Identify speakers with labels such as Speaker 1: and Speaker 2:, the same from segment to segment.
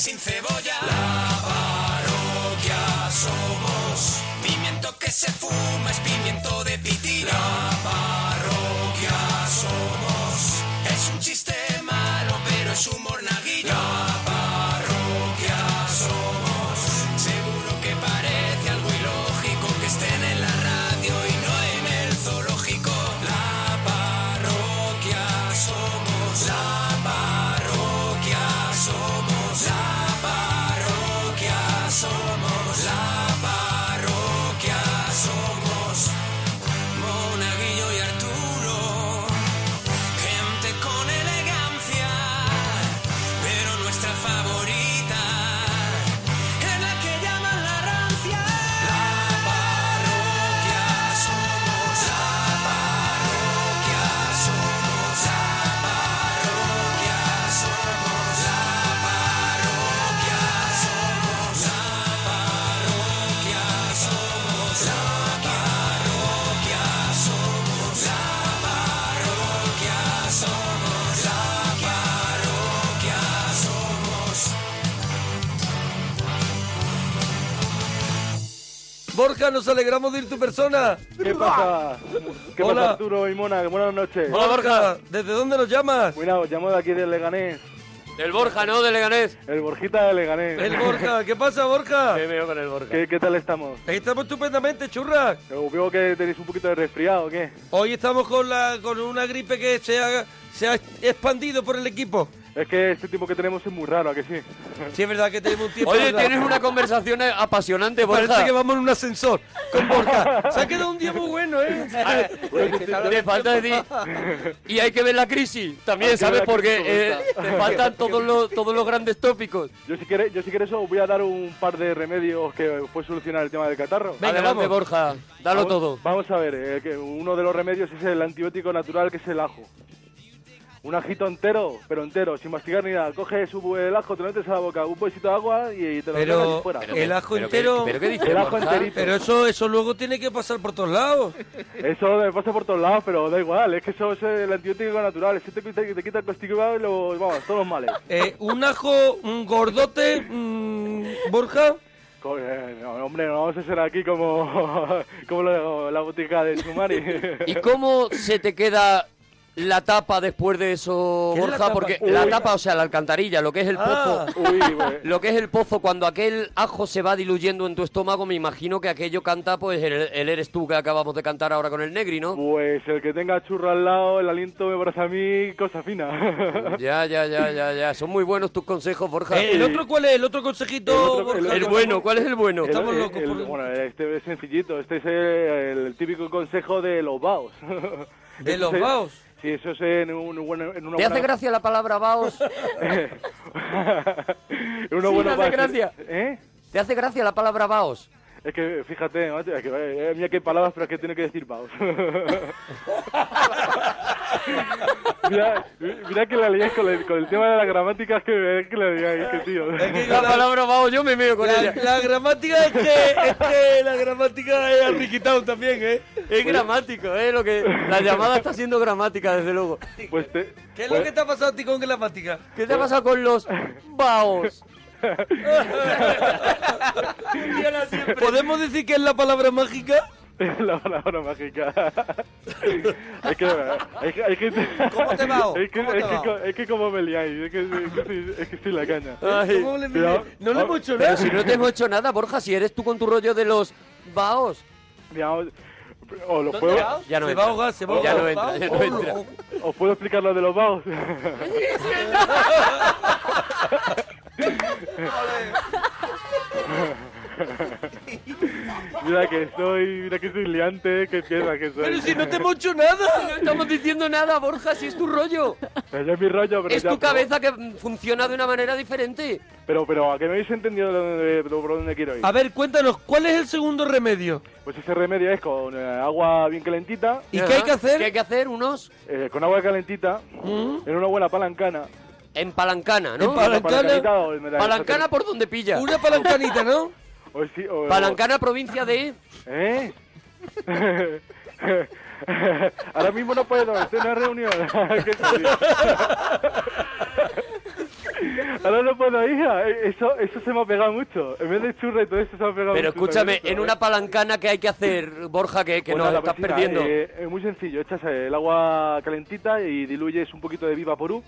Speaker 1: joya. La parroquia somos. Pimiento que se fuma es pimiento de piti. La parroquia somos. Es un chiste malo, pero es humor naguillo. La parroquia somos. Seguro que parece algo ilógico que estén en la radio y no en el zoológico. La parroquia somos. La parroquia somos. La parroquia somos. La parroquia somos. Monaguillo y Arturo. Gente con elegancia. Pero nuestra favorita es la que llaman la rancia. La parroquia somos. La parroquia somos. La parroquia somos. La parroquia somos. La parroquia somos. La parroquia somos. La parroquia somos. La parroquia somos.
Speaker 2: Borja, nos alegramos de ir tu persona.
Speaker 3: ¿Qué pasa? ¿Qué
Speaker 2: Hola.
Speaker 3: pasa, Arturo y Mona? Buenas noches.
Speaker 2: Hola Borja, ¿desde dónde nos llamas?
Speaker 3: Bueno, os llamo de aquí del Leganés.
Speaker 4: Del Borja, ¿no? Del Leganés.
Speaker 3: El Borjita de Leganés.
Speaker 2: El Borja, ¿qué pasa Borja?
Speaker 4: Me veo con el Borja.
Speaker 3: ¿Qué, qué tal estamos?
Speaker 2: Estamos estupendamente, churras.
Speaker 3: Os veo que tenéis un poquito de resfriado, ¿o qué?
Speaker 2: Hoy estamos con la con una gripe que se ha, se ha expandido por el equipo.
Speaker 3: Es que este tiempo que tenemos es muy raro, ¿a que sí?
Speaker 2: Sí, es verdad que tenemos un tiempo.
Speaker 4: Oye,
Speaker 2: ¿verdad?
Speaker 4: tienes una conversación apasionante,
Speaker 2: Parece
Speaker 4: Borja.
Speaker 2: que vamos en un ascensor con Borja. Se ha quedado un día muy bueno, ¿eh?
Speaker 4: Ah, Te falta decir. Y hay que ver la crisis también,
Speaker 3: Hay que
Speaker 4: ¿sabes?
Speaker 3: ver la
Speaker 4: Porque
Speaker 3: crisis,
Speaker 4: eh,
Speaker 3: Borja.
Speaker 4: te faltan todos los, todos los grandes tópicos.
Speaker 3: Yo si queréis, yo si queréis os voy a dar un par de remedios que os puede solucionar el tema del catarro.
Speaker 2: Venga,
Speaker 4: Adelante,
Speaker 2: vamos.
Speaker 4: Borja. Dalo
Speaker 3: Vamos-
Speaker 4: todo.
Speaker 3: Vamos a ver, eh, que uno de los remedios es el antibiótico natural que es el ajo. Un ajito entero, pero entero, sin mastigar ni nada. Coges un- el ajo, te lo metes a la boca, un bolsito de agua y te lo dejas
Speaker 2: Pero
Speaker 3: fuera.
Speaker 2: el ajo entero.
Speaker 4: ¿Pero qué dices,
Speaker 3: El ajo
Speaker 4: Borja?
Speaker 3: enterito.
Speaker 2: Pero eso, eso luego tiene que pasar por todos lados.
Speaker 3: Eso me pasa por todos lados, pero da igual, es que eso es el antibiótico natural. Eso te, quita- te quita el constipado y lo, vamos, todos los males.
Speaker 2: Eh, un ajo, un gordote, mm, Borja.
Speaker 3: Co- eh, no, hombre, no vamos a ser aquí como, como lo- la botica de Sumari.
Speaker 4: ¿Y cómo se te queda la tapa después de eso,
Speaker 2: ¿Qué es la
Speaker 4: Borja?
Speaker 2: tapa?
Speaker 4: Porque
Speaker 3: Uy.
Speaker 4: la tapa, o sea, la alcantarilla, lo que es el
Speaker 2: Ah.
Speaker 4: pozo.
Speaker 3: Uy, pues,
Speaker 4: Lo que es el pozo, cuando aquel ajo se va diluyendo en tu estómago, me imagino que aquello canta, pues el, el eres tú que acabamos de cantar ahora con el negri, ¿no?
Speaker 3: pues el que tenga churro al lado, el aliento me parece a mí cosa fina.
Speaker 4: Ya, ya, ya, ya, ya. Son muy buenos tus consejos, Borja.
Speaker 2: Eh, ¿El otro cuál es? ¿El otro consejito,
Speaker 3: El otro- el
Speaker 2: Borja?
Speaker 4: El bueno, ¿cuál es el bueno?
Speaker 3: El- eh,
Speaker 2: Estamos
Speaker 3: el-
Speaker 2: locos
Speaker 3: el-
Speaker 2: por-
Speaker 3: Bueno, este es sencillito, este es el, el típico consejo de los vaos.
Speaker 2: ¿De los
Speaker 3: Eso es-
Speaker 2: vaos?
Speaker 3: Sí, eso es en, un, buen- en una
Speaker 4: ¿Te hace
Speaker 3: buena-
Speaker 4: gracia la palabra vaos?
Speaker 3: Uno
Speaker 4: Sí,
Speaker 3: bueno
Speaker 4: hace
Speaker 3: para-
Speaker 4: gracia.
Speaker 3: ¿Eh?
Speaker 4: ¿Te hace gracia la palabra vaos?
Speaker 3: Es que fíjate, macho, es que, eh, mira qué palabras, pero es que tiene que decir vaos. mira, mira que la liáis con el, con el tema de la gramática, es que, es que la liáis, que tío.
Speaker 2: que-
Speaker 4: La palabra vaos, yo me meo con
Speaker 2: La,
Speaker 4: ella.
Speaker 2: la gramática es que, es que la gramática es arriquitado también, ¿eh?
Speaker 4: Es gramático, ¿eh? Lo que... La llamada está siendo gramática, desde luego.
Speaker 3: Pues te-
Speaker 2: ¿Qué es lo
Speaker 3: pues-
Speaker 2: que te ha pasado a ti con gramática?
Speaker 4: ¿Qué te ha pasado con los vaos? Funciona siempre.
Speaker 2: ¿Podemos decir que es la palabra mágica?
Speaker 3: La palabra mágica. es que, es que, es que-
Speaker 2: ¿Cómo te va?
Speaker 3: Es que,
Speaker 2: ¿Cómo te
Speaker 3: es que
Speaker 2: va?
Speaker 3: co- es que como me liáis, es que, es que, soy- es que soy la caña.
Speaker 4: Ay,
Speaker 2: ¿Cómo le-
Speaker 3: pero-
Speaker 2: no le hemos hecho
Speaker 4: pero
Speaker 2: nada.
Speaker 4: si no te hemos hecho nada, Borja, si eres tú con tu rollo de los vaos.
Speaker 3: Mira, os- os, lo
Speaker 2: ¿Dónde
Speaker 3: puedo,
Speaker 2: va?
Speaker 4: Ya no
Speaker 2: se
Speaker 4: entra.
Speaker 2: va a ahogar, se va a
Speaker 4: Ya
Speaker 2: ahogar. Oh.
Speaker 4: no entra, ya no
Speaker 2: Pablo.
Speaker 4: entra.
Speaker 3: os puedo explicar lo de los vaos. mira que soy, mira que soy liante, que piensa que soy.
Speaker 2: Pero si no te hemos hecho nada.
Speaker 4: No estamos diciendo nada, Borja, si es tu rollo.
Speaker 3: Pero ya es mi rollo, pero
Speaker 4: Es
Speaker 3: ya-
Speaker 4: tu cabeza que funciona de una manera diferente.
Speaker 3: Pero, pero, ¿a que no habéis entendido de dónde- de por dónde quiero ir?
Speaker 2: A ver, cuéntanos, ¿cuál es el segundo remedio?
Speaker 3: Pues ese remedio es con eh, agua bien calentita,
Speaker 2: ¿Y
Speaker 4: Ajá.
Speaker 2: qué hay que hacer? Mm.
Speaker 4: ¿Qué hay que hacer? Unos
Speaker 3: eh, con agua calentita, en una buena palancana.
Speaker 4: en palancana,
Speaker 2: En
Speaker 4: ¿no?
Speaker 2: pala- Ah, ¿Palancana?
Speaker 3: Palancanita o en la-
Speaker 4: Palancana por donde pilla.
Speaker 2: Una palancanita, ¿no?
Speaker 3: o sí, o-
Speaker 4: Palancana provincia de...
Speaker 3: ¿Eh? Ahora mismo no puedo, estoy en una reunión. ¿Qué te digo? Ahora no puedo, hija. Eh, Eso, eso se me ha pegado mucho. En vez de churra y todo eso se me ha pegado
Speaker 4: Pero
Speaker 3: mucho.
Speaker 4: escúchame,
Speaker 3: también,
Speaker 4: en
Speaker 3: ¿sabes?
Speaker 4: una palancana que hay que hacer, Borja, que, que
Speaker 3: Pues
Speaker 4: nos
Speaker 3: nada,
Speaker 4: estás
Speaker 3: pues mira,
Speaker 4: perdiendo.
Speaker 3: eh, es muy sencillo. Echas el agua calentita y diluyes un poquito de Viva Porú.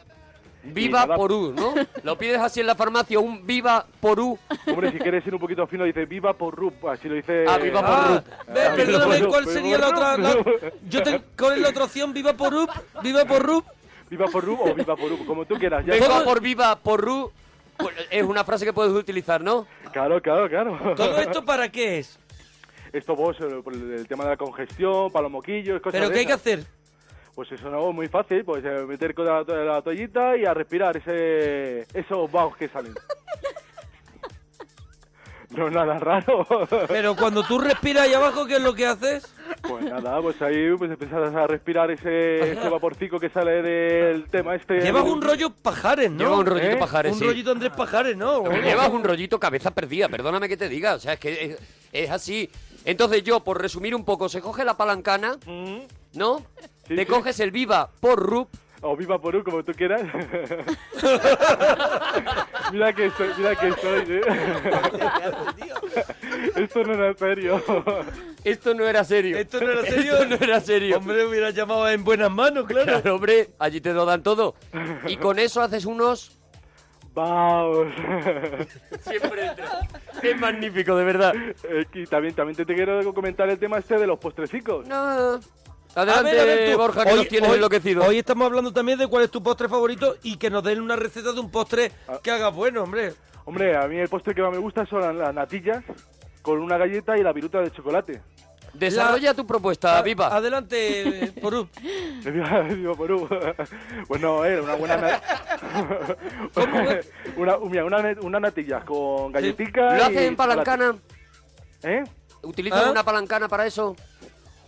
Speaker 3: y
Speaker 4: Viva
Speaker 3: nada,
Speaker 4: Porú, ¿no? Lo pides así en la farmacia, un Viva Porú.
Speaker 3: Hombre, si quieres ir un poquito fino, dices Viva Porú. Así lo dice...
Speaker 4: Ah, Viva
Speaker 2: Ah,
Speaker 4: Porú.
Speaker 2: ve,
Speaker 3: Ah,
Speaker 2: perdóname,
Speaker 3: Viva
Speaker 2: ¿cuál
Speaker 3: Porú,
Speaker 2: sería la
Speaker 3: Viva
Speaker 2: otra? la-
Speaker 3: Porú.
Speaker 2: yo te- ¿Cuál es la otra opción? ¿Viva por Rup? ¿Viva por Rup?
Speaker 3: Viva Porú o Viva Porú, como tú quieras. ya
Speaker 4: Vengo
Speaker 3: está.
Speaker 4: a por Viva Porú. Pues, Es una frase que puedes utilizar, ¿no?
Speaker 3: Claro, claro, claro.
Speaker 2: ¿Todo esto para qué es?
Speaker 3: Esto vos, eh, por el el tema de la congestión, para los moquillos, cosas
Speaker 2: ¿Pero
Speaker 3: de
Speaker 2: qué hay que
Speaker 3: esas.
Speaker 2: hacer?
Speaker 3: Pues eso no, muy fácil, pues eh, meter con la, to- la toallita y a respirar ese, esos vagos que salen. No, nada raro.
Speaker 2: Pero cuando tú respiras ahí abajo, ¿qué es lo que haces?
Speaker 3: Pues nada, pues ahí pues empiezas a respirar ese, ese vaporcico que sale del tema este.
Speaker 2: Llevas un rollo pajares, ¿no?
Speaker 4: Lleva un rollito
Speaker 3: ¿Eh?
Speaker 4: pajares,
Speaker 2: Un
Speaker 4: sí.
Speaker 2: rollito Andrés Pajares, ¿no?
Speaker 4: Pero llevas un rollito cabeza perdida, perdóname que te diga. O sea, es que es, es así. Entonces yo, por resumir un poco, se coge la palancana,
Speaker 3: Mm,
Speaker 4: ¿no?
Speaker 3: Sí, sí.
Speaker 4: te coges el Viva Porú.
Speaker 3: O viva por un, como tú quieras. mira que soy, mira que soy. ¿eh? Esto no era serio.
Speaker 4: Esto no era serio.
Speaker 2: Esto no era serio.
Speaker 4: Esto no era serio.
Speaker 2: Hombre, hubiera llamado en buenas manos, claro.
Speaker 4: Claro, hombre, allí te lo dan todo. Y con eso haces unos...
Speaker 3: Vamos.
Speaker 4: Siempre entra. Es magnífico, de verdad.
Speaker 3: Eh, y también, también te, te quiero comentar el tema este de los postrecicos.
Speaker 4: No.
Speaker 2: A
Speaker 4: Adelante,
Speaker 2: ver, a ver, tú.
Speaker 4: Borja, que nos tienes
Speaker 2: hoy-
Speaker 4: enloquecido.
Speaker 2: Hoy estamos hablando también de cuál es tu postre favorito y que nos den una receta de un postre
Speaker 3: Ah.
Speaker 2: que haga bueno, hombre.
Speaker 3: Hombre, a mí el postre que más me gusta son las, las natillas con una galleta y la viruta de chocolate.
Speaker 4: Desarrolla tu propuesta,
Speaker 2: A-
Speaker 4: Viva.
Speaker 2: Adelante, eh, Porú.
Speaker 3: Viva- viva Perú. Bueno, eh, una buena na- una, mira, una, net- una natilla con galletica
Speaker 4: ¿Lo
Speaker 3: y
Speaker 4: haces en palancana?
Speaker 3: chocolate. ¿Eh?
Speaker 4: ¿Utilizas
Speaker 2: ¿Ah?
Speaker 4: una palancana para eso?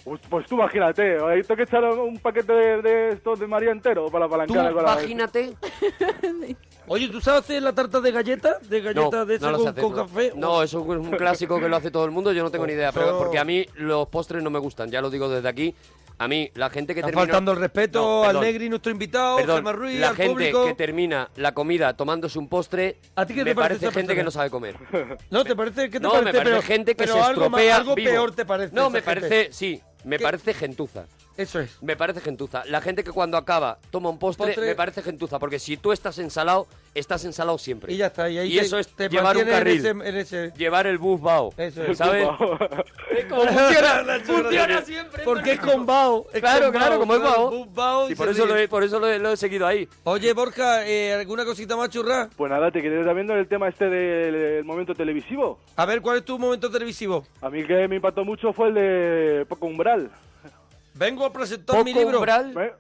Speaker 3: Pues, pues tú imagínate, ahí tengo que echar un paquete de, de estos de María entero para la
Speaker 4: Tú,
Speaker 3: palancana. con la-
Speaker 4: imagínate.
Speaker 2: Oye, ¿tú sabes hacer la tarta de galleta? ¿De galleta de esa
Speaker 4: lo
Speaker 2: con,
Speaker 4: sé hacer,
Speaker 2: con
Speaker 4: no.
Speaker 2: café?
Speaker 4: No, eso es un clásico que lo hace todo el mundo, yo no tengo ni idea, pero porque a mí los postres no me gustan, ya lo digo desde aquí. A mí, la gente que
Speaker 2: Está
Speaker 4: termina...
Speaker 2: faltando el respeto
Speaker 4: No,
Speaker 2: al
Speaker 4: perdón,
Speaker 2: Negri, nuestro invitado,
Speaker 4: perdón,
Speaker 2: Gemma Ruiz,
Speaker 4: la
Speaker 2: al
Speaker 4: gente
Speaker 2: público.
Speaker 4: que termina la comida tomándose un postre,
Speaker 2: ¿A ti qué te
Speaker 4: me
Speaker 2: parece
Speaker 4: parece
Speaker 2: esa
Speaker 4: gente que
Speaker 2: persona?
Speaker 4: no sabe comer.
Speaker 2: No, ¿te parece? ¿Qué te
Speaker 4: no,
Speaker 2: parece?
Speaker 4: me parece
Speaker 2: Pero-
Speaker 4: gente que
Speaker 2: pero
Speaker 4: se
Speaker 2: algo, más-
Speaker 4: estropea
Speaker 2: algo
Speaker 4: vivo.
Speaker 2: peor te parece.
Speaker 4: No,
Speaker 2: esa
Speaker 4: me
Speaker 2: gente.
Speaker 4: parece, sí, me
Speaker 2: ¿Qué?
Speaker 4: parece gentuza.
Speaker 2: Eso es.
Speaker 4: Me parece gentuza. La gente que cuando acaba toma un postre,
Speaker 2: Postre.
Speaker 4: me parece gentuza. Porque si tú estás ensalado, estás ensalado siempre.
Speaker 2: Y ya está. Y, ahí te-
Speaker 4: eso es
Speaker 2: te
Speaker 4: llevar un
Speaker 2: mantienes
Speaker 4: carril.
Speaker 2: En ese, en ese-
Speaker 4: Llevar el bus bao.
Speaker 2: Eso es.
Speaker 4: ¿Sabes? Es como funciona, funciona
Speaker 2: Funciona
Speaker 4: siempre.
Speaker 2: Porque es con Bao. es
Speaker 4: Claro,
Speaker 2: con
Speaker 4: claro, como es Bao.
Speaker 2: un Bao
Speaker 4: Y
Speaker 2: y
Speaker 4: por
Speaker 2: se
Speaker 4: eso, lo
Speaker 2: ríe.
Speaker 4: he, por eso lo, he, lo he seguido ahí.
Speaker 2: Oye, Borja, eh, ¿alguna cosita más churra?
Speaker 3: Pues nada, te quería también el tema este del, del momento televisivo.
Speaker 2: A ver, ¿cuál es tu momento televisivo?
Speaker 3: A mí que me impactó mucho fue el de Poco Umbral.
Speaker 2: Vengo a presentar
Speaker 4: Poco
Speaker 2: mi libro.
Speaker 4: umbral.
Speaker 3: Ve-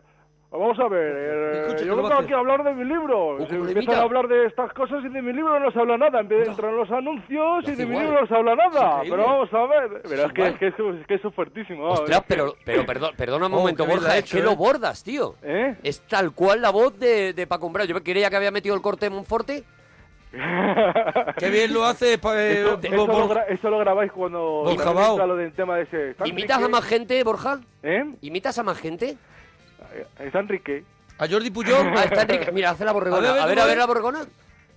Speaker 3: Vamos a ver, eh,
Speaker 2: Escucha,
Speaker 3: yo
Speaker 2: que lo
Speaker 3: vengo
Speaker 2: va a hacer.
Speaker 3: aquí a hablar de mi libro.
Speaker 4: Un
Speaker 3: Si
Speaker 4: problemita.
Speaker 3: empiezan a hablar de estas cosas y de mi libro no se habla nada. Empie- Entran los anuncios y
Speaker 4: hace
Speaker 3: de mi
Speaker 4: igual.
Speaker 3: libro no se habla nada.
Speaker 2: increíble.
Speaker 3: Pero vamos a ver. Pero es que,
Speaker 4: igual.
Speaker 3: es que, eso- es que eso es fuertísimo. eh. vamos.
Speaker 4: Ostras, pero, pero perdón, perdona un
Speaker 2: Oh,
Speaker 4: momento,
Speaker 2: qué bien la
Speaker 4: Borja,
Speaker 2: ha
Speaker 4: es
Speaker 2: hecho,
Speaker 4: que
Speaker 2: ¿eh?
Speaker 4: lo bordas, tío.
Speaker 3: ¿Eh?
Speaker 4: Es tal cual la voz de, de Paco Umbral. Yo me creía que había metido el corte de Monforte.
Speaker 2: Qué bien lo haces. pa- eh,
Speaker 3: Eso, eso
Speaker 2: Borja.
Speaker 3: lo gra- eso lo grabáis cuando
Speaker 2: Borja
Speaker 3: también
Speaker 2: Bao.
Speaker 3: está lo del tema de ese. Está
Speaker 4: ¿Imitas a
Speaker 3: Enrique,
Speaker 4: más gente, Borja?
Speaker 3: ¿Eh?
Speaker 4: ¿Imitas a más gente?
Speaker 3: Está Enrique.
Speaker 2: A Jordi Puyol.
Speaker 4: Ah, está Enrique. Mira, hace la borregona.
Speaker 2: A ver,
Speaker 4: A ver,
Speaker 2: tú,
Speaker 4: a
Speaker 2: eh.
Speaker 4: ver la borregona.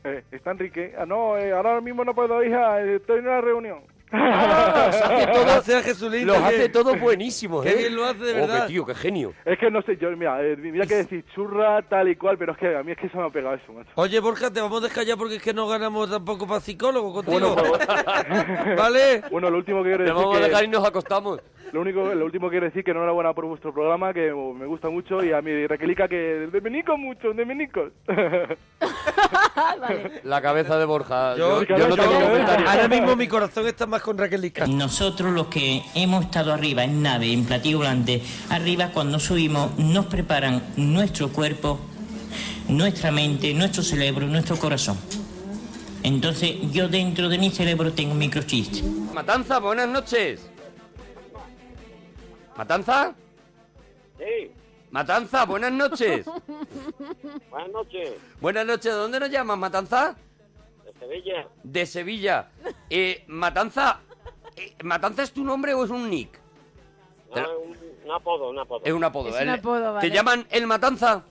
Speaker 3: Eh, está Enrique. Ah, no, eh, ahora mismo no puedo, hija. eh, Estoy en una reunión.
Speaker 4: Los hace
Speaker 2: Todo
Speaker 4: todos,
Speaker 2: hace a Jesulín.
Speaker 4: los
Speaker 2: también.
Speaker 4: hace todos buenísimos,
Speaker 2: Qué
Speaker 4: ¿eh?
Speaker 2: bien lo hace, de
Speaker 4: Hombre,
Speaker 2: verdad.
Speaker 4: tío, qué genio.
Speaker 3: Es que no sé, yo, mira, eh, mira que decir churra, tal y cual, pero es que a mí es que se me ha pegado eso, macho.
Speaker 2: Oye, Borja, te vamos a dejar ya porque es que no ganamos tampoco para psicólogo contigo.
Speaker 4: pues,
Speaker 2: ¿Vale?
Speaker 3: Bueno, lo último que quiero
Speaker 4: Te
Speaker 3: decir
Speaker 4: vamos a
Speaker 3: que-
Speaker 4: dejar y nos acostamos.
Speaker 3: Lo único, lo último que quiero decir que enhorabuena por vuestro programa, que me gusta mucho y a mí reclica que de menicos mucho, de menicos.
Speaker 4: La cabeza de Borja. Yo,
Speaker 2: Yo-
Speaker 4: yo no tengo
Speaker 3: yo-
Speaker 4: comentarios.
Speaker 2: Ahora mismo mi corazón está más con Raquel Isca.
Speaker 5: Nosotros los que hemos estado arriba en nave, en platillo volante, arriba cuando subimos nos preparan nuestro cuerpo, nuestra mente, nuestro cerebro, nuestro corazón. Entonces yo dentro de mi cerebro tengo un microchip.
Speaker 4: Matanza, buenas noches. Matanza,
Speaker 6: Sí,
Speaker 4: Matanza, buenas noches.
Speaker 6: buenas noches,
Speaker 4: buenas noches, ¿de dónde nos llamas, Matanza?
Speaker 6: de
Speaker 7: este
Speaker 6: Sevilla.
Speaker 4: De Sevilla. Eh, Matanza, eh, ¿Matanza es tu nombre o es un nick?
Speaker 7: Ah,
Speaker 6: No,
Speaker 4: Pero-
Speaker 6: un, un apodo, un apodo.
Speaker 4: Es un apodo.
Speaker 8: Es un
Speaker 4: ¿eh?
Speaker 8: apodo,
Speaker 4: ¿Te
Speaker 8: vale.
Speaker 4: llaman El Matanza?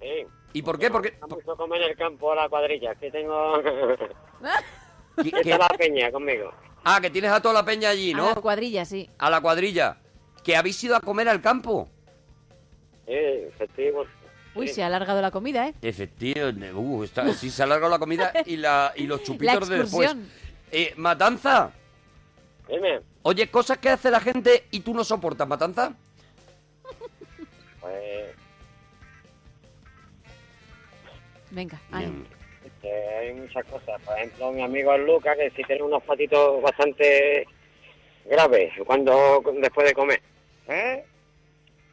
Speaker 6: Sí,
Speaker 4: ¿Y por qué? Porque
Speaker 7: Vamos a comer en el campo a la cuadrilla, que tengo...
Speaker 4: que- que-
Speaker 7: Está la peña conmigo.
Speaker 4: ah, que tienes a toda la peña allí,
Speaker 8: A
Speaker 4: ¿no?
Speaker 8: la cuadrilla, sí.
Speaker 4: A la cuadrilla. Que habéis ido a comer al campo.
Speaker 7: Eh, efectivo.
Speaker 8: Uy,
Speaker 7: Sí.
Speaker 8: se ha alargado la comida, ¿eh?
Speaker 4: Efectivamente, uh, está, sí se ha alargado la comida y, la, y los chupitos de después.
Speaker 8: excursión.
Speaker 4: Eh, Matanza,
Speaker 7: Dime,
Speaker 4: oye, cosas que hace la gente y tú no soportas, Matanza.
Speaker 7: pues...
Speaker 8: Venga, ánimo.
Speaker 7: este, hay muchas cosas. Por ejemplo, mi amigo el Lucas, que sí tiene unos patitos bastante graves cuando después de comer. ¿Eh?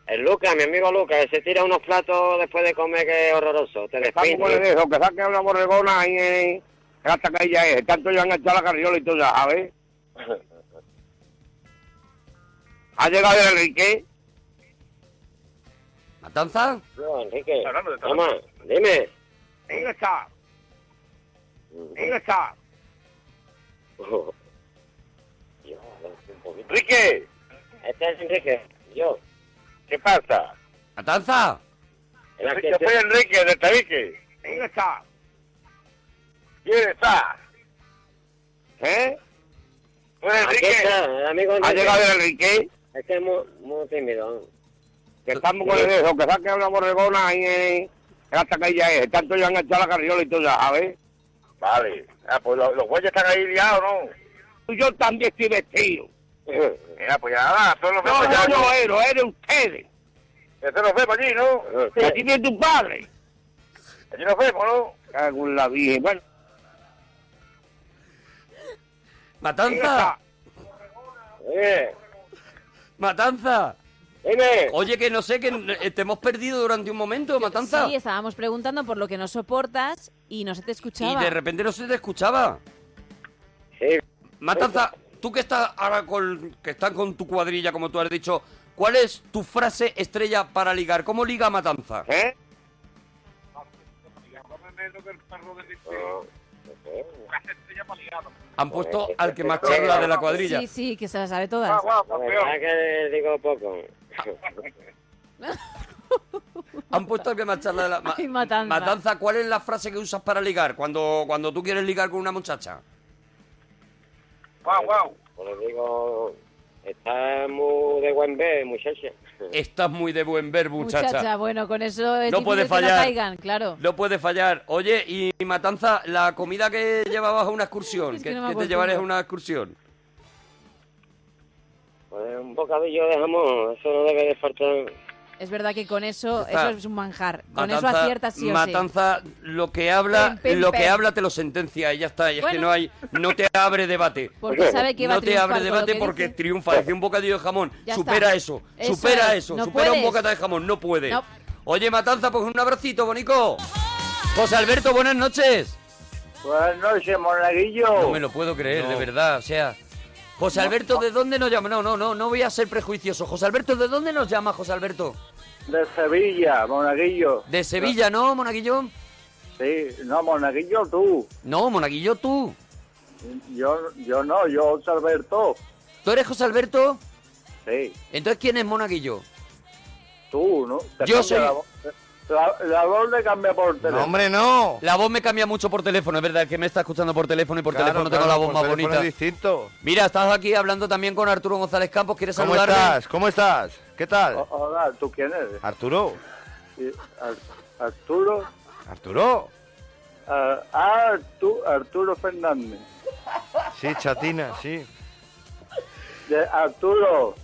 Speaker 7: El Lucas, mi amigo Lucas, que se tira unos platos después de comer que es horroroso. Te
Speaker 9: Está como le
Speaker 7: despide.
Speaker 9: dijo, que saque una borregona ahí en hasta que ella es. Tanto ya han echado la carriola y todo ya, ¿sabes? Ha llegado el Enrique.
Speaker 4: Matanza,
Speaker 7: No, Enrique,
Speaker 9: Hablando de todo.
Speaker 7: mamá, dime.
Speaker 9: ¿Dónde está? ¿Dónde está?
Speaker 7: Yo, un poquito.
Speaker 9: Enrique,
Speaker 7: Este es Enrique, yo.
Speaker 9: ¿qué pasa?
Speaker 4: Matanza.
Speaker 7: Era que
Speaker 9: Yo soy Enrique de Tabique. ¿Dónde está? ¿Quién está? ¿Eh? ¿Tú eres
Speaker 7: Aquí está,
Speaker 9: Enrique?
Speaker 7: el amigo
Speaker 9: ¿Ha
Speaker 7: Enrique.
Speaker 9: llegado el Enrique?
Speaker 7: Es que es muy, muy tímido.
Speaker 9: Que estamos con el dejo, que saque una borregona ahí en hasta que ella es. Tanto ya han echado la carriola y todo ya, ¿sabes? Vale. Ah, pues los, güeyes están ahí liados, ¿no? Yo también estoy vestido. Mira, pues ya nada, todos los No, yo no ero, eres ustedes. Este nos vemos allí, ¿no?
Speaker 7: Sí.
Speaker 9: Aquí viene tu padre. Allí nos vemos, ¿no? Cago en la virgen. Bueno,
Speaker 4: Matanza,
Speaker 7: Dime,
Speaker 4: Matanza.
Speaker 7: dime.
Speaker 4: Oye, que no sé, que eh, te hemos perdido durante un momento, Matanza.
Speaker 8: Sí, estábamos preguntando por lo que no soportas y no se te
Speaker 4: y
Speaker 8: escuchaba.
Speaker 4: de repente no se te escuchaba.
Speaker 7: Sí,
Speaker 4: Matanza, tú que estás ahora con, que están con tu cuadrilla, como tú has dicho, ¿cuál es tu frase estrella para ligar? ¿Cómo liga Matanza?
Speaker 9: ¿eh?
Speaker 7: no, no sé.
Speaker 4: Han puesto al que más charla de la cuadrilla.
Speaker 8: Sí, sí, que se las sabe todas.
Speaker 7: La verdad que digo poco.
Speaker 4: Han puesto al que más charla de la... ma-
Speaker 8: Ay, Matanza.
Speaker 4: Matanza, ¿cuál es la frase que usas para ligar cuando, cuando tú quieres ligar con una muchacha?
Speaker 9: Guau, guau.
Speaker 7: Como digo, está muy de buen ver, muchacha.
Speaker 4: Estás muy de buen ver, muchacha.
Speaker 8: Muchacha, bueno, con eso es
Speaker 4: No
Speaker 8: difícil
Speaker 4: puede
Speaker 8: que
Speaker 4: fallar.
Speaker 8: no caigan, claro.
Speaker 4: No puede fallar. Oye, y Matanza, la comida que llevabas a una excursión,
Speaker 8: Es
Speaker 4: que,
Speaker 8: que no me
Speaker 4: que te
Speaker 8: acostumbro.
Speaker 4: llevarás a una excursión.
Speaker 7: Pues un bocadillo de jamón, eso no debe de faltar.
Speaker 8: Es verdad que con eso,
Speaker 4: Está.
Speaker 8: eso es un manjar. Con eso aciertas sí o
Speaker 4: Matanza, lo que habla,
Speaker 8: Pim, pim,
Speaker 4: lo que
Speaker 8: pim.
Speaker 4: habla te lo sentencia y ya está. Y es que
Speaker 8: Bueno.
Speaker 4: no hay, no te abre debate.
Speaker 8: sí. Porque sabe que va a
Speaker 4: no te
Speaker 8: triunfar
Speaker 4: abre
Speaker 8: con lo
Speaker 4: debate
Speaker 8: que
Speaker 4: porque
Speaker 8: dice.
Speaker 4: triunfa. Dice un bocadillo de jamón.
Speaker 8: Ya
Speaker 4: supera
Speaker 8: está.
Speaker 4: eso,
Speaker 8: Eso
Speaker 4: supera
Speaker 8: es.
Speaker 4: eso,
Speaker 8: No
Speaker 4: supera un
Speaker 8: puedes.
Speaker 4: bocata de jamón. No puede.
Speaker 8: No.
Speaker 4: Oye, Matanza, pues un abracito, bonico. José Alberto, buenas noches.
Speaker 9: Buenas noches, monaguillo.
Speaker 4: No me lo puedo creer, de verdad, o sea... José Alberto, ¿de dónde nos llama? No, no, no, no voy a ser prejuicioso. José Alberto, ¿de dónde nos llama José Alberto?
Speaker 9: De Sevilla, monaguillo.
Speaker 4: ¿De Sevilla, no, Monaguillo?
Speaker 9: Sí, no, monaguillo tú.
Speaker 4: No, Monaguillo, tú.
Speaker 9: Yo, yo no, yo José Alberto.
Speaker 4: ¿Tú eres José Alberto?
Speaker 9: Sí,
Speaker 4: Entonces, ¿quién es Monaguillo?
Speaker 9: tú, ¿no? Te
Speaker 4: Yo
Speaker 9: cambia
Speaker 4: soy-
Speaker 9: La, voz- la, la voz le cambia por teléfono.
Speaker 2: No, hombre, no.
Speaker 4: La voz me cambia mucho por teléfono, es verdad, el que me está escuchando por teléfono y por
Speaker 2: Claro,
Speaker 4: teléfono tengo
Speaker 2: claro,
Speaker 4: la voz
Speaker 2: por
Speaker 4: más
Speaker 2: teléfono
Speaker 4: bonita.
Speaker 2: Es distinto.
Speaker 4: Mira, estás aquí hablando también con Arturo González Campos, ¿quieres
Speaker 2: ¿Cómo
Speaker 4: saludarme?
Speaker 2: estás? ¿Cómo estás? ¿Qué tal?
Speaker 9: O- Hola, ¿tú quién eres?
Speaker 2: Arturo.
Speaker 9: Sí, Ar- Arturo,
Speaker 2: Arturo.
Speaker 9: ah, ah, tú, Arturo Fernández.
Speaker 2: Sí, chatina, sí.
Speaker 9: De Arturo,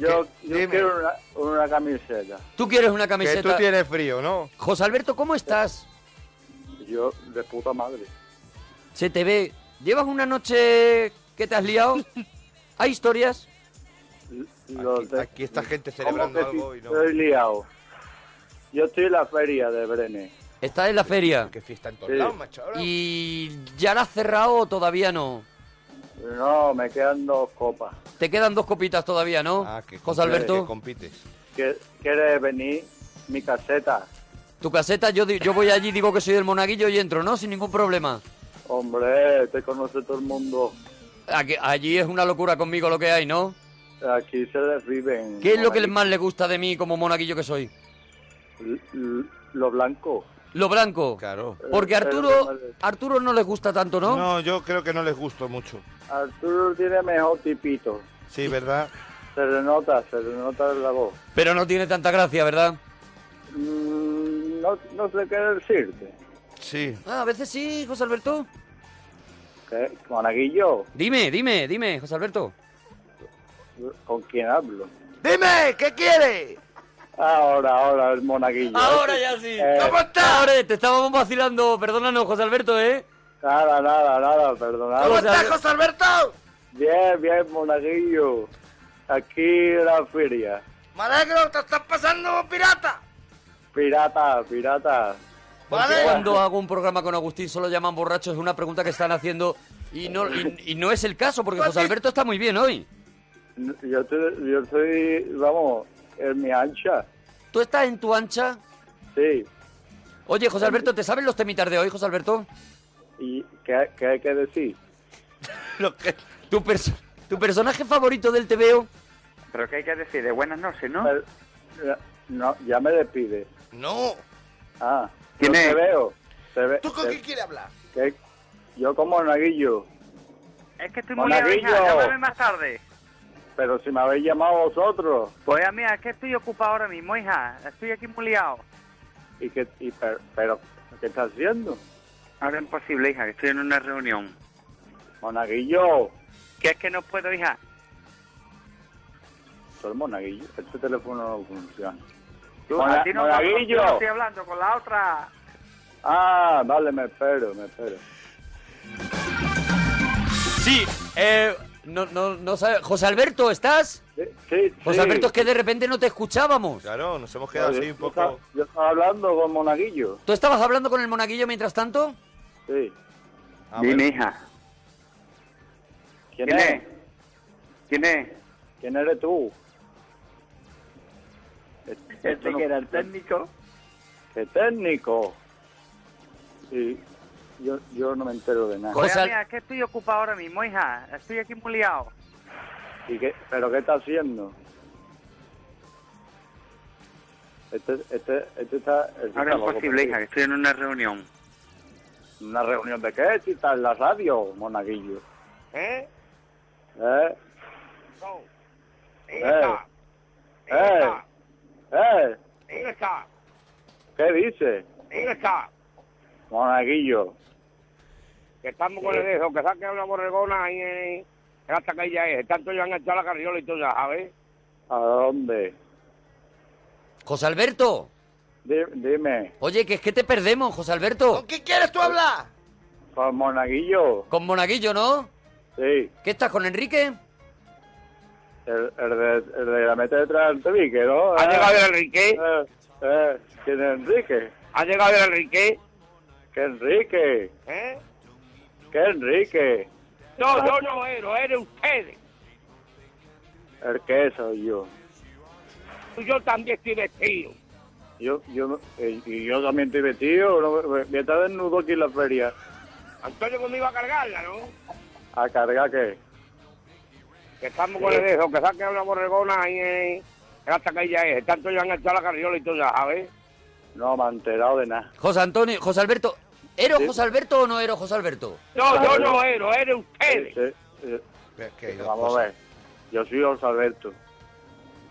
Speaker 9: yo,
Speaker 2: ¿Qué?
Speaker 9: yo
Speaker 2: Dime.
Speaker 9: quiero una, una camiseta.
Speaker 4: Tú quieres una
Speaker 2: Que
Speaker 4: camiseta.
Speaker 2: tú tienes frío, ¿no?
Speaker 4: José Alberto, ¿cómo estás?
Speaker 9: Yo, de puta madre.
Speaker 4: Se te ve. ¿Llevas una noche que te has liado? ¿Hay historias?
Speaker 9: Lo
Speaker 2: Aquí,
Speaker 9: de-
Speaker 2: aquí esta gente
Speaker 9: ¿Cómo
Speaker 2: celebrando
Speaker 9: que
Speaker 2: algo
Speaker 9: sí?
Speaker 2: y no.
Speaker 9: Estoy liado. Yo estoy en la feria de Brenes.
Speaker 4: Estás en la feria.
Speaker 2: Qué fiesta en todos
Speaker 9: Sí.
Speaker 2: lados, macho. ahora.
Speaker 4: ¿Y ya la has cerrado o todavía no?
Speaker 9: No, me quedan dos copas.
Speaker 4: Te quedan dos copitas todavía, ¿no?
Speaker 2: Ah, que
Speaker 4: José
Speaker 2: compites,
Speaker 4: Alberto,
Speaker 2: que compites.
Speaker 9: ¿Quie- ¿Quieres venir? Mi caseta.
Speaker 4: tu caseta, yo, di- yo voy allí, digo que soy del monaguillo y entro, ¿no? Sin ningún problema.
Speaker 9: Hombre, te conoce todo el mundo.
Speaker 4: Aquí- allí es una locura conmigo lo que hay, ¿no?
Speaker 9: Aquí se desviven.
Speaker 4: ¿Qué es lo que les- más le gusta de mí como monaguillo que soy?
Speaker 9: L- l- Lo blanco. Eh,
Speaker 4: Lo blanco.
Speaker 2: Claro.
Speaker 4: Porque Arturo, Arturo no les gusta tanto, ¿no?
Speaker 2: No, yo creo que no les gustó mucho.
Speaker 9: Arturo tiene mejor tipito.
Speaker 2: Sí, ¿verdad?
Speaker 9: Se le nota, se le nota la voz.
Speaker 4: Pero no tiene tanta gracia, ¿verdad?
Speaker 9: Mm, no, no sé qué decirte.
Speaker 2: Sí.
Speaker 4: Ah, a veces sí, José Alberto.
Speaker 9: ¿Qué? Monaguillo,
Speaker 4: Dime, dime, dime, José Alberto.
Speaker 9: ¿con quién hablo?
Speaker 2: ¡Dime! ¿Qué quiere?
Speaker 9: Ahora, ahora, el monaguillo.
Speaker 4: Ahora ya sí.
Speaker 9: Eh,
Speaker 4: ¿Cómo estás? Ahora, te estábamos vacilando. Perdónanos, José Alberto, ¿eh?
Speaker 9: Nada, nada, nada, perdonad.
Speaker 4: ¿Cómo estás, José
Speaker 2: Alberto?
Speaker 9: Bien, bien, monaguillo. Aquí en la feria.
Speaker 2: Me alegro, te estás pasando, pirata.
Speaker 9: Pirata, pirata.
Speaker 4: Porque
Speaker 2: Vale.
Speaker 4: cuando hago un programa con Agustín solo llaman borrachos? Es una pregunta que están haciendo y no, y, y no es el caso, porque
Speaker 2: Pues
Speaker 4: José Alberto está muy bien hoy.
Speaker 9: N- Yo estoy, yo estoy, vamos, en mi ancha.
Speaker 4: ¿Tú estás en tu ancha?
Speaker 9: Sí.
Speaker 4: Oye, José Alberto, ¿te sabes los temitas de hoy, José Alberto?
Speaker 9: ¿Y qué, qué hay que decir?
Speaker 2: Lo que...
Speaker 4: ¿Tu, perso- tu personaje favorito del TVO?
Speaker 7: Pero ¿qué hay que decir? De buenas noches, ¿no?
Speaker 9: Pero- ya- No, ya me despide.
Speaker 2: No.
Speaker 9: Ah,
Speaker 7: ¿Quién
Speaker 9: yo
Speaker 7: es?
Speaker 9: te veo. Te ve-
Speaker 2: ¿Tú con
Speaker 9: te-
Speaker 2: quién quieres hablar?
Speaker 9: que- Yo como monaguillo,
Speaker 7: Es que estoy muy liado,
Speaker 9: Monaguillo.
Speaker 7: hija, llámame más tarde.
Speaker 9: pero si me habéis llamado vosotros
Speaker 7: Pues mira, es que estoy ocupado ahora mismo, hija. Estoy aquí muy liado.
Speaker 9: y que y per- pero ¿qué estás haciendo?
Speaker 7: Ahora es imposible, hija, que estoy en una reunión.
Speaker 9: Monaguillo,
Speaker 7: Que es que no puedo, hija.
Speaker 9: soy monaguillo, este teléfono no funciona.
Speaker 7: Tú,
Speaker 9: Mona-
Speaker 7: a ti no,
Speaker 9: monaguillo.
Speaker 7: yo estoy hablando con la otra.
Speaker 9: Ah, vale, me espero, me espero.
Speaker 4: Sí. Eh, no, no, no sabe- José Alberto, ¿estás?
Speaker 9: Sí, sí.
Speaker 4: José
Speaker 9: sí.
Speaker 4: Alberto, es que de repente no te escuchábamos.
Speaker 2: Claro, nos hemos
Speaker 9: Yo-
Speaker 2: quedado así un
Speaker 9: yo estaba-
Speaker 2: poco.
Speaker 9: Yo estaba hablando con monaguillo,
Speaker 4: ¿Tú estabas hablando con el monaguillo mientras tanto?
Speaker 9: sí.
Speaker 2: Ah,
Speaker 7: Dime,
Speaker 2: bueno.
Speaker 7: hija.
Speaker 9: ¿Quién,
Speaker 7: ¿Quién
Speaker 9: es?
Speaker 7: es? ¿Quién es?
Speaker 9: ¿Quién eres tú?
Speaker 7: Este,
Speaker 9: Este Esto no-
Speaker 7: técnico.
Speaker 9: ¡Qué técnico! Sí, yo, yo no me entero de nada.
Speaker 4: Co-
Speaker 7: Pues
Speaker 4: José Al-
Speaker 7: mira, es que estoy ocupado ahora mismo, hija. Estoy aquí muy liado.
Speaker 9: ¿Y qué, ¿Pero qué está haciendo? Este, este, este está... este está
Speaker 7: Ahora es
Speaker 9: loco,
Speaker 7: imposible,
Speaker 9: pero-
Speaker 7: hija, que estoy en una reunión.
Speaker 9: ¿Una reunión de qué? Si está en la radio, monaguillo.
Speaker 10: ¿Eh?
Speaker 9: ¿Eh?
Speaker 10: No.
Speaker 9: ¡Eh!
Speaker 10: Hija,
Speaker 9: ¡Eh!
Speaker 10: hija,
Speaker 9: ¡Eh!
Speaker 10: hija,
Speaker 9: ¿Qué dice?
Speaker 10: hija.
Speaker 9: Monaguillo.
Speaker 10: Que estamos con el dejo, que saque una borregona ahí eh, en en la taquilla es. Tanto ya han echado la carriola y todo ya, ¿sabes?
Speaker 9: ¿A dónde?
Speaker 4: José Alberto.
Speaker 9: Di- dime.
Speaker 4: Oye, que es que te perdemos, José Alberto.
Speaker 2: quién quieres tú hablar?
Speaker 9: ¿Con monaguillo?
Speaker 4: Con monaguillo, ¿no?
Speaker 9: Sí.
Speaker 4: ¿Qué estás con Enrique?
Speaker 9: El, el de, el de la meta detrás del tabique, ¿no?
Speaker 10: Ha
Speaker 9: Eh,
Speaker 10: llegado el Enrique,
Speaker 9: eh, eh, ¿Quién es Enrique?
Speaker 10: ha llegado el Enrique.
Speaker 9: ¡Qué Enrique!
Speaker 10: ¿Eh?
Speaker 9: ¡Qué Enrique!
Speaker 10: No, yo no ero, eres ustedes.
Speaker 9: El que soy yo.
Speaker 10: Yo también estoy vestido.
Speaker 9: Yo, yo, eh, y yo también estoy vestido, no, me- me está desnudo aquí en la feria.
Speaker 10: Antonio conmigo a cargarla, ¿no?
Speaker 9: ¿A cargar qué?
Speaker 10: Que estamos con el dejo, que saque una borregona ahí en en la taquilla es. Tanto ya han echado la carriola y todo ya, ¿sabes?
Speaker 9: No me ha enterado de nada.
Speaker 4: José Antonio, José Alberto. ¿Ero
Speaker 9: Sí.
Speaker 4: José Alberto o no ero José Alberto?
Speaker 10: No, yo no ero, eres ustedes.
Speaker 9: Eh, eh,
Speaker 2: Pero es que hay dos
Speaker 9: vamos a
Speaker 2: cosas.
Speaker 9: ver. Yo soy José Alberto.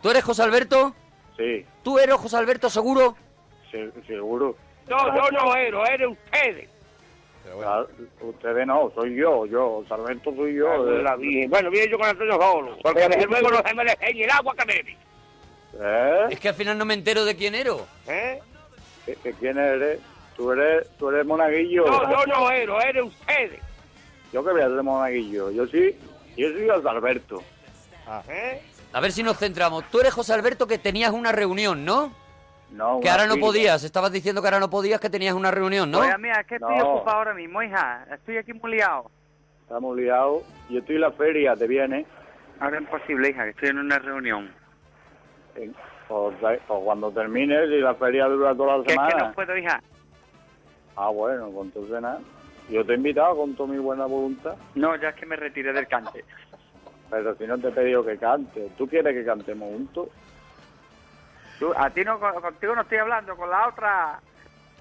Speaker 4: ¿Tú eres José Alberto?
Speaker 9: Sí,
Speaker 4: ¿Tú eres José Alberto seguro?
Speaker 9: se- seguro.
Speaker 10: No, yo no ero, eres ustedes.
Speaker 2: Pero bueno,
Speaker 9: Claro, Ustedes no, soy yo, yo. José Alberto soy yo.
Speaker 10: Ay,
Speaker 9: eh.
Speaker 10: la Virgen. Bueno, vine yo con Antonio solo. Porque desde luego no se me le en el agua que bebe.
Speaker 9: ¿Eh?
Speaker 4: Es que al final no me entero de quién ero.
Speaker 10: ¿Eh?
Speaker 9: ¿Que- que ¿Quién eres? Tú eres, tú eres monaguillo.
Speaker 10: No, yo no
Speaker 7: eh.
Speaker 10: ero, eres ustedes.
Speaker 9: Yo que voy a ser monaguillo. Yo sí, yo soy José Alberto.
Speaker 10: ¿Eh?
Speaker 4: A ver si nos centramos. Tú eres José Alberto que tenías una reunión, ¿no?
Speaker 9: No,
Speaker 4: Que ahora no
Speaker 9: monaguillo.
Speaker 4: podías. Estabas diciendo que ahora no podías, que tenías una reunión, ¿no?
Speaker 7: Oye, mira, es que estoy
Speaker 9: No.
Speaker 7: ocupado ahora mismo, hija. Estoy aquí muy liado.
Speaker 9: Estamos liados. Yo estoy en la feria, ¿te vienes?
Speaker 7: Ahora es imposible, hija, que estoy en una reunión.
Speaker 9: Eh, O, da- o cuando termines y la feria dura toda la
Speaker 7: Que es
Speaker 9: semana.
Speaker 7: que no puedo, hija.
Speaker 9: Ah, bueno, pues entonces nada. Yo te he invitado con toda mi buena voluntad,
Speaker 7: No, ya es que me retiré del cante.
Speaker 9: pero si no te he pedido que cante. ¿Tú quieres que cantemos juntos?
Speaker 7: Tú- a ti no, con- contigo no estoy hablando, con la otra.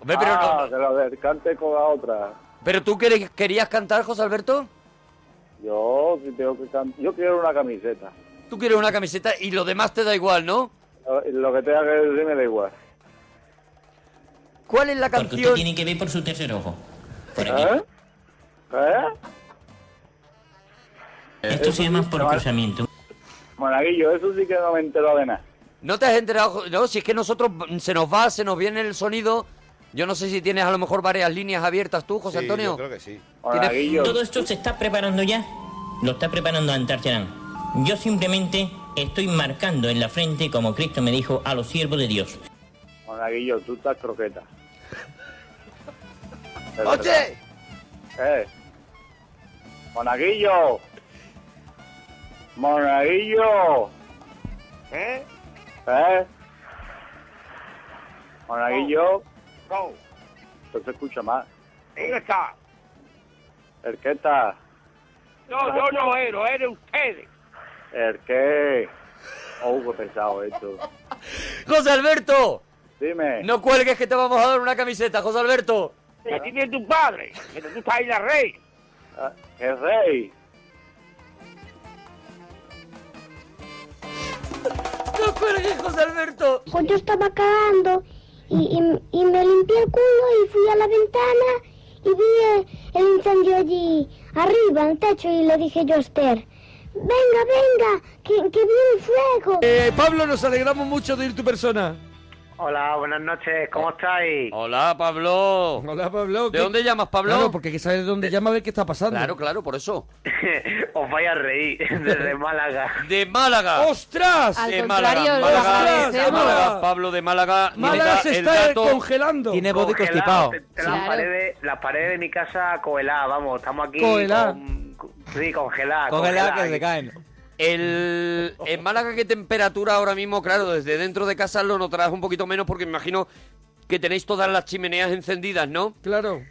Speaker 4: Hombre, pero
Speaker 9: ah,
Speaker 4: no-
Speaker 9: que la de- cante con la otra.
Speaker 4: ¿Pero tú quere- querías cantar, José Alberto?
Speaker 9: Yo si tengo que can- Yo quiero una camiseta.
Speaker 4: Tú quieres una camiseta y lo demás te da igual, ¿no?
Speaker 9: Lo que tenga que decir me da igual.
Speaker 4: ¿Cuál es la
Speaker 5: Porque usted tiene que ver por su tercer ojo. Por aquí.
Speaker 9: ¿Eh?
Speaker 11: ¿Eh?
Speaker 5: Esto se llama por cruzamiento.
Speaker 9: Monaguillo, eso sí que no me entero de nada.
Speaker 4: ¿No te has enterado? jo- No, si es que nosotros mm, se nos va, se nos viene el sonido. Yo no sé si tienes a lo mejor varias líneas abiertas tú, José Antonio.
Speaker 11: que sí.
Speaker 4: Tiene-
Speaker 5: Todo esto se está preparando ya. Lo está preparando Antártida. Yo simplemente estoy marcando en la frente, como Cristo me dijo, a los siervos de Dios.
Speaker 9: Monaguillo, tú estás croqueta. De verdad.
Speaker 1: ¡Oye!
Speaker 9: ¡Eh! ¡Monaguillo! ¡Monaguillo!
Speaker 1: ¿Eh?
Speaker 9: ¿Eh? Monaguillo, no se escucha más.
Speaker 12: ¿Dónde está?
Speaker 9: ¿El qué está?
Speaker 12: No, yo no ero, eres ustedes.
Speaker 9: ¿El qué? Oh, qué pesado esto.
Speaker 4: José Alberto,
Speaker 9: Dime.
Speaker 4: no cuelgues que te vamos a dar una camiseta, José Alberto.
Speaker 12: La tiene tu padre, pero tú estás ahí la rey.
Speaker 9: Ah, ¡El rey!
Speaker 4: No cuelgues, José Alberto.
Speaker 13: Pues yo estaba cagando y, y- y me limpié el culo y fui a la ventana y vi el, el incendio allí arriba en el techo y le dije yo a Esther, venga, venga, que, que vi un fuego.
Speaker 2: Eh, Pablo, nos alegramos mucho de ir tu persona.
Speaker 14: Hola, buenas noches, ¿cómo estáis?
Speaker 4: Hola, Pablo.
Speaker 2: Hola, Pablo.
Speaker 4: ¿De dónde llamas, Pablo?
Speaker 2: Claro, porque hay que saber de dónde llama a ver qué está pasando.
Speaker 4: Claro, claro, por eso.
Speaker 14: Os vais a reír desde Málaga.
Speaker 4: De Málaga.
Speaker 2: ¡Ostras!
Speaker 14: Al
Speaker 4: de Málaga.
Speaker 14: contrario, lo
Speaker 4: Málaga,
Speaker 14: que parece,
Speaker 4: Málaga,
Speaker 14: Málaga.
Speaker 4: Pablo de Málaga. nos
Speaker 2: Málaga
Speaker 4: da
Speaker 2: se
Speaker 4: el
Speaker 2: está
Speaker 4: dato-
Speaker 2: congelando.
Speaker 14: Congelado, te- te- Las, paredes, las paredes de mi casa coheladas, vamos, estamos aquí.
Speaker 4: Coheladas.
Speaker 14: con- con- sí, congeladas.
Speaker 4: El, en Málaga, ¿qué temperatura ahora mismo? Claro, desde dentro de casa lo notarás un poquito menos porque me imagino que tenéis todas las chimeneas encendidas, ¿no?
Speaker 2: Claro.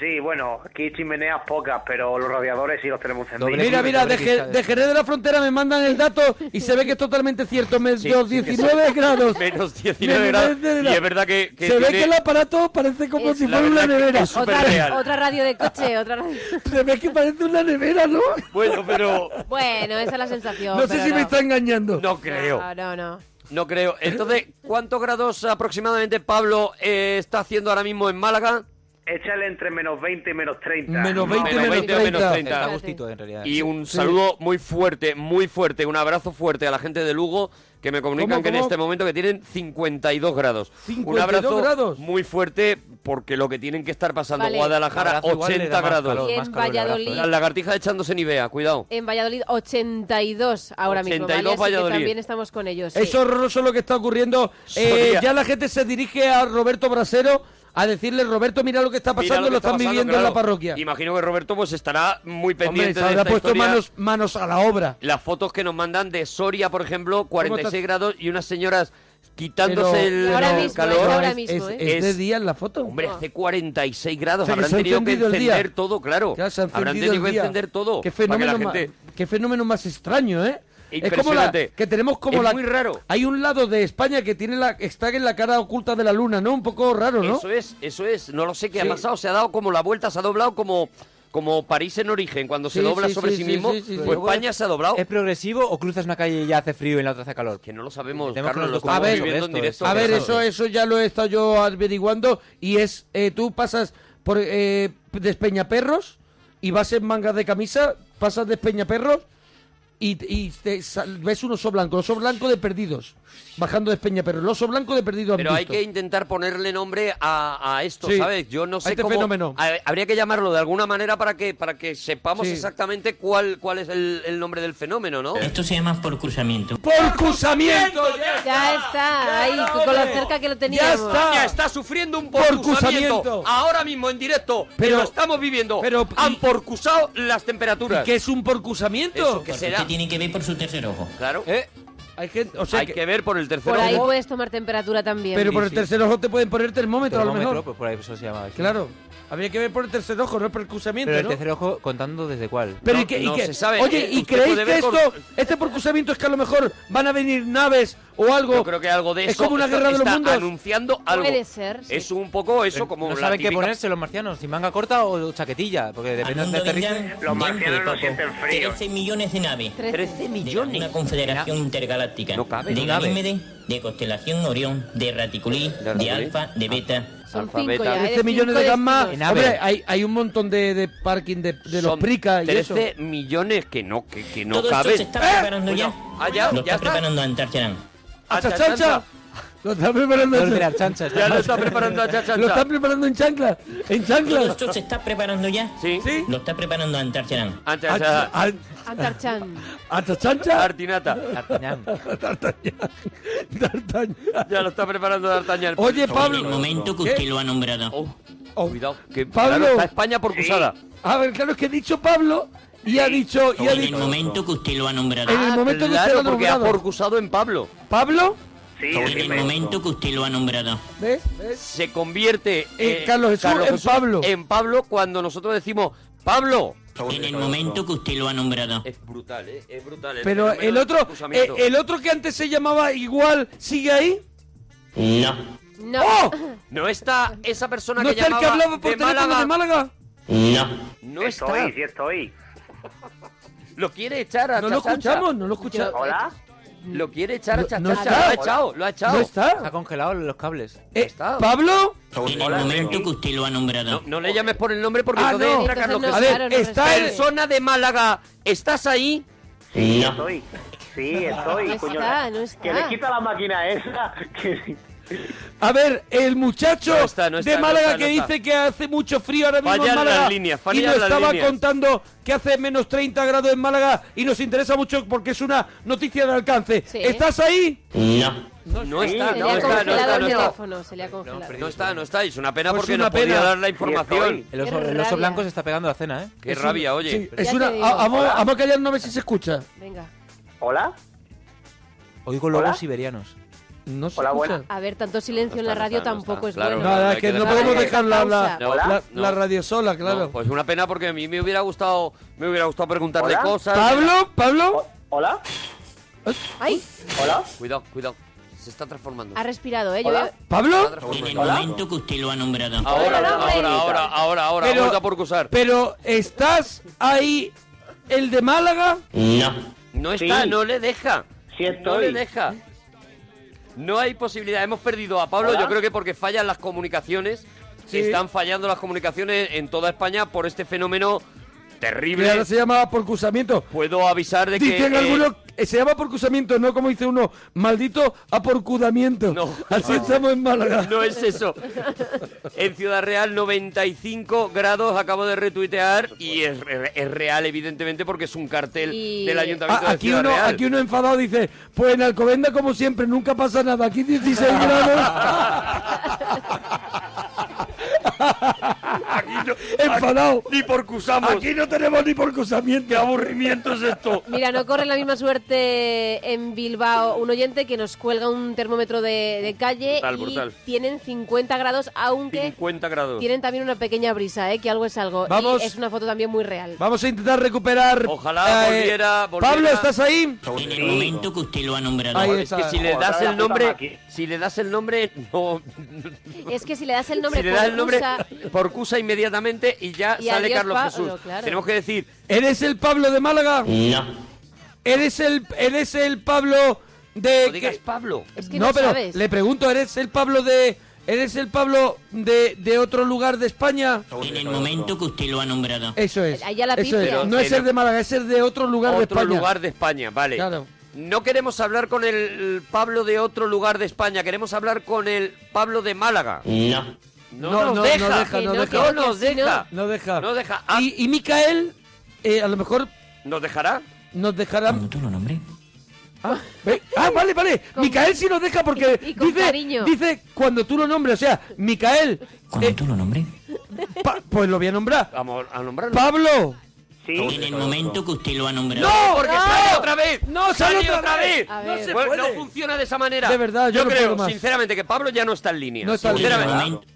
Speaker 14: Sí, bueno, aquí chimeneas pocas, pero los radiadores sí los tenemos encendidos.
Speaker 2: Mira, mira, de, Jer- de Jerez de la Frontera me mandan el dato y se ve que es totalmente cierto. Menos 19 grados.
Speaker 4: Menos 19
Speaker 2: Menos
Speaker 4: grados.
Speaker 2: 19
Speaker 4: Y es verdad que, que
Speaker 2: se ve
Speaker 4: tiene-
Speaker 2: que el aparato parece como
Speaker 8: Es-
Speaker 2: si
Speaker 4: La
Speaker 2: fuera una
Speaker 4: verdad que
Speaker 2: nevera.
Speaker 4: es superreal.
Speaker 8: Otra, otra radio de coche, otra radio...
Speaker 2: Se ve que parece una nevera, ¿no?
Speaker 4: Bueno, pero
Speaker 8: Bueno, esa es la sensación.
Speaker 2: No sé
Speaker 8: pero
Speaker 2: si me está engañando.
Speaker 4: no creo.
Speaker 8: No, no, no.
Speaker 4: No creo. Entonces, ¿cuántos grados aproximadamente Pablo eh, está haciendo ahora mismo en Málaga?
Speaker 14: Échale entre menos 20 y menos 30.
Speaker 4: Menos 20, menos 20, menos 30. Está a gustito,
Speaker 15: en realidad.
Speaker 4: Y un
Speaker 15: Sí.
Speaker 4: saludo muy fuerte, muy fuerte, un abrazo fuerte a la gente de Lugo que me comunican
Speaker 2: ¿Cómo,
Speaker 4: que en
Speaker 2: cómo?
Speaker 4: este momento que tienen 52 grados. un
Speaker 2: 52
Speaker 4: abrazo
Speaker 2: grados.
Speaker 4: muy fuerte porque lo que tienen que estar pasando
Speaker 8: Vale.
Speaker 4: Guadalajara
Speaker 15: Abrazo igual le
Speaker 4: 80
Speaker 15: da más
Speaker 4: grados.
Speaker 15: calor,
Speaker 8: Y más en calor el abrazo, Valladolid. ¿eh?
Speaker 4: Las lagartijas echándose Nivea, cuidado.
Speaker 8: En Valladolid, 82 ahora mismo.
Speaker 4: 82
Speaker 8: ¿vale? Así que
Speaker 4: Valladolid.
Speaker 8: también estamos con ellos. sí.
Speaker 2: Es horroroso lo que está ocurriendo. Eh,
Speaker 4: Soria.
Speaker 2: ya la gente se dirige a Roberto Brasero a decirle, Roberto, mira lo que está
Speaker 4: Mira
Speaker 2: pasando,
Speaker 4: que
Speaker 2: lo,
Speaker 4: está
Speaker 2: están
Speaker 4: pasando,
Speaker 2: viviendo en la
Speaker 4: claro.
Speaker 2: parroquia.
Speaker 4: Imagino que Roberto pues estará muy
Speaker 2: Hombre, se
Speaker 4: pendiente de
Speaker 2: habrá
Speaker 4: esta
Speaker 2: puesto
Speaker 4: historia.
Speaker 2: manos, manos a la obra.
Speaker 4: Las fotos que nos mandan de Soria, por ejemplo, 46
Speaker 2: estás?
Speaker 4: grados y unas señoras quitándose
Speaker 2: Pero-
Speaker 4: el,
Speaker 2: Ahora
Speaker 4: el
Speaker 2: mismo,
Speaker 4: calor.
Speaker 2: es ahora Es- mismo, es- ¿eh? es de día en la foto.
Speaker 4: Hombre, hace 46 grados.
Speaker 2: O sea, que
Speaker 4: Habrán
Speaker 2: se ha
Speaker 4: tenido que
Speaker 2: encendido el día.
Speaker 4: encender todo, claro.
Speaker 2: Ya se ha
Speaker 4: Habrán
Speaker 2: encendido el
Speaker 4: tenido que
Speaker 2: día.
Speaker 4: encender todo.
Speaker 2: Qué
Speaker 4: para que
Speaker 2: fenómeno,
Speaker 4: la
Speaker 2: ma-
Speaker 4: gente...
Speaker 2: qué fenómeno más extraño, ¿eh? Es como la
Speaker 4: Impresionante.
Speaker 2: que tenemos como
Speaker 4: Es
Speaker 2: la
Speaker 4: muy raro.
Speaker 2: Hay un lado de España que tiene la está en la cara oculta de la luna, ¿no? Un poco raro, ¿no?
Speaker 4: Eso es, eso es. No lo sé qué
Speaker 2: Sí.
Speaker 4: ha pasado. Se ha dado como la vuelta, se ha doblado como, como París en origen, cuando se
Speaker 2: Sí,
Speaker 4: dobla
Speaker 2: sí,
Speaker 4: sobre
Speaker 2: sí,
Speaker 4: sí,
Speaker 2: sí,
Speaker 4: mismo.
Speaker 2: sí, Eh, sí, sí.
Speaker 4: pues España se ha doblado.
Speaker 15: ¿Es progresivo o cruzas una calle y ya hace frío y en la otra hace calor?
Speaker 4: Que no lo sabemos,
Speaker 15: Tenemos
Speaker 4: Carlos, lo
Speaker 15: que
Speaker 4: estamos
Speaker 15: nos documentemos
Speaker 4: viviendo en
Speaker 15: sobre
Speaker 4: directo.
Speaker 15: esto,
Speaker 2: A ver,
Speaker 15: esto.
Speaker 2: eso, eso ya lo he estado yo averiguando y es, eh, tú pasas por eh, Despeñaperros y vas en mangas de camisa, pasas Despeñaperros y, y te sal- ves un oso blanco, oso blanco de perdidos, bajando Despeñaperros, el oso blanco de perdidos. han
Speaker 4: Pero hay
Speaker 2: visto.
Speaker 4: que intentar ponerle nombre a, a esto,
Speaker 2: Sí.
Speaker 4: ¿sabes? Yo no
Speaker 2: A
Speaker 4: sé
Speaker 2: este
Speaker 4: cómo.
Speaker 2: fenómeno.
Speaker 4: a- habría que llamarlo de alguna manera para que para que sepamos
Speaker 2: Sí.
Speaker 4: exactamente cuál cuál es el, el nombre del fenómeno, ¿no?
Speaker 5: Esto se llama por cruzamiento.
Speaker 2: ¡Por cruzamiento!
Speaker 8: Ya está, ahí,
Speaker 4: hombre.
Speaker 8: con lo cerca que lo teníamos.
Speaker 4: Ya está sufriendo un
Speaker 2: Porcusamiento.
Speaker 4: porcusamiento. Ahora mismo en directo, pero
Speaker 2: Pero-
Speaker 4: lo estamos viviendo. Han porcusado las temperaturas.
Speaker 2: ¿Y qué es un porcusamiento? Eh,
Speaker 4: ¿Eso qué
Speaker 5: Porque
Speaker 4: será?
Speaker 5: usted tiene que ver por su tercer ojo.
Speaker 4: Claro.
Speaker 2: Hay que,
Speaker 4: Hay que ver por el tercer
Speaker 8: Por ahí
Speaker 4: ojo.
Speaker 8: puedes tomar temperatura también.
Speaker 2: Pero por el tercer ojo te pueden poner termómetro, a lo
Speaker 15: Termómetro,
Speaker 2: mejor.
Speaker 15: pues por ahí eso se llama. sí.
Speaker 2: Claro, habría que ver por el tercer ojo, no por el cruzamiento,
Speaker 15: Pero el
Speaker 2: ¿no?
Speaker 15: tercer ojo contando desde cuál.
Speaker 2: Pero
Speaker 4: Eh,
Speaker 2: y que, y que- oye, ¿y creéis que esto, este porcusamiento es que a lo mejor van a venir naves o algo.
Speaker 4: Yo creo que algo de eso
Speaker 2: Es como una
Speaker 4: esto
Speaker 2: guerra de los
Speaker 4: está
Speaker 2: mundos.
Speaker 4: anunciando algo.
Speaker 8: Puede ser, sí.
Speaker 4: Es un poco eso, como
Speaker 15: Eh, No
Speaker 4: la
Speaker 15: saben qué
Speaker 4: típica-
Speaker 15: ponerse los marcianos, si manga corta o chaquetilla, porque depende de
Speaker 5: mundo
Speaker 15: dónde aterricen.
Speaker 5: vendrán dentro de poco 13 millones de naves.
Speaker 15: 13
Speaker 5: millones. Una confederación intergaláctica.
Speaker 15: cabe,
Speaker 5: de
Speaker 15: no cabe.
Speaker 5: Ganímede, de Constelación Orión, de Raticulí, de Alfa, de Beta.
Speaker 4: Ah. Alfa, cinco beta. ya,
Speaker 2: 13 millones de gamma.
Speaker 5: En
Speaker 2: Hombre,
Speaker 5: ave.
Speaker 2: hay, hay un montón de, de parking de, de los
Speaker 4: Son
Speaker 2: pricas y
Speaker 4: 13
Speaker 2: eso.
Speaker 4: millones que no, que, que no
Speaker 5: Todo esto
Speaker 4: caben.
Speaker 5: se está
Speaker 4: ¡Eh!
Speaker 5: preparando ya.
Speaker 4: allá,
Speaker 5: Lo
Speaker 4: ya
Speaker 5: está,
Speaker 4: está.
Speaker 5: preparando Antarcharán.
Speaker 2: ¡Hacha chancha! Lo están preparando
Speaker 5: No,
Speaker 2: en
Speaker 5: espera, chancha,
Speaker 2: Ya lo
Speaker 5: chancha.
Speaker 2: están preparando a chancha.
Speaker 5: Lo están
Speaker 2: preparando en chancla. En
Speaker 5: Todo esto se está preparando ya.
Speaker 4: Sí.
Speaker 5: Lo está preparando Antarcharán.
Speaker 4: Antarcharán.
Speaker 8: Antarchan.
Speaker 2: ¿Hacha chancha?
Speaker 4: Artinata. D'Artagnan. Ya lo está preparando D'Artagnan. Oh,
Speaker 5: Oye, Pablo. En el momento que usted lo ha nombrado.
Speaker 4: Cuidado, que
Speaker 5: Pablo.
Speaker 4: claro, está España por cruzada.
Speaker 2: A ver, claro, es que he dicho Pablo y ha dicho. Y ha
Speaker 5: en el
Speaker 2: dicho
Speaker 5: momento que usted lo ha nombrado.
Speaker 2: En el
Speaker 4: Ah,
Speaker 2: momento que usted lo ha nombrado.
Speaker 4: acusado en Pablo.
Speaker 2: ¿Pablo?
Speaker 5: en el momento que usted lo ha nombrado.
Speaker 2: ¿Ves?
Speaker 4: Se convierte
Speaker 5: En Carlos Jesús, en
Speaker 4: Pablo. En Pablo cuando nosotros decimos Pablo.
Speaker 5: En el momento que usted lo ha nombrado.
Speaker 4: Es brutal, ¿eh? Es brutal.
Speaker 2: Pero
Speaker 4: fenómeno
Speaker 2: el
Speaker 4: del
Speaker 2: otro,
Speaker 4: acusamiento.
Speaker 2: eh, el otro que antes se llamaba igual, ¿sigue ahí? ¡Oh!
Speaker 5: No.
Speaker 8: No.
Speaker 4: No está esa persona
Speaker 2: ¿No
Speaker 4: que
Speaker 2: está el que
Speaker 4: llamaba
Speaker 2: hablaba por
Speaker 4: de
Speaker 2: teléfono
Speaker 4: Málaga.
Speaker 2: de Málaga?
Speaker 5: No.
Speaker 4: No
Speaker 14: estoy,
Speaker 4: está.
Speaker 14: sí estoy.
Speaker 4: Lo quiere echar a
Speaker 2: No lo
Speaker 4: Chachacha.
Speaker 2: escuchamos, no lo escuchamos. Yo-
Speaker 4: ¿Hola? Lo quiere echar a Chachacha.
Speaker 2: no está.
Speaker 4: Lo ha echado, lo ha echado.
Speaker 2: No está.
Speaker 15: Está congelado los cables.
Speaker 4: está.
Speaker 2: ¿Pablo?
Speaker 5: En el momento que usted lo ha nombrado.
Speaker 4: No le llames por el nombre porque
Speaker 5: Ah,
Speaker 4: entonces
Speaker 5: no.
Speaker 4: entra Carlos
Speaker 5: Entonces no,
Speaker 4: Jesús.
Speaker 5: claro, no responde.
Speaker 4: persona de Málaga, ¿estás ahí?
Speaker 5: No.
Speaker 14: Estoy. Sí, estoy,
Speaker 8: No
Speaker 14: coño.
Speaker 8: está, no está.
Speaker 14: Que le quita la máquina esa. Que...
Speaker 2: A ver, el muchacho
Speaker 4: No está, no está,
Speaker 2: de
Speaker 4: no
Speaker 2: Málaga
Speaker 4: está, no
Speaker 2: que
Speaker 4: está.
Speaker 2: dice que hace mucho frío ahora mismo
Speaker 4: Fallan
Speaker 2: en Málaga
Speaker 4: las líneas,
Speaker 2: y
Speaker 4: fallan
Speaker 2: nos
Speaker 4: las
Speaker 2: estaba
Speaker 4: líneas.
Speaker 2: contando que hace menos 30 grados en Málaga y nos interesa mucho porque es una noticia de alcance. ¿Estás ahí?
Speaker 5: No.
Speaker 4: No,
Speaker 8: Sí,
Speaker 4: está,
Speaker 8: se
Speaker 4: no
Speaker 8: le ha
Speaker 4: está, no
Speaker 8: congelado
Speaker 4: está,
Speaker 8: el
Speaker 4: no está.
Speaker 8: teléfono, se le ha congelado.
Speaker 4: No está, no está. Es una pena
Speaker 15: Pues
Speaker 4: porque
Speaker 15: una
Speaker 4: no podía
Speaker 15: pena.
Speaker 4: dar la
Speaker 15: Sí,
Speaker 4: información.
Speaker 15: El oso, el oso blanco se está pegando la cena, ¿eh?
Speaker 4: Qué Es un- rabia, oye. sí,
Speaker 2: Es una... a- Vamos vamos a callarnos a ver si se escucha.
Speaker 8: Venga.
Speaker 14: ¿Hola?
Speaker 15: Oigo lobos siberianos.
Speaker 2: No se
Speaker 14: Hola,
Speaker 2: escucha.
Speaker 14: buena.
Speaker 8: A ver, tanto silencio en la radio tampoco es
Speaker 4: claro,
Speaker 8: bueno.
Speaker 2: Nada,
Speaker 4: hay
Speaker 2: es
Speaker 4: que
Speaker 2: que no
Speaker 4: dejarla.
Speaker 2: podemos dejar la, la,
Speaker 4: Pausa.
Speaker 2: la-
Speaker 4: No.
Speaker 2: la radio sola, claro.
Speaker 4: No, pues una pena porque a mí me hubiera gustado, me hubiera gustado preguntarle
Speaker 2: ¿Hola?
Speaker 4: cosas.
Speaker 2: ¿Pablo? ¿Pablo?
Speaker 14: ¿Hola?
Speaker 8: ¡Ay!
Speaker 14: ¿Hola?
Speaker 4: Cuidado, cuidado. Se está transformando.
Speaker 8: Ha respirado, ¿eh? Yo veo-
Speaker 2: ¿Pablo?
Speaker 5: En el momento que usted lo ha nombrado.
Speaker 4: Ahora, ahora, ahora, ahora, ahora, ahora.
Speaker 2: Pero-
Speaker 4: ha vuelto a por acusar.
Speaker 2: Pero ¿estás ahí el de Málaga?
Speaker 5: No.
Speaker 4: No está,
Speaker 2: Sí.
Speaker 4: no le deja. No
Speaker 2: estoy.
Speaker 4: le deja. No hay posibilidad. Hemos perdido a Pablo,
Speaker 2: Hola.
Speaker 4: yo creo que porque fallan las comunicaciones.
Speaker 2: Sí.
Speaker 4: Están fallando las comunicaciones en toda España por este fenómeno
Speaker 2: Que
Speaker 4: terrible.
Speaker 2: ahora se llama por acusamiento.
Speaker 4: Puedo avisar de que...
Speaker 2: Dicen
Speaker 4: eh,
Speaker 2: algunos, eh, se llama porcusamiento, no como dice uno, maldito aporcudamiento. Así estamos en Málaga.
Speaker 4: No es eso. En Ciudad Real 95 grados, acabo de retuitear y es, re- es real evidentemente porque es un cartel
Speaker 8: Y-
Speaker 4: del Ayuntamiento
Speaker 2: Ah,
Speaker 4: de
Speaker 2: aquí,
Speaker 4: Ciudad
Speaker 2: uno,
Speaker 4: Real.
Speaker 2: aquí uno enfadado dice, pues en Alcobenda como siempre, nunca pasa nada, aquí 16 grados. enfadado.
Speaker 4: Ni porcusamos.
Speaker 2: Aquí no tenemos ni porcusamiento. Qué
Speaker 4: aburrimiento es esto.
Speaker 8: Mira, no corre la misma suerte en Bilbao un oyente que nos cuelga un termómetro de, de calle
Speaker 4: Brutal,
Speaker 8: y
Speaker 4: brutal.
Speaker 8: tienen 50 grados, aunque
Speaker 4: 50 grados.
Speaker 8: tienen también una pequeña brisa, ¿eh? Que algo es algo. Y
Speaker 2: Vamos.
Speaker 8: es una foto también muy real.
Speaker 2: Vamos a intentar recuperar. eh,
Speaker 4: Ojalá volviera- volviera.
Speaker 2: Pablo, ¿estás
Speaker 4: Ah.
Speaker 2: ahí?
Speaker 5: En el momento que usted lo ha nombrado.
Speaker 4: Ahí es que si le das el nombre, si le das el nombre, no.
Speaker 8: Es que si le das el nombre,
Speaker 4: si le das el nombre,
Speaker 8: Porcusa,
Speaker 4: porcusa inmediatamente y ya
Speaker 8: Y
Speaker 4: sale
Speaker 8: adiós,
Speaker 4: Carlos
Speaker 8: Pablo,
Speaker 4: Jesús.
Speaker 8: claro.
Speaker 4: Tenemos que decir,
Speaker 2: ¿Eres el Pablo de Málaga?
Speaker 5: No.
Speaker 2: ¿Eres el, eres el Pablo de...
Speaker 4: no digas
Speaker 2: que-
Speaker 4: Pablo.
Speaker 8: que
Speaker 2: no,
Speaker 8: no
Speaker 2: pero
Speaker 8: sabes.
Speaker 2: le pregunto, ¿eres el Pablo de... ¿Eres el Pablo de, de otro lugar de España?
Speaker 5: En el momento que usted lo ha nombrado.
Speaker 2: Eso es.
Speaker 8: Allá la
Speaker 2: eso es.
Speaker 8: pifia.
Speaker 2: No es el de Málaga, es el de otro lugar de
Speaker 4: otro
Speaker 2: España.
Speaker 4: lugar de España, vale.
Speaker 2: Claro.
Speaker 4: No queremos hablar con el Pablo de otro lugar de España, queremos hablar con el Pablo de Málaga.
Speaker 5: No.
Speaker 4: No,
Speaker 2: No,
Speaker 4: nos
Speaker 2: no,
Speaker 4: deja.
Speaker 2: no deja, no
Speaker 4: No
Speaker 2: deja.
Speaker 4: nos deja.
Speaker 2: No deja.
Speaker 4: No deja. Ah.
Speaker 2: Y, y Micael, eh, a lo mejor
Speaker 4: ¿Nos dejará?
Speaker 2: nos dejará.
Speaker 5: tú lo nombres.
Speaker 2: Ah, ve- ah, vale, vale. Micael sí nos deja porque
Speaker 8: Y- y con
Speaker 2: dice,
Speaker 8: cariño.
Speaker 2: dice cuando tú lo nombres. O sea, Micael. Cuando
Speaker 5: tú lo nombres.
Speaker 2: pues lo voy a nombrar.
Speaker 4: Vamos a nombrarlo.
Speaker 2: Pablo.
Speaker 5: En el momento que usted lo ha nombrado.
Speaker 4: ¡No! Porque
Speaker 2: ¡No!
Speaker 4: sale otra vez.
Speaker 2: No, sale otra vez. A
Speaker 4: No,
Speaker 2: ver.
Speaker 4: se
Speaker 2: Pues
Speaker 4: puede.
Speaker 2: no
Speaker 4: no funciona de esa manera.
Speaker 2: De verdad, yo no
Speaker 4: creo,
Speaker 2: puedo más.
Speaker 4: sinceramente, que Pablo ya no está en línea.
Speaker 2: No está en línea.
Speaker 4: Sinceramente.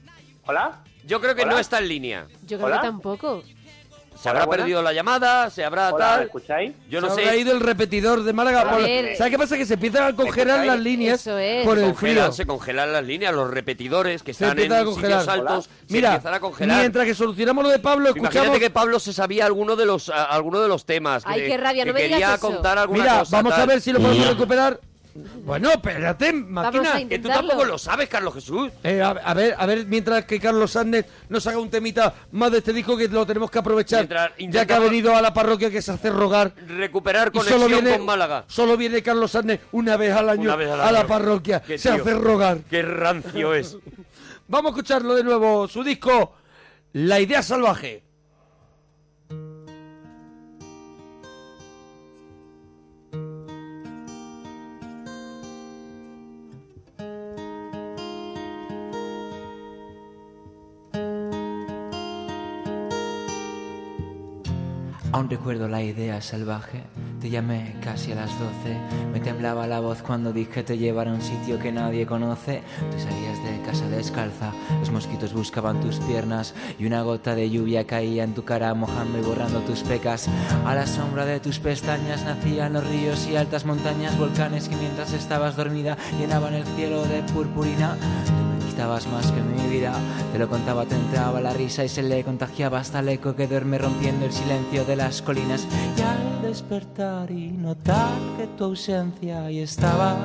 Speaker 14: ¿Hola?
Speaker 4: Yo creo que
Speaker 14: ¿Hola?
Speaker 4: no está en línea.
Speaker 8: yo creo que tampoco.
Speaker 4: se habrá
Speaker 2: Hola,
Speaker 4: perdido la llamada, se habrá
Speaker 2: Hola,
Speaker 4: tal.
Speaker 2: ¿me
Speaker 14: escucháis?
Speaker 4: Yo no
Speaker 2: Se
Speaker 4: sé.
Speaker 2: habrá ido el repetidor de Málaga.
Speaker 4: A
Speaker 2: por-
Speaker 4: ver.
Speaker 2: ¿Sabes qué pasa? Que se empiezan a congelar las líneas por
Speaker 4: Se
Speaker 2: el
Speaker 4: congelan-
Speaker 2: frío.
Speaker 4: Se congelan las líneas, los repetidores que
Speaker 2: Se
Speaker 4: están en
Speaker 2: empiezan a congelar.
Speaker 4: sitios altos. se
Speaker 2: Mira,
Speaker 4: empiezan a congelar.
Speaker 2: mientras que solucionamos lo de Pablo, escuchamos...
Speaker 4: Imagínate que Pablo se sabía alguno de los a- alguno de los temas.
Speaker 8: Ay,
Speaker 4: que,
Speaker 8: qué rabia,
Speaker 4: que
Speaker 8: no me digas
Speaker 4: quería
Speaker 8: eso.
Speaker 4: contar alguna
Speaker 2: Mira,
Speaker 4: cosa,
Speaker 2: vamos a
Speaker 4: tal.
Speaker 2: ver si lo podemos recuperar. Bueno, espérate,
Speaker 4: Máquina,
Speaker 2: máquina.
Speaker 4: Que tú tampoco lo sabes, Carlos Jesús.
Speaker 2: Eh, a, a ver, a ver, mientras que Carlos Sánchez nos haga un temita más de este disco que lo tenemos que aprovechar,
Speaker 4: Mientras
Speaker 2: ya que ha
Speaker 4: intentamos-
Speaker 2: venido a la parroquia que se hace rogar.
Speaker 4: Recuperar
Speaker 2: Y
Speaker 4: conexión
Speaker 2: solo viene,
Speaker 4: con Málaga.
Speaker 2: solo viene Carlos Sánchez una vez al año,
Speaker 4: Una vez al
Speaker 2: a la
Speaker 4: año.
Speaker 2: parroquia,
Speaker 4: Qué
Speaker 2: se
Speaker 4: tío.
Speaker 2: hace rogar.
Speaker 4: Qué rancio es.
Speaker 2: Vamos a escucharlo de nuevo, su disco, La Idea Salvaje.
Speaker 16: Aún recuerdo la idea salvaje. Te llamé casi a las 12. Me temblaba la voz cuando dije te llevaré a un sitio que nadie conoce. Tú salías de casa descalza. Los mosquitos buscaban tus piernas. Y una gota de lluvia caía en tu cara, mojando y borrando tus pecas. A la sombra de tus pestañas nacían los ríos y altas montañas, volcanes que mientras estabas dormida llenaban el cielo de purpurina. Tú me gustabas más que mi vida. Te lo contaba, te entraba la risa y se le contagiaba hasta el eco que duerme rompiendo el silencio de las colinas. Y al despertar y notar que tu ausencia ahí estaba.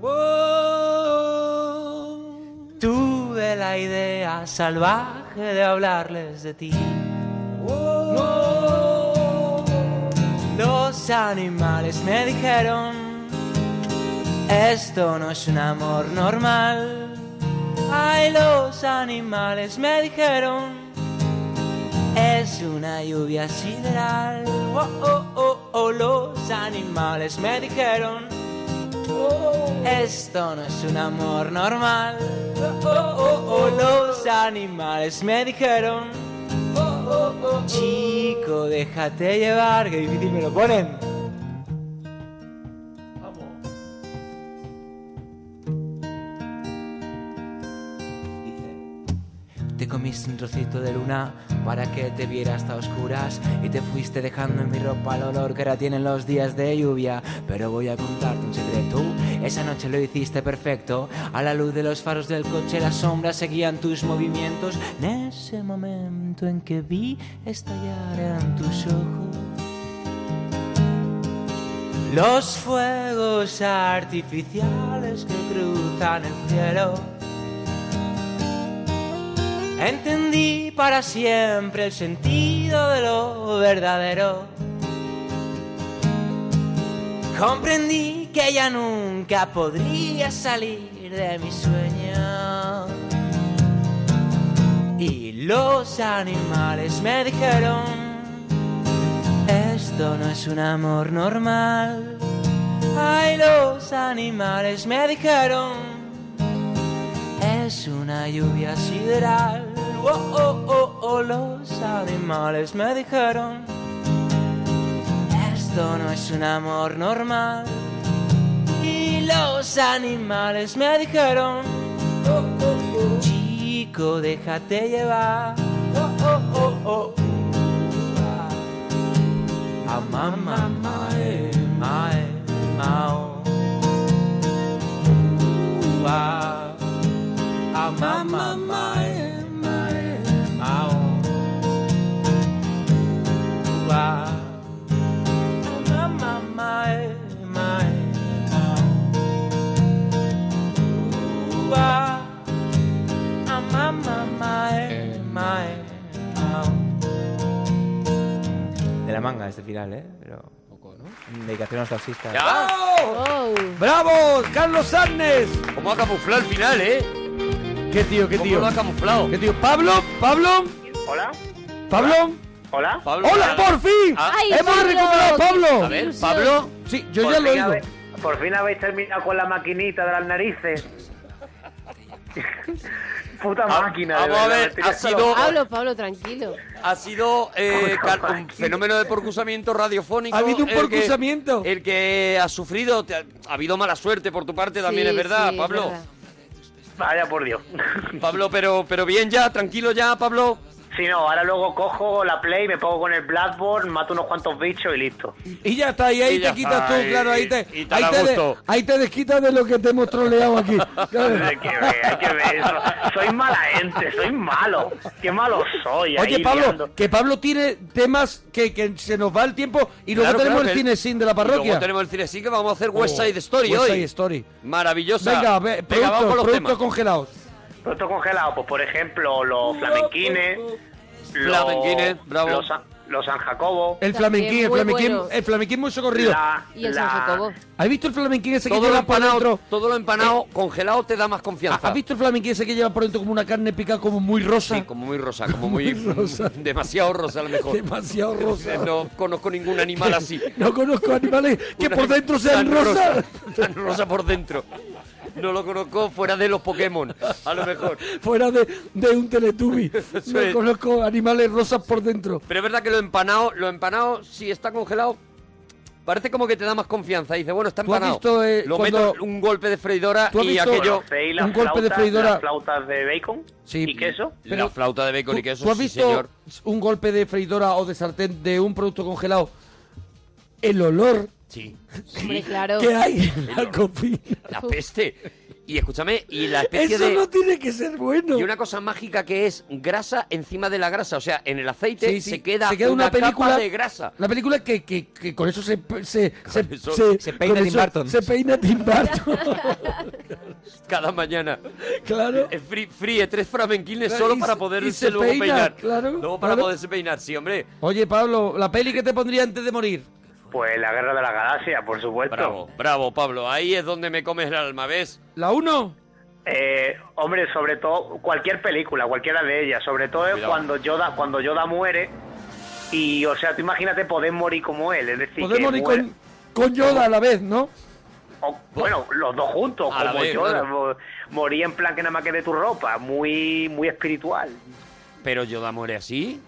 Speaker 16: Oh. Tuve la idea salvaje de hablarles de ti. Los animales me dijeron, esto no es un amor normal. Ay, los animales me dijeron, es una lluvia sideral. Oh, oh, oh, oh, los animales me dijeron, esto no es un amor normal. Oh, oh, oh, los animales me dijeron, chico, déjate llevar, que difícil me lo ponen. Te comiste un trocito de luna para que te viera hasta oscuras y te fuiste dejando en mi ropa el olor que ahora tienen los días de lluvia. Pero voy a contarte un secreto. Esa noche lo hiciste perfecto. A la luz de los faros del coche las sombras seguían tus movimientos. En ese momento en que vi estallar en tus ojos los fuegos artificiales que cruzan el cielo. Entendí para siempre el sentido de lo verdadero. Comprendí que ya nunca podría salir de mi sueño. Y los animales me dijeron, esto no es un amor normal. Ay, los animales me dijeron, es una lluvia sideral. Oh, oh, oh, oh, los animales me dijeron. Esto no es un amor normal. Y los animales me dijeron. Oh, oh, oh, chico, déjate llevar. Oh, oh, oh, oh. Ah, mamá, eh, mae, mae, mao. Ah. Ah, ma, ma, eh, oh. mae, mae, mao. Ua. Ah, ma, ma, eh, mae, mae, oh. mao. Ua. Ah, ma, ma, eh, mae, mae, mao.
Speaker 15: De la manga este final, ¿eh? Pero... Dedicación a los taxistas.
Speaker 2: ¡Bravo! ¡Bravo! ¡Carlos Sarnes!
Speaker 4: ¿Cómo ha camuflado el final, eh?
Speaker 2: ¿Qué tío, qué
Speaker 4: ¿Cómo
Speaker 2: tío?
Speaker 4: lo ha camuflado?
Speaker 2: ¿Qué tío? ¿Pablo? ¿Pablo?
Speaker 14: Hola.
Speaker 2: ¿Pablo?
Speaker 14: Hola.
Speaker 2: ¡Hola, por fin!
Speaker 14: Ah. Ay,
Speaker 2: ¡Hemos
Speaker 14: Pablo,
Speaker 2: recuperado a
Speaker 14: qué
Speaker 2: Pablo!
Speaker 14: A ver, ilusión. Pablo.
Speaker 2: Sí, yo ya lo he oído.
Speaker 14: habéis- Por fin habéis terminado con la maquinita de las narices. Puta máquina, de
Speaker 4: Ah, vamos a
Speaker 14: verdad,
Speaker 4: ver,
Speaker 14: me
Speaker 4: ha
Speaker 14: estoy-
Speaker 4: sido-
Speaker 8: Pablo, Pablo, tranquilo.
Speaker 4: Ha sido eh, car- un fenómeno de porcusamiento radiofónico.
Speaker 2: Ha habido un
Speaker 4: el que-
Speaker 2: porcusamiento.
Speaker 4: el que ha sufrido, te ha, ha habido mala suerte por tu parte también,
Speaker 14: Sí,
Speaker 4: es verdad,
Speaker 14: sí, es
Speaker 4: Pablo.
Speaker 14: verdad. Vaya por Dios.
Speaker 4: Pablo, pero, pero bien ya, tranquilo ya, Pablo.
Speaker 7: Si no, ahora luego cojo la play, me pongo con el Blackboard, mato unos cuantos bichos y listo.
Speaker 2: Y ya está, y ahí
Speaker 7: Y ya
Speaker 2: te quitas
Speaker 7: está,
Speaker 2: tú,
Speaker 7: y-
Speaker 2: claro, ahí te,
Speaker 7: y tan
Speaker 2: ahí,
Speaker 7: a
Speaker 2: te de-
Speaker 7: gusto.
Speaker 2: ahí te desquitas de lo que te hemos troleado aquí. Claro.
Speaker 7: Hay que ver, hay que ver eso. Soy mala gente, soy malo. Qué malo soy. ahí
Speaker 2: Oye, Pablo,
Speaker 7: liando.
Speaker 2: que Pablo tiene temas que, que se nos va el tiempo y luego
Speaker 4: Claro,
Speaker 2: tenemos
Speaker 4: claro,
Speaker 2: el
Speaker 4: que-
Speaker 2: cine sin de la
Speaker 4: y Luego
Speaker 2: parroquia.
Speaker 4: tenemos el cine sin que vamos a hacer West
Speaker 2: Oh,
Speaker 4: Side Story
Speaker 2: West
Speaker 4: hoy.
Speaker 2: Side Story.
Speaker 4: Maravillosa.
Speaker 2: Venga, ve-
Speaker 4: Venga,
Speaker 2: productos,
Speaker 4: vamos con los
Speaker 2: productos
Speaker 4: temas.
Speaker 2: congelados.
Speaker 7: Productos congelados, pues por ejemplo, los flamenquines. Los,
Speaker 4: Flamenquines, bravo.
Speaker 7: Los, San- los San Jacobo.
Speaker 2: El flamenquín, el flamenquín, el flamenquín muy socorrido.
Speaker 7: La- Y el la- San Jacobo.
Speaker 2: ¿Has visto el flamenquín ese que
Speaker 4: Todo lo
Speaker 2: lleva por
Speaker 4: empanado,
Speaker 2: dentro? Eh,
Speaker 4: todo lo empanado congelado te da más confianza.
Speaker 2: ¿Has visto el flamenquín ese que lleva por dentro como una carne picada como muy rosa?
Speaker 4: Sí, como muy rosa, como muy... Demasiado rosa a lo mejor.
Speaker 2: Demasiado rosa.
Speaker 4: No conozco ningún animal así.
Speaker 2: No conozco animales que
Speaker 4: Una-
Speaker 2: por dentro sean
Speaker 4: tan
Speaker 2: rosas.
Speaker 4: Tan rosa por dentro. No lo conozco fuera de los Pokémon, a lo mejor.
Speaker 2: Fuera de, de un teletubi.
Speaker 4: Eso
Speaker 2: No
Speaker 4: es.
Speaker 2: conozco animales rosas por dentro.
Speaker 4: Pero es verdad que lo empanado, lo empanado, si está congelado, parece como que te da más confianza. Dice, bueno, está
Speaker 2: ¿Tú has
Speaker 4: empanado.
Speaker 2: visto, eh,
Speaker 4: lo
Speaker 2: cuando-
Speaker 4: meto un golpe de freidora
Speaker 2: ¿Tú has
Speaker 4: y
Speaker 2: visto-
Speaker 4: aquello.
Speaker 7: ¿Conocéis las
Speaker 2: Un golpe de
Speaker 7: flautas-
Speaker 2: freidora.
Speaker 7: Las flautas de bacon y queso.
Speaker 4: la flauta de bacon y queso,
Speaker 2: ¿Tú has
Speaker 4: sí,
Speaker 2: visto
Speaker 4: señor.
Speaker 2: un golpe de freidora o de sartén de un producto congelado? El olor
Speaker 4: Sí.
Speaker 8: Hombre, claro.
Speaker 2: que hay
Speaker 4: El
Speaker 2: en la
Speaker 4: olor.
Speaker 2: copina.
Speaker 4: La peste. Y escúchame, y la especie
Speaker 2: Eso
Speaker 4: de.
Speaker 2: no tiene que ser bueno.
Speaker 4: Y una cosa mágica que es grasa encima de la grasa. O sea, en el aceite
Speaker 2: Sí, sí,
Speaker 4: se queda,
Speaker 2: una, película
Speaker 4: capa de grasa.
Speaker 2: Una película que, que- que con eso se se, se,
Speaker 4: eso se
Speaker 2: con
Speaker 4: peina Tim
Speaker 2: eso
Speaker 4: Burton.
Speaker 2: Se peina Tim Burton.
Speaker 4: Cada mañana.
Speaker 2: Claro.
Speaker 4: Eh, frí- Fríe tres flamenquines
Speaker 2: Claro,
Speaker 4: solo
Speaker 2: y
Speaker 4: para
Speaker 2: se- y
Speaker 4: poderse
Speaker 2: se
Speaker 4: luego
Speaker 2: peina,
Speaker 4: peinar.
Speaker 2: claro,
Speaker 4: luego para
Speaker 2: claro.
Speaker 4: poderse peinar, sí, hombre.
Speaker 2: Oye, Pablo, la peli que te pondría antes de morir.
Speaker 7: Pues la guerra de la galaxia, por supuesto.
Speaker 4: Bravo, bravo, Pablo. Ahí es donde me comes el alma, ¿ves?
Speaker 2: ¿La 1?
Speaker 7: Eh, hombre, sobre todo, cualquier película, cualquiera de ellas, sobre todo es
Speaker 4: Cuidado.
Speaker 7: cuando Yoda, cuando Yoda muere. Y, o sea, tú imagínate poder morir como él, es decir,
Speaker 2: Podemos
Speaker 7: que
Speaker 2: morir
Speaker 7: muere-
Speaker 2: con, con Yoda a la vez, ¿no?
Speaker 7: o- bueno, los dos juntos,
Speaker 2: A la
Speaker 7: como
Speaker 2: vez,
Speaker 7: Yoda,
Speaker 2: claro.
Speaker 7: mo- morir en plan que nada más que de tu ropa, muy muy espiritual.
Speaker 4: Pero Yoda muere así.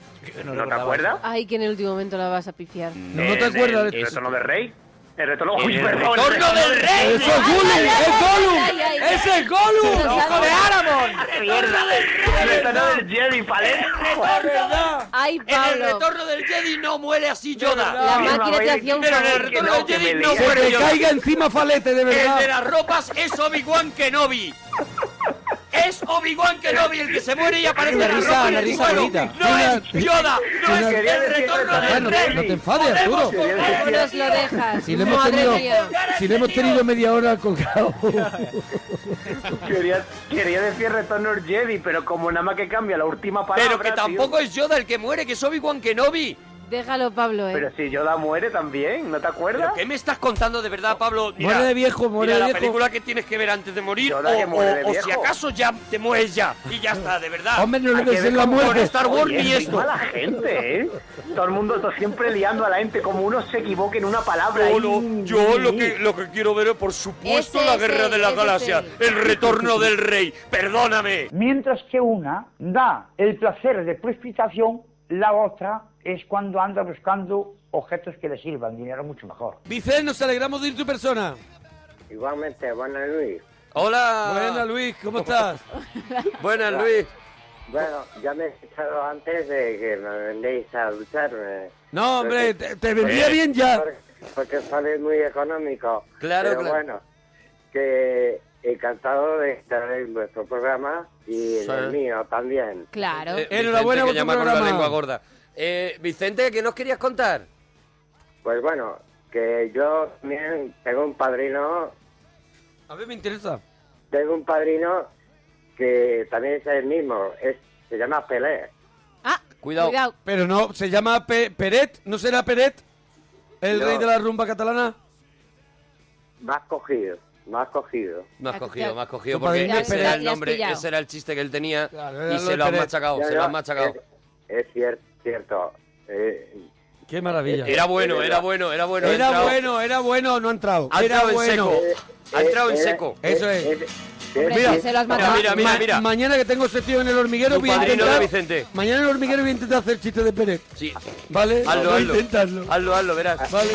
Speaker 7: ¿No, te acuerdas?
Speaker 8: Ay, que en el último momento la vas a pifiar.
Speaker 4: No, no te
Speaker 7: En
Speaker 4: acuerdas.
Speaker 7: El, retorno del rey. El retorno,
Speaker 4: En
Speaker 7: uy,
Speaker 4: el
Speaker 7: perdón, el
Speaker 4: retorno del rey.
Speaker 7: Eso es
Speaker 4: Gollum,
Speaker 2: es Gollum.
Speaker 4: ¡Ese es Gollum! ¡Hijo de Aramon!
Speaker 7: ¡Mierda! El retorno del Jedi, paleta.
Speaker 8: Ay,
Speaker 4: En
Speaker 8: Pablo.
Speaker 4: el retorno del Jedi no muere así Yoda.
Speaker 8: La máquina te hacía un
Speaker 4: Pero en el
Speaker 8: favor.
Speaker 4: retorno
Speaker 8: Que no,
Speaker 4: del
Speaker 8: que me
Speaker 4: Jedi no
Speaker 8: digas.
Speaker 2: Que
Speaker 4: muere
Speaker 2: te
Speaker 4: Yoda.
Speaker 2: caiga encima falete, de
Speaker 4: El de
Speaker 2: verdad.
Speaker 4: las ropas es Obi-Wan Kenobi. Es Obi-Wan Kenobi el que se muere y aparece
Speaker 2: La
Speaker 4: en
Speaker 2: risa,
Speaker 4: ropa en
Speaker 2: la
Speaker 4: el
Speaker 2: risa
Speaker 4: suelo.
Speaker 2: bonita.
Speaker 4: No es Yoda, no es
Speaker 2: Quería
Speaker 4: el
Speaker 2: decir
Speaker 4: retorno del
Speaker 2: Bueno,
Speaker 4: rey.
Speaker 2: no te enfades, Arturo.
Speaker 8: ¿Cómo nos lo dejas?
Speaker 2: Si le hemos
Speaker 8: Madre
Speaker 2: tenido,
Speaker 8: mía.
Speaker 2: si le hemos tenido media hora colgado.
Speaker 7: Quería, quería decir retorno del Jedi, pero como nada más que cambia la última palabra.
Speaker 4: Pero que
Speaker 7: tío.
Speaker 4: tampoco es Yoda el que muere, que es Obi-Wan Kenobi.
Speaker 8: Déjalo, Pablo, eh.
Speaker 7: Pero si Yoda muere también, ¿no te acuerdas?
Speaker 4: ¿Qué me estás contando de verdad, Pablo? Mira,
Speaker 2: Muere de viejo, muere
Speaker 4: mira
Speaker 2: de
Speaker 4: la
Speaker 2: viejo.
Speaker 4: película que tienes que ver antes de morir,
Speaker 7: Yoda que
Speaker 4: o,
Speaker 7: muere de
Speaker 4: o- o si
Speaker 7: viejo.
Speaker 4: acaso ya te mueres ya. Y ya está, de verdad.
Speaker 2: Hombre, no le
Speaker 4: Hay que
Speaker 2: des
Speaker 4: ver
Speaker 2: la
Speaker 4: cómo-
Speaker 2: muerte.
Speaker 4: Con Star Wars
Speaker 7: Oye,
Speaker 4: ni
Speaker 7: soy
Speaker 4: esto.
Speaker 7: mala gente, ¿eh? Todo el mundo está siempre liando a la gente como uno se equivoque en una palabra. ahí.
Speaker 4: lo que quiero ver es, por supuesto,
Speaker 7: Ese, ese, ese, ese.
Speaker 4: el retorno del rey. Perdóname.
Speaker 10: Mientras que una da el placer de precipitación, la otra es cuando anda buscando objetos que le sirvan, dinero mucho mejor.
Speaker 2: Vicente, nos alegramos de ir tu persona.
Speaker 17: Igualmente, buenas Luis.
Speaker 4: Hola.
Speaker 2: Buenas, Luis, ¿cómo estás?
Speaker 4: Buenas,
Speaker 17: Hola.
Speaker 4: Luis.
Speaker 17: Bueno, ya me he echado antes de que me vendéis a ducharme.
Speaker 2: No, hombre,
Speaker 17: Porque-
Speaker 2: te, te vendría
Speaker 17: Eh,
Speaker 2: bien ya.
Speaker 17: Porque, porque sale muy económico.
Speaker 2: Claro,
Speaker 17: Pero
Speaker 2: claro.
Speaker 17: bueno, que encantado de estar en vuestro programa y en
Speaker 4: Sí.
Speaker 17: el mío también.
Speaker 8: Claro.
Speaker 4: Eh, Vicente, que llama con la lengua gorda. Eh, Vicente, ¿qué nos querías contar?
Speaker 17: Pues bueno, que yo también tengo un padrino,
Speaker 2: A ver, me interesa.
Speaker 17: tengo un padrino que también es el mismo, es, se llama Pelé.
Speaker 4: Cuidado.
Speaker 8: Cuidado.
Speaker 2: Pero no, se llama Pe- Peret, ¿no será Peret? ¿El
Speaker 17: No.
Speaker 2: rey de la rumba catalana?
Speaker 17: Más cogido, más cogido.
Speaker 4: No has cogido, me has cogido
Speaker 2: Tu padrino
Speaker 4: porque
Speaker 2: es
Speaker 4: ese
Speaker 2: Pérez.
Speaker 4: era
Speaker 2: Ya,
Speaker 4: el
Speaker 2: ya has
Speaker 4: nombre,
Speaker 2: pillado.
Speaker 4: ese era el chiste que él tenía
Speaker 2: era
Speaker 4: y
Speaker 2: lo
Speaker 4: se
Speaker 2: de
Speaker 4: lo han
Speaker 2: Pérez.
Speaker 4: machacado,
Speaker 17: Ya,
Speaker 4: se
Speaker 17: ya,
Speaker 4: lo han machacado.
Speaker 17: Es, cierto, cierto. Eh,
Speaker 2: Qué maravilla.
Speaker 4: Era bueno, era bueno, era bueno. ha
Speaker 2: Era
Speaker 4: entrado-
Speaker 2: bueno, era bueno, no ha entrado.
Speaker 4: Ha
Speaker 2: era
Speaker 4: entrado en
Speaker 17: eh,
Speaker 2: bueno.
Speaker 4: seco. Ha entrado en
Speaker 7: Eh,
Speaker 4: seco.
Speaker 2: Eso es.
Speaker 8: Hombre, que se lo has matado.
Speaker 4: mira, mira,
Speaker 2: ma-
Speaker 4: mira.
Speaker 2: mañana que tengo sesión en el hormiguero
Speaker 4: Tu
Speaker 2: voy a
Speaker 4: padrino de
Speaker 2: intentar.
Speaker 4: Vicente.
Speaker 2: Mañana en el hormiguero voy a intentar hacer chiste de Pérez.
Speaker 4: Sí.
Speaker 2: ¿Vale?
Speaker 4: Hazlo,
Speaker 2: Voy a
Speaker 4: hazlo.
Speaker 2: intentarlo.
Speaker 4: Hazlo, hazlo, verás.
Speaker 2: Vale.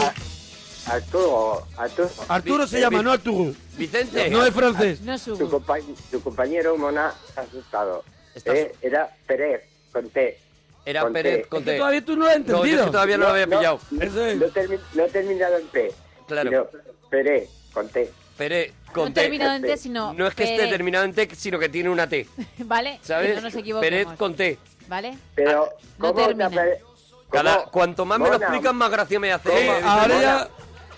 Speaker 17: Arturo, Arturo.
Speaker 2: Arturo se llama, no Arturo.
Speaker 4: Vicente.
Speaker 2: No es francés.
Speaker 17: Tu, compa- tu compañero Mona está asustado. Eh, era Pérez, con T.
Speaker 4: Era
Speaker 7: Con
Speaker 4: Pérez
Speaker 7: T.
Speaker 4: con
Speaker 7: Es que
Speaker 4: T.
Speaker 7: todavía
Speaker 2: tú no lo has
Speaker 4: No, yo es que todavía no, lo había pillado.
Speaker 7: No, no he termi- no he terminado en P. Claro. Peré, con T.
Speaker 4: Pérez con
Speaker 18: No
Speaker 4: T.
Speaker 18: terminado en T, sino
Speaker 4: No es que esté
Speaker 18: Pérez.
Speaker 4: terminado en T, sino que tiene una T.
Speaker 18: ¿Vale?
Speaker 4: ¿Sabes?
Speaker 18: Que no nos
Speaker 4: Pérez
Speaker 18: equivoquemos.
Speaker 4: con T.
Speaker 18: ¿Vale?
Speaker 7: Pero,
Speaker 18: No
Speaker 7: ¿cómo te
Speaker 18: termina.
Speaker 7: apare-
Speaker 4: Cada-
Speaker 7: ¿Cómo?
Speaker 4: cuanto más me lo
Speaker 7: Mona.
Speaker 4: explican, más gracia me hace.
Speaker 7: Sí,
Speaker 4: Eh,
Speaker 2: ahora
Speaker 4: dice,
Speaker 2: ya-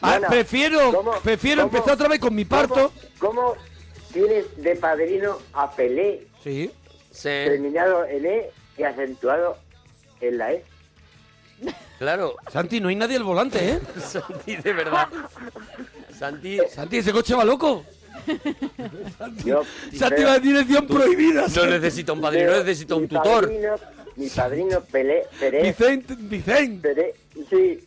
Speaker 2: Ah,
Speaker 7: Mona,
Speaker 2: prefiero
Speaker 7: ¿cómo-
Speaker 2: prefiero
Speaker 7: cómo-
Speaker 2: empezar otra vez con mi parto.
Speaker 7: ¿Cómo tienes de padrino a Pelé,
Speaker 2: Sí.
Speaker 7: terminado en E y acentuado en la E?
Speaker 4: Claro.
Speaker 2: Santi, no hay nadie al volante, ¿eh?
Speaker 4: Santi, de verdad. Santi.
Speaker 2: Santi, ese coche va loco.
Speaker 7: Yo,
Speaker 2: Santi va en dirección prohibida.
Speaker 4: No necesito un padrino,
Speaker 7: Pero
Speaker 4: necesito
Speaker 7: mi
Speaker 4: un tutor.
Speaker 7: padrino- mi padrino Pelé, Peré.
Speaker 2: Vicente, Vicente.
Speaker 7: Peré, sí.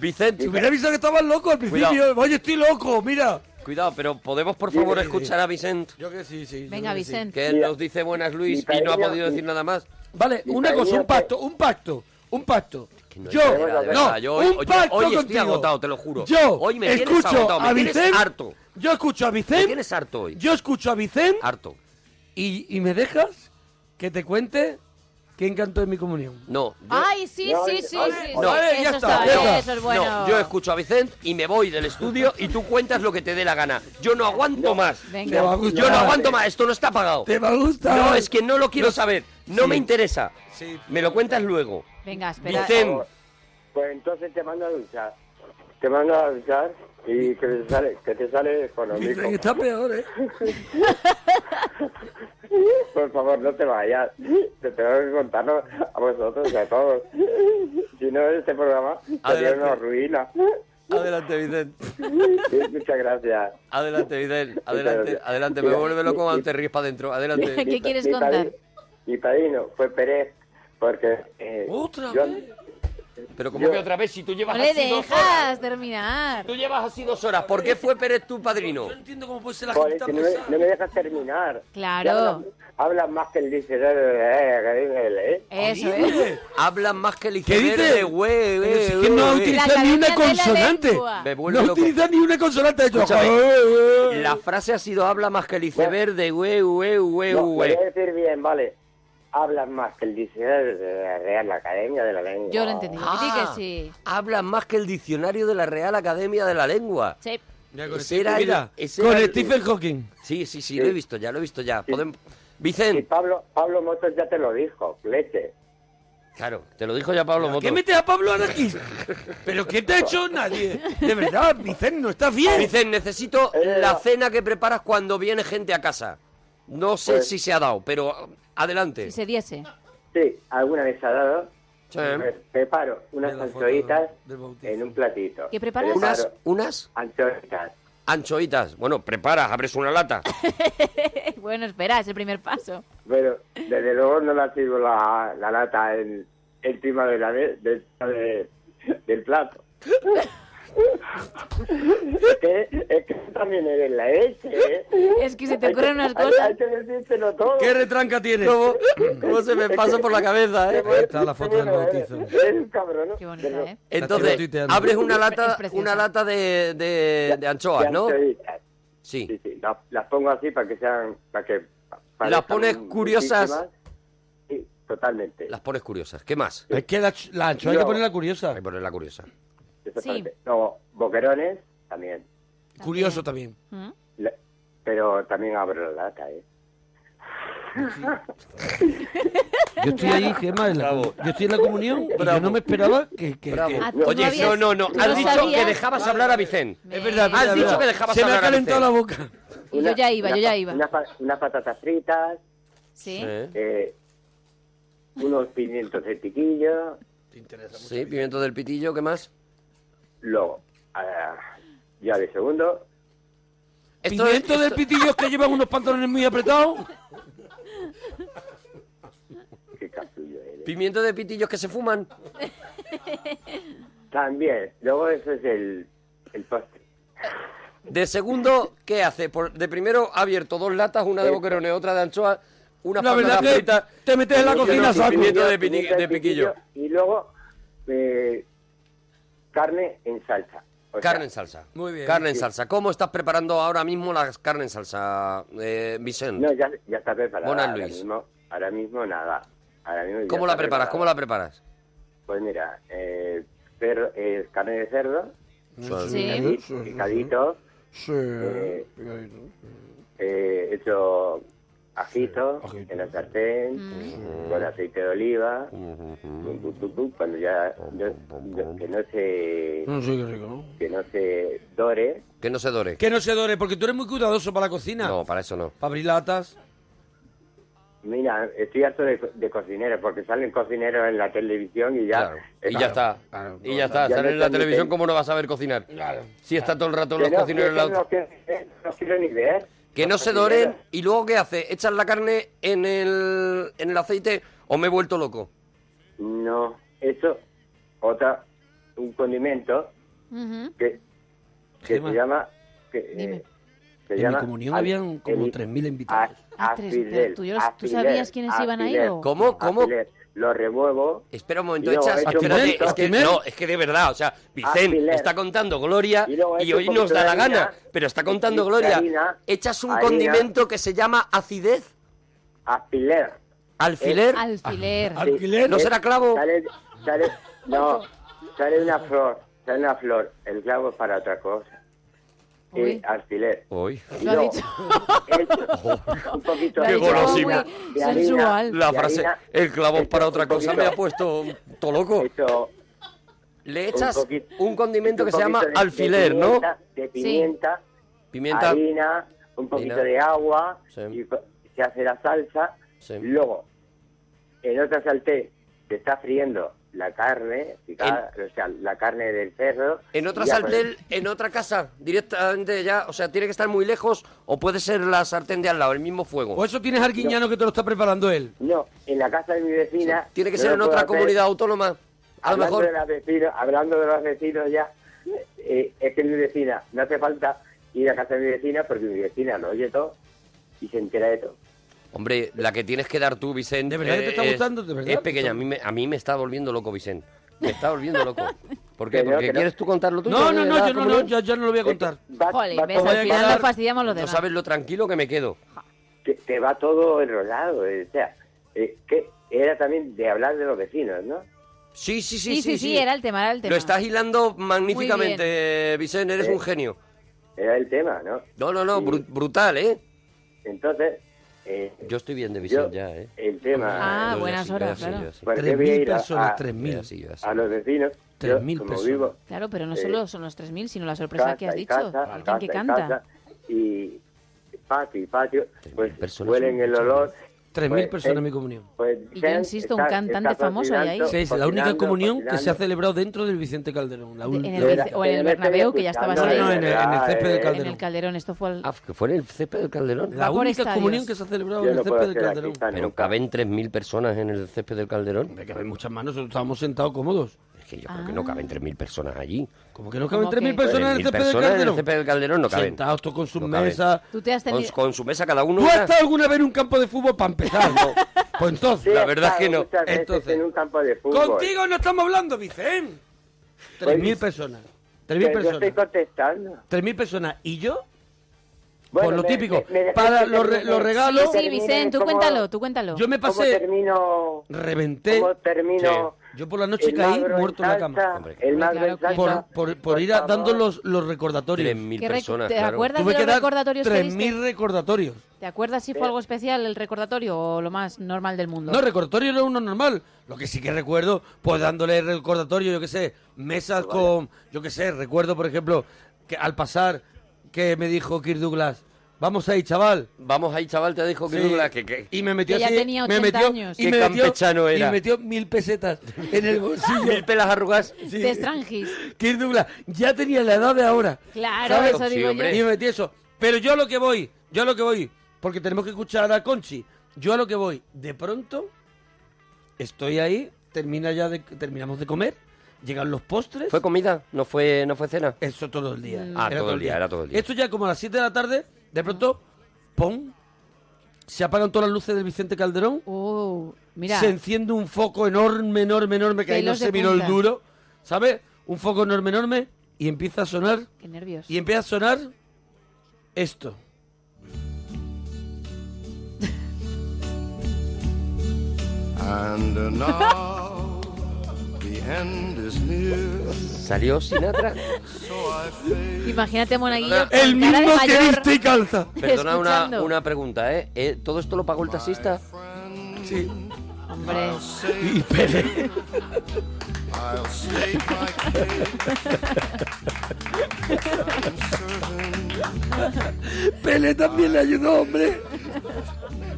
Speaker 4: Vicente.
Speaker 2: Hubiera visto que estabas loco al principio.
Speaker 4: Cuidado.
Speaker 2: Oye, estoy loco, mira.
Speaker 4: Cuidado, pero ¿podemos por favor
Speaker 2: Sí, sí, sí.
Speaker 4: escuchar a Vicente?
Speaker 2: Yo que sí, sí.
Speaker 18: Venga, Vicente.
Speaker 4: Que él nos dice buenas, Luis,
Speaker 2: Mi
Speaker 4: y no ha
Speaker 2: padrino-
Speaker 4: podido decir nada más.
Speaker 2: Vale,
Speaker 4: Mi
Speaker 2: una cosa,
Speaker 4: padrino
Speaker 2: un pacto, un pacto, un pacto.
Speaker 4: No hay
Speaker 2: yo,
Speaker 4: manera, de
Speaker 2: no,
Speaker 4: verdad. Yo hoy,
Speaker 2: un
Speaker 4: oye,
Speaker 2: pacto
Speaker 4: hoy estoy
Speaker 2: contigo.
Speaker 4: agotado, te lo juro.
Speaker 2: Yo
Speaker 4: hoy me tienes
Speaker 2: escucho
Speaker 4: agotado, me
Speaker 2: a
Speaker 4: tienes
Speaker 2: Vicente,
Speaker 4: harto.
Speaker 2: Yo escucho a Vicente.
Speaker 4: tienes harto hoy.
Speaker 2: Yo escucho a Vicente.
Speaker 4: Harto.
Speaker 2: Y, y me dejas que te cuente quién cantó en mi comunión. Ah,
Speaker 4: No. yo-
Speaker 18: Ay, sí,
Speaker 4: No,
Speaker 18: sí, sí,
Speaker 4: no,
Speaker 18: sí.
Speaker 4: no. Vale,
Speaker 18: eso
Speaker 4: ya está,
Speaker 18: bien,
Speaker 4: ya está.
Speaker 18: eso es bueno.
Speaker 4: No, yo escucho a Vicente y me voy del estudio y tú cuentas lo que te dé la gana. Yo no aguanto más.
Speaker 18: Venga. Te va a
Speaker 4: Yo
Speaker 18: gustar.
Speaker 4: no aguanto más. Esto no está pagado.
Speaker 2: Te va a gustar.
Speaker 4: No, es que no lo quiero
Speaker 2: No-
Speaker 4: saber. No
Speaker 2: Sí.
Speaker 4: me interesa.
Speaker 2: Sí.
Speaker 4: Me lo cuentas luego.
Speaker 18: Venga, espera.
Speaker 4: Vicente.
Speaker 7: Pues entonces te mando a duchar. Te mando a duchar y que te sale, que te sale económico.
Speaker 2: Dicen que está peor, ¿eh?
Speaker 7: Por favor, no te vayas. Te tengo que contarnos a vosotros, y a todos. Si no, este programa sería
Speaker 4: Adelante.
Speaker 7: una ruina.
Speaker 4: Adelante, Vicente.
Speaker 7: Sí, muchas gracias.
Speaker 4: Adelante, Vicente. Adelante,
Speaker 7: gracias.
Speaker 4: adelante. Me
Speaker 7: Mira,
Speaker 4: vuelve
Speaker 7: mi-
Speaker 4: loco cuando
Speaker 7: mi-
Speaker 4: te ríes para adentro. Adelante.
Speaker 7: Mi- mi padrino- Mi padrino fue Pérez, porque... eh,
Speaker 4: ¿Otra
Speaker 7: yo-
Speaker 4: vez? Pero como
Speaker 7: yo-
Speaker 4: que otra vez, si tú llevas
Speaker 18: No le
Speaker 4: así dos
Speaker 18: dejas terminar.
Speaker 4: Tú llevas así dos horas. ¿Por qué fue Pérez tu padrino?
Speaker 2: entiendo cómo puede ser
Speaker 7: Joder, que no, me, no me dejas terminar.
Speaker 18: Claro.
Speaker 7: Hablas hablas más que el diccionario de la ¿eh?
Speaker 18: Eso es.
Speaker 4: Hablan más que el
Speaker 2: ¿Qué dice?
Speaker 4: de güey, güey,
Speaker 2: Es que no ha
Speaker 4: güey.
Speaker 2: utilizado ni una consonante.
Speaker 4: Me vuelve
Speaker 2: No ha
Speaker 4: loco.
Speaker 2: utilizado ni una consonante. Ha hecho, "Joder,
Speaker 4: Escúchame,
Speaker 2: eh.
Speaker 4: la frase ha sido habla más que el iceberg de güey, güey, güey,
Speaker 7: No, lo voy
Speaker 4: güey.
Speaker 2: eh.
Speaker 7: a decir bien, vale. Hablas más que el diccionario de la Real Academia de la Lengua.
Speaker 18: Yo lo entendí.
Speaker 4: Ah.
Speaker 18: Di que sí.
Speaker 4: Hablan más que el diccionario de la Real Academia de la Lengua.
Speaker 18: Sí.
Speaker 2: con
Speaker 4: Ese
Speaker 2: Stephen-
Speaker 4: era el-
Speaker 2: mira,
Speaker 4: ese
Speaker 2: con
Speaker 4: era el-
Speaker 2: Stephen Hawking.
Speaker 4: Sí, sí, sí, lo he visto ya, lo he visto ya. Podem- Vicente.
Speaker 7: Pablo, Pablo Motos ya te lo dijo, flete.
Speaker 4: Claro, te lo dijo ya Pablo Motos.
Speaker 2: ¿Qué metes a Pablo ahora aquí? ¿Pero qué te ha hecho nadie? De verdad, Vicente, no estás bien. Eh.
Speaker 4: Vicente, necesito la cena que preparas cuando viene gente a casa. No sé
Speaker 7: Pues-
Speaker 4: si se ha dado, pero ah, adelante.
Speaker 18: Si se diese.
Speaker 7: Sí, alguna vez ha dado. Pues preparo unas anchoitas en un platito.
Speaker 18: ¿Qué preparas?
Speaker 7: Preparo
Speaker 4: ¿Unas?
Speaker 7: Anchoitas.
Speaker 4: Anchoitas. Bueno, preparas, abres una lata.
Speaker 18: bueno, espera, es el primer paso.
Speaker 7: Bueno, desde luego no la sirvo la, la lata en, encima de la, me- de- de- del plato. es, que, es que tú también eres la S, ¿eh?
Speaker 18: Es que se te
Speaker 7: Hay
Speaker 18: ocurren
Speaker 7: que-
Speaker 18: unas
Speaker 7: hay-
Speaker 18: cosas.
Speaker 7: Hay que decírtelo todo.
Speaker 2: ¿Qué retranca tienes?
Speaker 4: ¿Cómo, cómo se me pasa por la cabeza, eh?
Speaker 2: Ahí está la foto del bautizo.
Speaker 7: Eres un cabrón, ¿no? Pero-
Speaker 2: La tengo
Speaker 4: Entonces,
Speaker 2: tuiteando.
Speaker 4: abres una
Speaker 7: Es
Speaker 4: lata,
Speaker 7: preciosa.
Speaker 4: una lata de, de, de anchoas,
Speaker 7: de
Speaker 4: ¿no?
Speaker 7: anchoitas.
Speaker 4: Sí.
Speaker 7: sí, sí, la- Las pongo así para que sean... Para que
Speaker 4: Las
Speaker 7: parezcan
Speaker 4: pones
Speaker 7: muchísimas.
Speaker 4: curiosas.
Speaker 7: Sí, totalmente.
Speaker 4: Las pones curiosas. ¿Qué más?
Speaker 2: Es que la, ch- la anchoa hay que
Speaker 7: Luego.
Speaker 2: ponerla curiosa. Hay que
Speaker 4: ponerla curiosa.
Speaker 7: Exactamente. Luego, boquerones también.
Speaker 2: Curioso también.
Speaker 7: Le- Pero también abro la lata, ¿eh?
Speaker 2: Yo estoy ahí, Gemma, en la, yo estoy en la comunión y yo no me esperaba que... que-
Speaker 4: Bravo.
Speaker 18: Ah,
Speaker 2: que-
Speaker 4: Oye, Ah, no, no, no. Has dicho que dejabas hablar a Vicente.
Speaker 2: Es verdad, es
Speaker 4: Has
Speaker 2: verdad,
Speaker 4: dicho
Speaker 2: verdad.
Speaker 4: que dejabas
Speaker 2: Se me ha
Speaker 4: hablar a
Speaker 2: calentado la
Speaker 4: Vicente.
Speaker 2: boca.
Speaker 18: Y yo ya iba, yo ya iba.
Speaker 7: Unas patatas fritas,
Speaker 18: Sí.
Speaker 7: eh, unos pimientos de piquillo,
Speaker 4: Sí, pimiento del pitillo, ¿qué más?
Speaker 7: luego, ah, ya de segundo,
Speaker 2: Pimiento del pitillo que llevan unos pantalones muy apretados.
Speaker 4: Pimiento de pitillos que se fuman.
Speaker 7: también, luego eso es el, el postre.
Speaker 4: De segundo, ¿qué hace? Por- de primero ha abierto dos latas, una
Speaker 7: Eh,
Speaker 4: de boquerones, otra de anchoa, una
Speaker 2: La verdad que te metes en la cocina, saco.
Speaker 4: Pimiento de, piti-
Speaker 7: Pimiento
Speaker 4: de piquillo.
Speaker 7: Y luego, eh, carne en salsa. O
Speaker 4: Carne
Speaker 7: sea,
Speaker 4: en salsa.
Speaker 7: Muy bien.
Speaker 4: Carne en
Speaker 7: Sí.
Speaker 4: salsa. ¿Cómo estás preparando ahora mismo las carne en salsa, eh, Vicente?
Speaker 7: No, ya, ya está preparada.
Speaker 4: Buenas,
Speaker 7: ahora
Speaker 4: Luis.
Speaker 7: Mismo, ahora mismo nada. Ahora mismo ya
Speaker 4: ¿Cómo la
Speaker 7: está
Speaker 4: preparas?
Speaker 7: preparada.
Speaker 4: ¿Cómo la preparas?
Speaker 7: Pues mira, eh, perro- eh, carne de cerdo,
Speaker 1: Sí. Sí.
Speaker 7: picadito,
Speaker 1: Sí.
Speaker 7: Eh, eh, hecho ajito, en la sartén,
Speaker 1: Mm.
Speaker 7: con aceite de oliva, pum, pum, pum, pum, cuando ya yo- yo- que no se
Speaker 2: No sé qué rico, ¿no?
Speaker 7: que no se dore,
Speaker 4: Que no se dore.
Speaker 2: Que no se dore, porque tú eres muy cuidadoso para la cocina. No,
Speaker 4: para eso no.
Speaker 2: Para abrir latas.
Speaker 7: Mira, estoy harto de, de cocineros, porque salen cocineros en la televisión y ya...
Speaker 4: Y ya está. y ya está.
Speaker 7: Ya
Speaker 4: Sale
Speaker 7: no
Speaker 4: en la
Speaker 7: están ni
Speaker 4: televisión,
Speaker 7: ten-
Speaker 4: ¿cómo no vas a saber cocinar? Si está todo el rato
Speaker 7: Que
Speaker 4: los
Speaker 7: no,
Speaker 4: cocineros en
Speaker 7: que
Speaker 4: la...
Speaker 7: no, que- que no quiero ni ver.
Speaker 4: Que no
Speaker 7: Los
Speaker 4: se
Speaker 7: cocineros.
Speaker 4: doren y luego ¿qué hace? ¿Echas la carne en el, en el aceite o me he vuelto loco?
Speaker 7: No, eso, otra, un condimento
Speaker 18: ¿Mm?
Speaker 7: que, que se llama... Que, eh, se
Speaker 2: En mi
Speaker 7: llama
Speaker 2: comunión
Speaker 7: al-
Speaker 2: habían como
Speaker 7: el-
Speaker 2: 3.000 invitados.
Speaker 18: Ah, tres, pero
Speaker 7: Afidel,
Speaker 18: tú ya los- tú
Speaker 7: afidel,
Speaker 18: sabías quiénes iban ahí,
Speaker 7: afidel,
Speaker 18: ¿o?
Speaker 4: ¿Cómo? ¿Cómo?
Speaker 7: afidel. Lo remuevo.
Speaker 4: Espera un momento,
Speaker 7: y luego
Speaker 4: echas...
Speaker 7: echo un
Speaker 4: espérate,
Speaker 7: poquito-
Speaker 4: es que, no, es que de verdad, o sea, Vicente
Speaker 7: Alfiler.
Speaker 4: está contando Gloria y,
Speaker 7: luego echo
Speaker 4: hoy
Speaker 7: un poquito
Speaker 4: nos da
Speaker 7: de
Speaker 4: la
Speaker 7: harina,
Speaker 4: gana, pero está contando
Speaker 7: y
Speaker 4: Gloria.
Speaker 7: harina,
Speaker 4: echas un
Speaker 7: harina.
Speaker 4: condimento que se llama acidez.
Speaker 7: Alfiler.
Speaker 4: ¿Alfiler? Ah.
Speaker 18: Alfiler.
Speaker 4: ¿No será clavo?
Speaker 7: Sale, sale, no, sale una flor, sale una flor. El clavo es para otra cosa.
Speaker 18: Uy.
Speaker 7: Eh, alfiler.
Speaker 4: Hoy.
Speaker 7: Y
Speaker 18: Lo ha
Speaker 7: yo
Speaker 18: dicho.
Speaker 7: echo un poquito
Speaker 18: Lo ha
Speaker 7: de
Speaker 18: dicho como
Speaker 7: harina,
Speaker 18: muy
Speaker 7: de harina,
Speaker 18: sensual.
Speaker 4: La
Speaker 7: de
Speaker 4: frase,
Speaker 7: harina,
Speaker 4: el clavo es para otra
Speaker 7: un
Speaker 4: cosa,
Speaker 7: poquito.
Speaker 4: me ha puesto todo loco. Le echas un,
Speaker 7: poquito-
Speaker 4: condimento
Speaker 7: un
Speaker 4: que se llama
Speaker 7: poquito de- de
Speaker 4: alfiler, ¿no?
Speaker 7: pimienta, De pimienta,
Speaker 4: Pimienta.
Speaker 7: harina, un poquito
Speaker 4: Harina.
Speaker 7: de agua,
Speaker 4: Sí.
Speaker 7: y co- se hace la salsa. Luego, en otra salté se está friendo la carne, picada, o sea, la carne del cerdo.
Speaker 4: En otra
Speaker 7: y ya
Speaker 4: sartén, en otra casa, directamente ya, o sea, tiene que estar muy lejos o puede ser la sartén de al lado, el mismo fuego.
Speaker 2: O eso tienes Arguiñano que te lo está preparando él.
Speaker 7: con- No, en la casa de mi vecina.
Speaker 4: Tiene que
Speaker 7: no
Speaker 4: ser
Speaker 7: lo
Speaker 4: en
Speaker 7: puedo
Speaker 4: otra
Speaker 7: hacer.
Speaker 4: comunidad autónoma. A lo
Speaker 7: hablando
Speaker 4: mejor.
Speaker 7: De las vecinas- hablando de los vecinos ya, eh, es que mi vecina, no hace falta ir a casa de mi vecina porque mi vecina lo oye todo y se entera de todo.
Speaker 4: Hombre, la que tienes que dar tú, Vicente.
Speaker 2: ¿De verdad que te está
Speaker 4: es-
Speaker 2: gustando? ¿De verdad?
Speaker 4: Es pequeña, a mí, me, a mí me está volviendo loco, Vicente. Me está volviendo loco. ¿Por qué?
Speaker 2: Que no,
Speaker 4: Porque
Speaker 2: que no.
Speaker 4: quieres tú contarlo tú.
Speaker 2: No, no, no,
Speaker 4: ¿verdad,
Speaker 2: yo no,
Speaker 4: comunión?
Speaker 2: no, ya, ya no lo voy a contar.
Speaker 18: Jolín,
Speaker 7: va
Speaker 18: ves,
Speaker 7: todo
Speaker 18: al
Speaker 7: a
Speaker 18: final
Speaker 7: quedar-
Speaker 18: nos fastidiamos los
Speaker 4: Eh, No
Speaker 18: demás.
Speaker 4: sabes lo tranquilo que me quedo.
Speaker 7: Te, te va todo enrolado, eh, o sea, eh, que era también de hablar de los vecinos, ¿no?
Speaker 4: Sí, sí,
Speaker 18: Sí, sí, sí, era el tema, era el tema.
Speaker 4: Lo estás hilando magníficamente, Vicente, eres
Speaker 7: Eh.
Speaker 4: un genio.
Speaker 7: Era el tema, ¿no?
Speaker 4: No, no, no, bru- brutal, ¿eh?
Speaker 7: Entonces, eh,
Speaker 4: Yo estoy bien de Vicente ya, ¿eh?
Speaker 7: el tema...
Speaker 4: Ah, Yo buenas ya sí, horas, yo ya claro. sí.
Speaker 7: ¿Por qué
Speaker 4: 3.000
Speaker 7: Pues voy a ir a-
Speaker 4: personas,
Speaker 7: a-
Speaker 4: 3.000. Yo ya sí, yo ya sí.
Speaker 7: A los vecinos, yo,
Speaker 4: 3.000
Speaker 7: como
Speaker 4: personas.
Speaker 7: vivo
Speaker 18: Claro, pero no
Speaker 7: eh,
Speaker 18: solo son los 3.000, sino la sorpresa que has
Speaker 7: y
Speaker 18: dicho.
Speaker 7: casa,
Speaker 18: Alguien
Speaker 7: casa
Speaker 18: que
Speaker 7: y
Speaker 18: canta.
Speaker 7: casa, y patio y patio, pues huelen el olor.
Speaker 2: 3.000
Speaker 7: pues,
Speaker 2: personas
Speaker 7: eh,
Speaker 2: en mi comunión.
Speaker 7: pues,
Speaker 18: Y yo insisto, un cantante famoso hay ahí.
Speaker 2: Sí, es la única comunión que se ha
Speaker 7: hace
Speaker 2: celebrado dentro del Vicente Calderón. La
Speaker 18: De- en
Speaker 2: última.
Speaker 18: el Vic- o en el Bernabéu, que ya estabas
Speaker 2: No,
Speaker 18: ahí.
Speaker 2: no, en el, en el césped
Speaker 7: eh.
Speaker 2: del
Speaker 18: En
Speaker 2: Calderón.
Speaker 18: el Calderón, esto fue al...
Speaker 4: Que fue en el césped del Calderón.
Speaker 2: La
Speaker 18: Va Ah, por
Speaker 2: única
Speaker 18: estadios.
Speaker 2: comunión que se ha celebrado en el césped del Calderón.
Speaker 4: Pero caben 3.000 personas en el césped del Calderón.
Speaker 2: Que caben muchas más, nosotros estábamos sentados cómodos.
Speaker 4: Es que yo creo que no caben 3.000 personas allí.
Speaker 2: ¿Cómo que no
Speaker 4: ¿Cómo
Speaker 2: caben 3.000
Speaker 4: que?
Speaker 2: personas en el
Speaker 4: 3.000
Speaker 2: césped del
Speaker 4: personas en el
Speaker 2: Calderón?
Speaker 4: césped del Calderón no caben.
Speaker 2: Sentados todos con sus
Speaker 4: No caben.
Speaker 2: mesas.
Speaker 18: Tú te has
Speaker 4: Con,
Speaker 18: tenido...
Speaker 4: con su mesa cada uno.
Speaker 2: ¿Tú has
Speaker 4: una.
Speaker 2: estado alguna vez en un campo de fútbol para empezar? No. Pues entonces.
Speaker 4: La verdad es que no.
Speaker 2: Entonces,
Speaker 7: en un campo de fútbol.
Speaker 2: contigo no estamos hablando, Vicente. 3.000 personas.
Speaker 7: Pero
Speaker 2: 3.000
Speaker 7: pues, yo estoy
Speaker 2: personas.
Speaker 7: contestando.
Speaker 2: 3.000 personas. ¿Y yo?
Speaker 7: Bueno,
Speaker 2: Por lo
Speaker 7: me-
Speaker 2: típico.
Speaker 7: me- me dejáis
Speaker 2: Para
Speaker 7: que
Speaker 2: los, re-
Speaker 7: termine.
Speaker 2: los regalos.
Speaker 18: Sí, sí, Vicente, tú
Speaker 7: ¿Cómo-
Speaker 18: cuéntalo, tú cuéntalo.
Speaker 2: Yo me
Speaker 7: ¿Cómo
Speaker 2: pasé-
Speaker 7: termino?
Speaker 2: Reventé.
Speaker 7: ¿Cómo termino?
Speaker 2: Sí. Yo por la noche
Speaker 7: El
Speaker 2: caí
Speaker 7: magro en
Speaker 2: muerto en la
Speaker 7: salsa,
Speaker 2: cama.
Speaker 7: Hombre, el magro en
Speaker 2: por,
Speaker 7: salsa.
Speaker 2: por- por ir a- dando los, los recordatorios.
Speaker 4: 3.000
Speaker 18: ¿Qué rec- personas, te claro. acuerdas de los
Speaker 2: dar
Speaker 18: recordatorios que
Speaker 2: 3.000 recordatorios.
Speaker 18: ¿Te acuerdas
Speaker 7: Eh.
Speaker 18: si fue algo especial el recordatorio o lo más normal del mundo?
Speaker 2: No, recordatorio era uno normal. Lo que sí que recuerdo, pues dándole recordatorio, yo qué sé, mesas con, yo qué sé, recuerdo, por ejemplo, que al pasar, que me dijo Kirk Douglas, vamos ahí, chaval.
Speaker 4: Vamos ahí, chaval, te dijo Kirk Douglas que- que-
Speaker 2: Y me metió
Speaker 4: Que ya
Speaker 2: así,
Speaker 4: tenía
Speaker 2: me
Speaker 4: 80
Speaker 2: metió,
Speaker 4: años.
Speaker 2: Y
Speaker 4: Qué
Speaker 2: me metió,
Speaker 4: campechano
Speaker 2: y
Speaker 4: era.
Speaker 2: me metió mil pesetas en el bolsillo.
Speaker 4: Mil pelas arrugas.
Speaker 2: Sí.
Speaker 18: Te estrangis.
Speaker 2: Kirk Douglas, ya tenía la edad de ahora.
Speaker 18: Claro, eso Sí, digo yo. hombre.
Speaker 2: Y me metí eso. Pero yo a lo que voy, yo a lo que voy, porque tenemos que escuchar a Conchi. Yo a lo que voy, de pronto estoy ahí, termina ya de, terminamos de comer, llegan los postres.
Speaker 4: ¿Fue comida? ¿No fue, no fue cena?
Speaker 2: Eso todo el
Speaker 18: Mm.
Speaker 2: día.
Speaker 4: Ah,
Speaker 2: Era
Speaker 4: todo el día, era todo el día.
Speaker 2: Esto ya como a las 7 de la tarde, de pronto, ¡pum! Se apagan todas las luces del Vicente Calderón.
Speaker 18: Oh, mira.
Speaker 2: Se enciende un foco enorme, enorme, enorme, que ahí no
Speaker 18: Pelos de
Speaker 2: se miró el
Speaker 18: punta.
Speaker 2: duro. ¿Sabes? Un foco enorme, enorme. Y empieza a sonar
Speaker 18: Qué nervios.
Speaker 2: y empieza a sonar esto.
Speaker 1: And now the end is near.
Speaker 4: ¿Salió Sinatra?
Speaker 18: Imagínate a Monaguillo. con
Speaker 4: El
Speaker 18: cara de
Speaker 4: mismo que
Speaker 18: mayor.
Speaker 4: viste
Speaker 2: y calza.
Speaker 4: Perdona una,
Speaker 18: Escuchando.
Speaker 4: una pregunta, ¿eh? ¿Eh? ¿Todo esto lo pagó el taxista?
Speaker 2: Sí.
Speaker 18: Hombre.
Speaker 4: Y Pérez.
Speaker 1: I'll stake my case. I'm certain.
Speaker 2: Pele también le ayudó, hombre.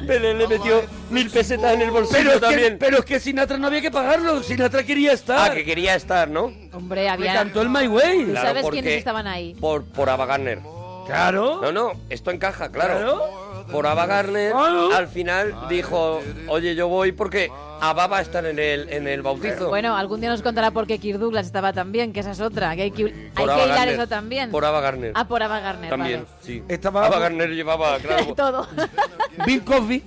Speaker 4: Pele le metió mil pesetas en el bolsillo
Speaker 2: pero es
Speaker 4: también.
Speaker 2: Que, pero es que Sinatra no había que pagarlo. Sinatra quería estar.
Speaker 4: Ah, que quería estar, ¿no?
Speaker 18: Hombre, había.
Speaker 2: Le cantó el My Way.
Speaker 18: ¿Tú
Speaker 4: Claro,
Speaker 18: sabes
Speaker 4: porque-
Speaker 18: quiénes estaban ahí?
Speaker 4: Por, por Ava Gardner.
Speaker 2: Claro.
Speaker 4: No, no, esto encaja, claro. Por Ava Gardner, al final dijo, oye, yo voy porque Ava va a estar en el, en el bautizo.
Speaker 18: Bueno, algún día nos contará por qué Kirk Douglas estaba tan bien, que esa es otra. Que hay que, hay que
Speaker 4: Ava
Speaker 18: hilar
Speaker 4: Gardner.
Speaker 18: eso también.
Speaker 4: Por Ava Gardner.
Speaker 18: Ah, por Ava Gardner.
Speaker 4: También,
Speaker 18: vale.
Speaker 4: sí.
Speaker 2: Estaba-
Speaker 4: Ava Gardner llevaba, claro.
Speaker 18: Todo.
Speaker 2: Bill Cosby.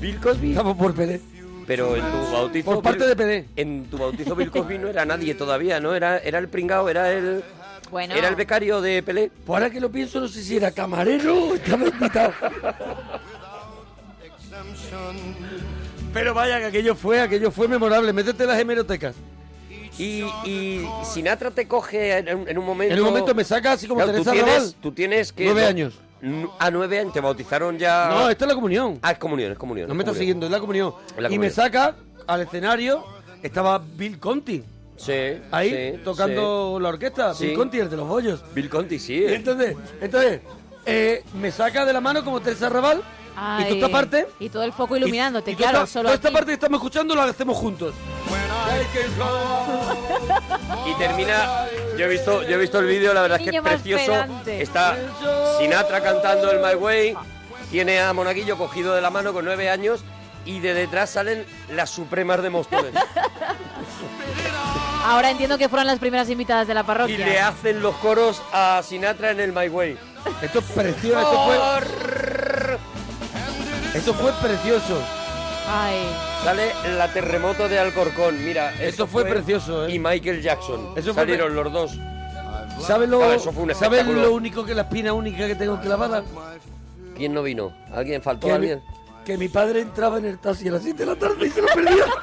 Speaker 4: Bill Cosby.
Speaker 2: Estamos por Pele.
Speaker 4: Pero en tu bautizo.
Speaker 2: Por parte de PD.
Speaker 4: En tu bautizo Bill Cosby no era nadie todavía, ¿no? Era, era el pringao, era el.
Speaker 18: Bueno.
Speaker 4: Era el becario de Pelé.
Speaker 2: Pues ahora que lo pienso, no sé si era camarero o estaba invitado. Pero vaya que aquello fue, aquello fue memorable. Métete en las hemerotecas.
Speaker 4: Y, y Sinatra te coge en un, en un momento.
Speaker 2: En un momento me saca así como
Speaker 4: Claro, tú
Speaker 2: Teresa
Speaker 4: tienes,
Speaker 2: Raval.
Speaker 4: tú tienes que.
Speaker 2: Nueve años.
Speaker 4: N- A nueve años te bautizaron ya.
Speaker 2: No, esta es la comunión.
Speaker 4: Ah, es comunión, es comunión.
Speaker 2: No me estás
Speaker 4: comunión.
Speaker 2: siguiendo, es la comunión.
Speaker 4: Es la
Speaker 2: Y me
Speaker 4: comunión.
Speaker 2: saca al escenario, estaba Bill Conti.
Speaker 4: Sí.
Speaker 2: Ahí,
Speaker 4: sí,
Speaker 2: tocando la orquesta.
Speaker 4: Sí.
Speaker 2: Bill Conti, el de los bollos.
Speaker 4: sí. Bill Conti, sí.
Speaker 2: Y entonces, entonces eh, me saca de la mano como Teresa Raval.
Speaker 18: Ay,
Speaker 2: y tú esta parte.
Speaker 18: Y todo el foco
Speaker 2: y
Speaker 18: iluminándote,
Speaker 2: tú
Speaker 18: claro,
Speaker 2: esta-
Speaker 18: solo
Speaker 2: toda esta
Speaker 18: aquí.
Speaker 2: parte que estamos escuchando la hacemos juntos.
Speaker 4: Y termina. Yo he visto, yo he visto el vídeo, la verdad es que
Speaker 18: Niño
Speaker 4: es
Speaker 18: más
Speaker 4: precioso.
Speaker 18: pedante.
Speaker 4: Está Sinatra cantando el My Way. Tiene a Monaguillo cogido de la mano con nueve años. Y de detrás salen las supremas de Móstoles.
Speaker 18: Ahora entiendo que fueron las primeras invitadas de la parroquia.
Speaker 4: y le hacen los coros a Sinatra en el My Way.
Speaker 2: Esto es precioso, esto fue, esto fue precioso.
Speaker 18: Ay.
Speaker 4: Sale la terremoto de Alcorcón. Mira, eso,
Speaker 2: Esto fue precioso, ¿eh?
Speaker 4: Y Michael Jackson.
Speaker 2: Eso fue
Speaker 4: Salieron los dos.
Speaker 2: ¿Sabes lo,
Speaker 4: Claro, Ah, eso fue un
Speaker 2: ¿sabes
Speaker 4: espectáculo.
Speaker 2: lo único que la espina única que tengo clavada?
Speaker 4: ¿Quién no vino? ¿Alguien faltó?
Speaker 2: Que mi-
Speaker 4: ¿Alguien?
Speaker 2: que mi padre entraba en el taxi a las 7 de la tarde y se lo perdía.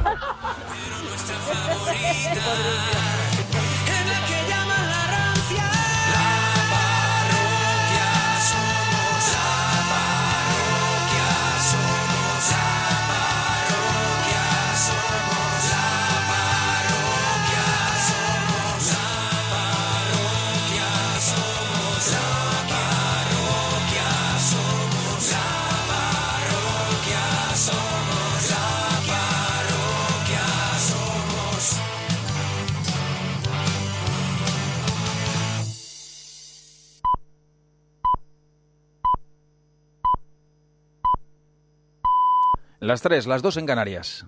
Speaker 19: Las tres, las dos en Canarias.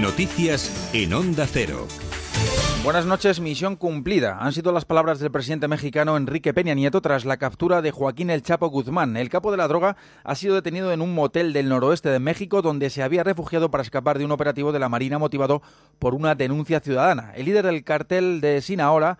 Speaker 20: Noticias en Onda Cero.
Speaker 19: Buenas noches, misión cumplida. Han sido las palabras del presidente mexicano Enrique Peña Nieto tras la captura de Joaquín El Chapo Guzmán. El capo de la droga ha sido detenido en un motel del noroeste de México donde se había refugiado para escapar de un operativo de la Marina motivado por una denuncia ciudadana. El líder del cartel de Sinaloa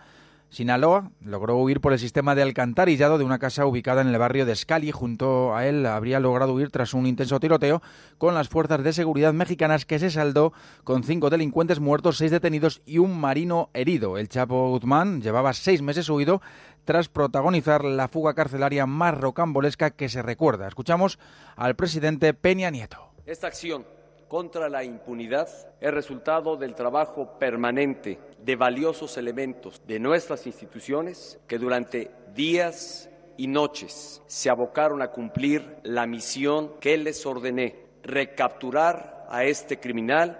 Speaker 19: Sinaloa logró huir por el sistema de alcantarillado de una casa ubicada en el barrio de Scali. Junto a él habría logrado huir tras un intenso tiroteo con las fuerzas de seguridad mexicanas que se saldó con cinco delincuentes muertos, seis detenidos y un marino herido. El Chapo Guzmán llevaba seis meses huido tras protagonizar la fuga carcelaria más rocambolesca que se recuerda. Escuchamos al presidente Peña Nieto.
Speaker 21: Esta acción contra la impunidad es resultado del trabajo permanente de valiosos elementos de nuestras instituciones que durante días y noches se abocaron a cumplir la misión que les ordené, recapturar a este criminal,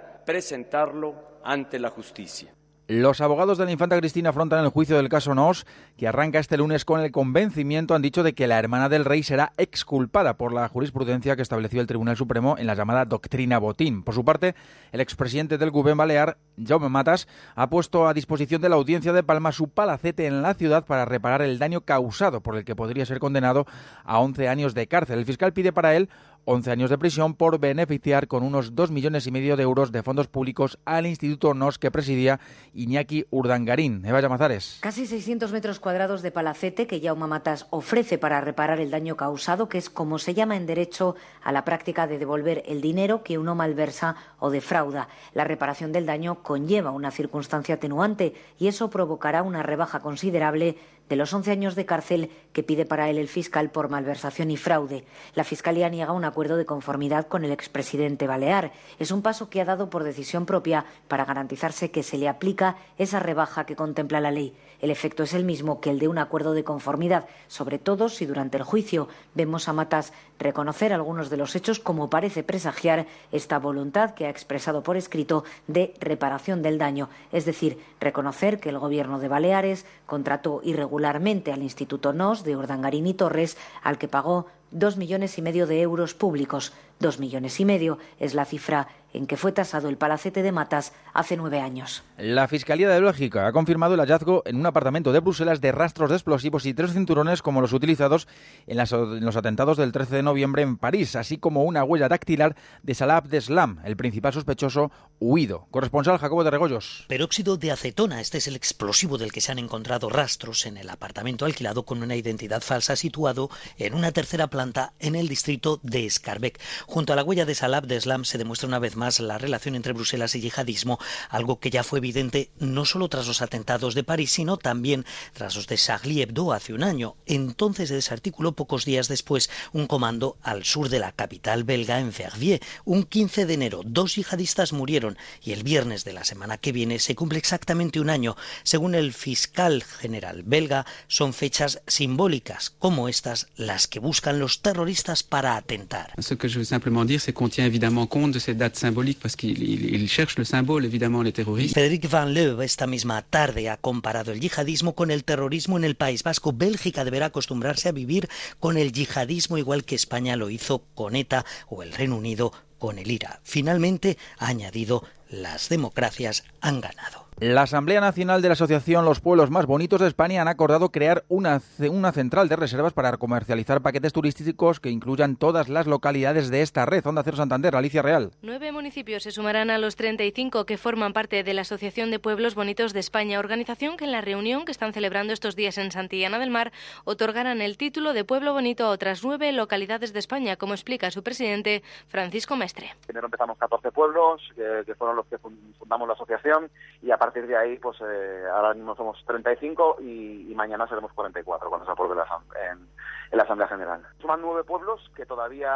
Speaker 21: presentarlo ante la justicia.
Speaker 19: Los abogados de la infanta Cristina afrontan el juicio del caso Nos, que arranca este lunes con el convencimiento, han dicho de que la hermana del rey será exculpada por la jurisprudencia que estableció el Tribunal Supremo en la llamada doctrina Botín. Por su parte, el expresidente del Gubén Balear, Jaume Matas, ha puesto a disposición de la audiencia de Palma su palacete en la ciudad para reparar el daño causado, por el que podría ser condenado a 11 años de cárcel. El fiscal pide para él 11 años de prisión por beneficiar con unos 2 millones y medio de euros de fondos públicos al Instituto NOS que presidía Iñaki Urdangarín. Eva Llamazares.
Speaker 18: Casi 600 metros cuadrados de palacete que Jaume Matas ofrece para reparar el daño causado, que es como se llama en derecho a la práctica de devolver el dinero que uno malversa o defrauda. La reparación del daño conlleva una circunstancia atenuante y eso provocará una rebaja considerable de los 11 años de cárcel que pide para él el fiscal por malversación y fraude. La Fiscalía niega un acuerdo de conformidad con el expresidente Balear. Es un paso que ha dado por decisión propia para garantizarse que se le aplica esa rebaja que contempla la ley. El efecto es el mismo que el de un acuerdo de conformidad, sobre todo si durante el juicio vemos a Matas reconocer algunos de los hechos como parece presagiar esta voluntad que ha expresado por escrito de reparación del daño, es decir, reconocer que el gobierno de Baleares contrató irregularmente al Instituto NOS de Urdangarín y Torres, al que pagó dos millones y medio de euros públicos. Dos millones y medio es la cifra en que fue tasado el palacete de Matas hace nueve años.
Speaker 19: La Fiscalía de Bélgica ha confirmado el hallazgo en un apartamento de Bruselas de rastros de explosivos y tres cinturones como los utilizados en, las- en los atentados del 13 de noviembre en París, así como una huella dactilar de Salah Abdeslam, el principal sospechoso huido. Corresponsal Jacobo de Regoyos.
Speaker 22: Peróxido de acetona, este es el explosivo del que se han encontrado rastros en el apartamento alquilado con una identidad falsa situado en una tercera planta en el distrito de Scarbeck. Junto a la huella de Salab de Islam se demuestra una vez más la relación entre Bruselas y yihadismo, algo que ya fue evidente no solo tras los atentados de París, sino también tras los de Charlie Hebdo hace un año. Entonces se desarticuló pocos días después un comando al sur de la capital belga en Verviers. Un 15 de enero, dos yihadistas murieron y el viernes de la semana que viene se cumple exactamente un año. Según el fiscal general belga, son fechas simbólicas como estas las que buscan los terroristas para atentar.
Speaker 23: Ce que je veux simplement dire, c'est qu'on tient évidemment compte de cette date symbolique parce qu'ils ils- ils cherchent le symbole, évidemment, les terroristes.
Speaker 22: Frederick Van Leuve esta misma tarde ha comparado el yihadismo con el terrorismo en el País Vasco. Bélgica deberá acostumbrarse a vivir con el yihadismo igual que España lo hizo con ETA o el Reino Unido con el IRA. Finalmente, ha añadido, las democracias han ganado.
Speaker 19: La Asamblea Nacional de la Asociación Los Pueblos Más Bonitos de España han acordado crear una, ce- una central de reservas para comercializar paquetes turísticos que incluyan todas las localidades de esta red. Onda Cero Santander, Alicia Real.
Speaker 24: Nueve municipios se sumarán a los 35 que forman parte de la Asociación de Pueblos Bonitos de España, organización que en la reunión que están celebrando estos días en Santillana del Mar otorgarán el título de Pueblo Bonito a otras nueve localidades de España, como explica su presidente Francisco Mestre.
Speaker 9: Primero empezamos 14 pueblos, eh, que fueron los que fun- fundamos la asociación, y a partir de ahí, pues eh, ahora mismo somos 35 y, y mañana seremos 44 cuando se apruebe la, asam- en, en la Asamblea General. Suman nueve pueblos que todavía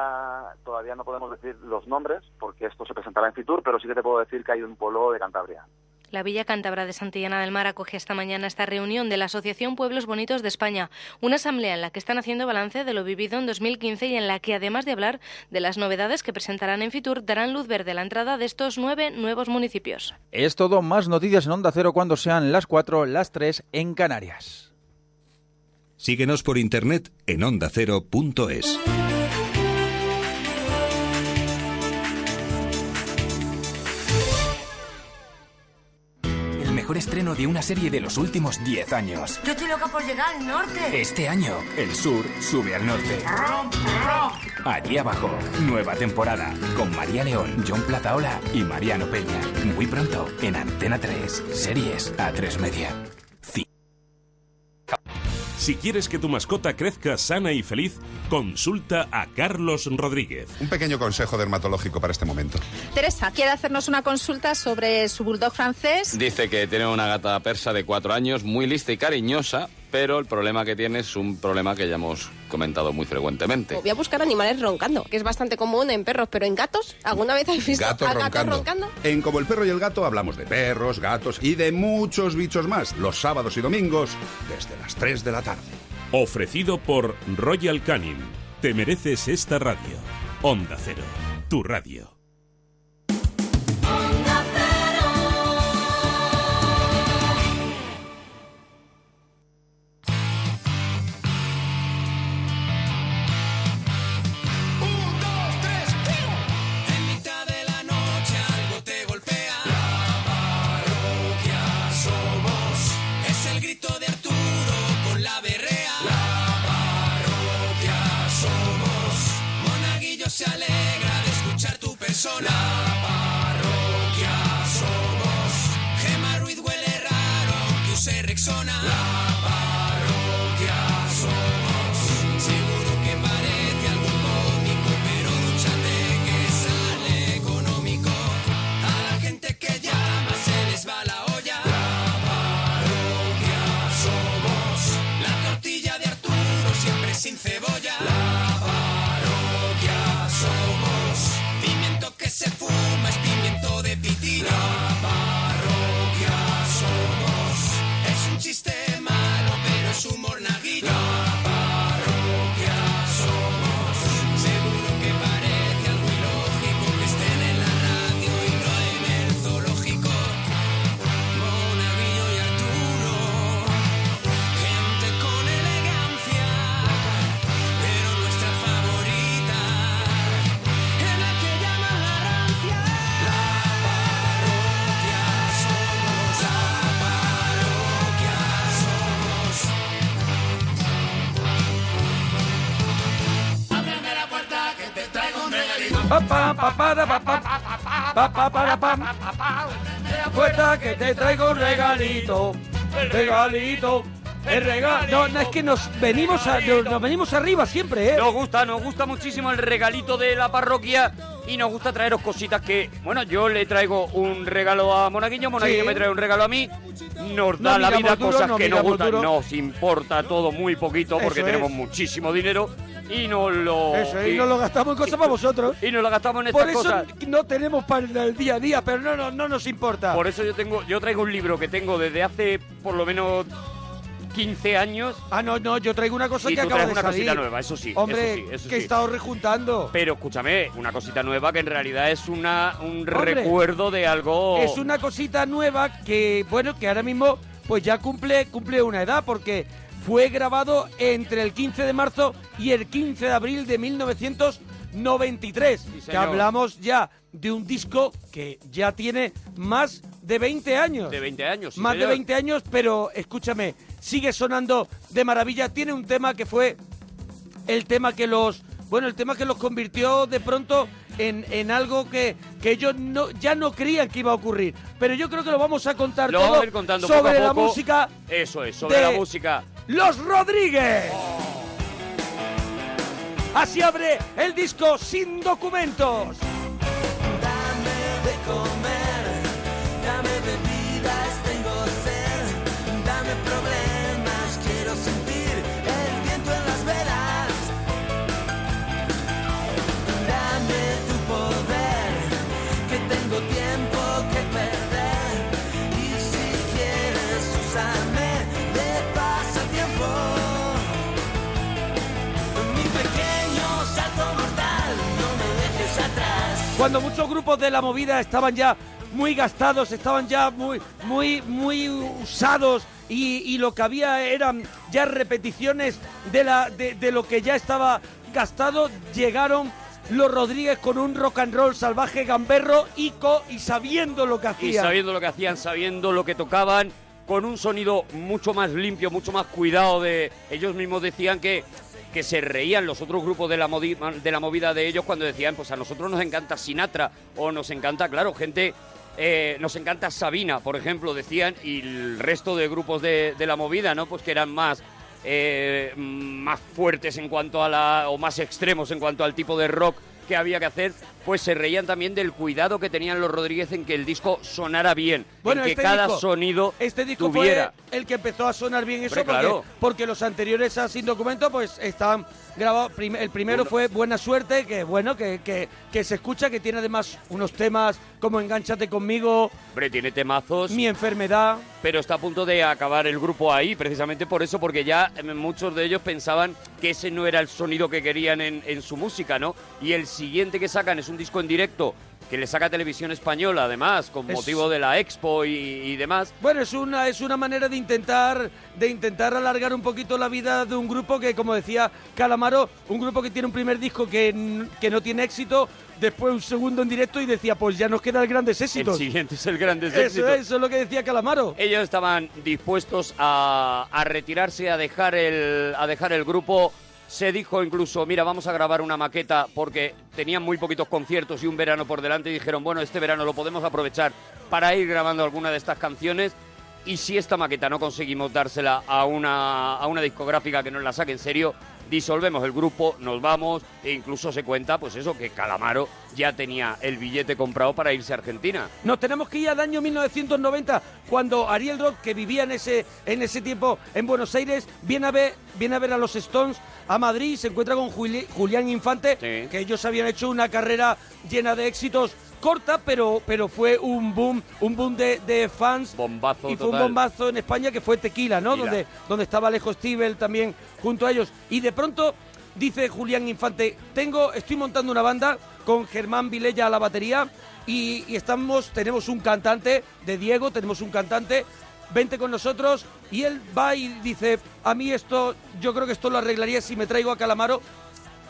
Speaker 9: todavía no podemos decir los nombres, porque esto se presentará en Fitur, pero sí que te puedo decir que hay un pueblo de Cantabria.
Speaker 24: La Villa Cántabra de Santillana del Mar acoge esta mañana esta reunión de la Asociación Pueblos Bonitos de España, una asamblea en la que están haciendo balance de lo vivido en 2015 y en la que, además de hablar de las novedades que presentarán en Fitur, darán luz verde a la entrada de estos nueve nuevos municipios.
Speaker 19: Es todo, más noticias en Onda Cero cuando sean las 4, las 3 en Canarias.
Speaker 25: Síguenos por internet en ondacero.es.
Speaker 26: El mejor estreno de una serie de los últimos 10 años.
Speaker 7: Yo estoy loca por llegar al norte.
Speaker 26: Este año, el sur sube al norte. Allí abajo, nueva temporada con María León, John Plazaola y Mariano Peña. Muy pronto en Antena 3, series a 3 media.
Speaker 27: Si quieres que tu mascota crezca sana y feliz, consulta a Carlos Rodríguez.
Speaker 10: Un pequeño consejo dermatológico para este momento.
Speaker 28: Teresa quiere hacernos una consulta sobre su bulldog francés.
Speaker 29: Dice que tiene una gata persa de cuatro años, muy lista y cariñosa, pero el problema que tiene es un problema que ya hemos comentado muy frecuentemente.
Speaker 8: Voy a buscar animales roncando, que es bastante común en perros, pero en gatos, ¿alguna vez habéis visto
Speaker 10: Gatos
Speaker 8: a gatos
Speaker 10: roncando.
Speaker 8: roncando?
Speaker 10: En Como el perro y el gato hablamos de perros, gatos y de muchos bichos más los sábados y domingos desde las 3 de la tarde.
Speaker 27: Ofrecido por Royal Canin. Te mereces esta radio. Onda Cero, tu radio.
Speaker 1: Un, dos, tres, ¡pum! En mitad de la noche algo te golpea. La parroquia somos. Es el grito de Arturo con la berrea. La parroquia somos. Monaguillo se alegra.
Speaker 2: Pa, pa, pa, para, pa, pa, pa, pa, para, pam. Apuesta que te traigo un regalito. Regalito. El regalo. No, no, es que nos venimos, a- nos, nos venimos arriba siempre, ¿eh?
Speaker 4: Nos gusta, nos gusta muchísimo el regalito de la parroquia y nos gusta traeros cositas que, bueno, yo le traigo un regalo a Monaguillo, Monaguillo
Speaker 2: Sí.
Speaker 4: me trae un regalo a mí, nos
Speaker 2: No
Speaker 4: da la
Speaker 2: miramos
Speaker 4: vida
Speaker 2: duro,
Speaker 4: cosas
Speaker 2: no
Speaker 4: que nos
Speaker 2: miramos
Speaker 4: gustan,
Speaker 2: duro.
Speaker 4: nos importa todo muy poquito porque
Speaker 2: Eso
Speaker 4: tenemos
Speaker 2: es.
Speaker 4: muchísimo dinero y nos lo...
Speaker 2: Eso, y nos lo gastamos en cosas para vosotros.
Speaker 4: Y nos lo gastamos en
Speaker 2: Por
Speaker 4: estas
Speaker 2: eso
Speaker 4: cosas.
Speaker 2: no tenemos para el día a día, pero no, no, no nos importa.
Speaker 4: Por eso yo tengo, yo traigo un libro que tengo desde hace por lo menos 15 años.
Speaker 2: Ah, no, no, yo traigo una cosa
Speaker 4: y
Speaker 2: que
Speaker 4: tú
Speaker 2: acaba
Speaker 4: traes
Speaker 2: de
Speaker 4: una
Speaker 2: salir.
Speaker 4: cosita nueva, eso sí.
Speaker 2: Hombre,
Speaker 4: eso sí, eso
Speaker 2: que he
Speaker 4: sí.
Speaker 2: estado rejuntando.
Speaker 4: Pero escúchame, una cosita nueva que en realidad es una un
Speaker 2: Hombre,
Speaker 4: recuerdo de algo.
Speaker 2: Es una cosita nueva que, bueno, que ahora mismo pues ya cumple, cumple una edad porque fue grabado entre el 15 de marzo y el 15 de abril de 1993. que
Speaker 4: señor.
Speaker 2: hablamos ya de un disco que ya tiene más de 20 años.
Speaker 4: De 20 años, sí,
Speaker 2: Más de
Speaker 4: señor.
Speaker 2: 20 años, pero escúchame, sigue sonando de maravilla. Tiene un tema que fue el tema que los bueno el tema que los convirtió de pronto en, en algo que, que ellos no ya no creían que iba a ocurrir pero yo creo que lo vamos a contar
Speaker 4: Lo
Speaker 2: todo
Speaker 4: vamos a ir contando
Speaker 2: sobre
Speaker 4: poco a
Speaker 2: la
Speaker 4: poco.
Speaker 2: música
Speaker 4: Eso es, sobre
Speaker 2: de-
Speaker 4: la música.
Speaker 2: los Rodríguez así abre el disco sin documentos
Speaker 6: de comer, dame bebidas, tengo sed, dame problemas, quiero sentir el viento en las velas. Dame tu poder, que tengo tiempo que perder, y si quieres usarme de pasatiempo. Mi pequeño salto mortal, no me dejes atrás.
Speaker 2: cuando muchos grupos de la movida estaban ya muy gastados, estaban ya muy, muy, muy usados y, y lo que había eran ya repeticiones de, la, de, de lo que ya estaba gastado, llegaron los Rodríguez con un rock and roll salvaje gamberro y, co- y sabiendo lo que hacían.
Speaker 4: Y sabiendo lo que hacían, sabiendo lo que tocaban, con un sonido mucho más limpio, mucho más cuidado de. Ellos mismos decían que, que se reían los otros grupos de la, modi- de la movida de ellos cuando decían, pues a nosotros nos encanta Sinatra, o nos encanta, claro, gente. eh, nos encanta Sabina, por ejemplo, decían, y el resto de grupos de, de la movida, ¿no? Pues que eran más. eh, más fuertes en cuanto a la. o más extremos en cuanto al tipo de rock que había que hacer, pues se reían también del cuidado que tenían los Rodríguez en que el disco sonara bien, en que
Speaker 2: este
Speaker 4: cada
Speaker 2: disco-
Speaker 4: sonido
Speaker 2: este disco
Speaker 4: tuviera.
Speaker 2: fue el que empezó a sonar bien eso
Speaker 4: Hombre,
Speaker 2: porque,
Speaker 4: claro.
Speaker 2: porque los anteriores a Sin Documento pues estaban grabados prim- el primero fue Buena Suerte que bueno que, que, que se escucha que tiene además unos temas como Engánchate conmigo
Speaker 4: Hombre, tiene temazos,
Speaker 2: mi enfermedad
Speaker 4: pero está a punto de acabar el grupo ahí, precisamente por eso, porque ya eh, muchos de ellos pensaban que ese no era el sonido que querían en, en su música, ¿no? Y el siguiente que sacan es un disco en directo que le saca Televisión Española, además, con
Speaker 2: Es-
Speaker 4: motivo de la Expo y, y demás.
Speaker 2: Bueno, es una, es una manera de intentar, de intentar alargar un poquito la vida de un grupo que, como decía Calamaro, un grupo que tiene un primer disco que, n- que no tiene éxito, después un segundo en directo y decía, pues ya nos queda el Grandes
Speaker 4: El
Speaker 2: Éxitos.
Speaker 4: siguiente es el Grandes
Speaker 2: eso,
Speaker 4: Éxitos.
Speaker 2: es, eso es lo que decía Calamaro.
Speaker 4: Ellos estaban dispuestos a, a retirarse, a dejar, el, a dejar el grupo. Se dijo incluso, mira, vamos a grabar una maqueta porque tenían muy poquitos conciertos y un verano por delante y dijeron, bueno, este verano lo podemos aprovechar para ir grabando alguna de estas canciones. Y si esta maqueta no conseguimos dársela a una, a una discográfica que nos la saque en serio, disolvemos el grupo, nos vamos e incluso se cuenta, pues eso, que Calamaro ya tenía el billete comprado para irse a Argentina.
Speaker 2: Nos tenemos que ir al año 1990, cuando Ariel Roth, que vivía en ese, en ese tiempo en Buenos Aires, viene a ver, viene a, ver a los Stones a Madrid y se encuentra con Juli- Julián Infante, que ellos habían hecho una carrera llena de éxitos corta, pero, pero fue un boom, un boom de, de fans.
Speaker 4: Bombazo
Speaker 2: y fue un
Speaker 4: total.
Speaker 2: bombazo en España que fue Tequila, ¿no?
Speaker 4: Tequila.
Speaker 2: Donde, donde estaba Alejo Stivel también junto a ellos. Y de pronto dice Julián Infante, tengo, estoy montando una banda con Germán Vilella a la batería y, y estamos, tenemos un cantante de Diego, tenemos un cantante, vente con nosotros y él va y dice, a mí esto, yo creo que esto lo arreglaría si me traigo a Calamaro.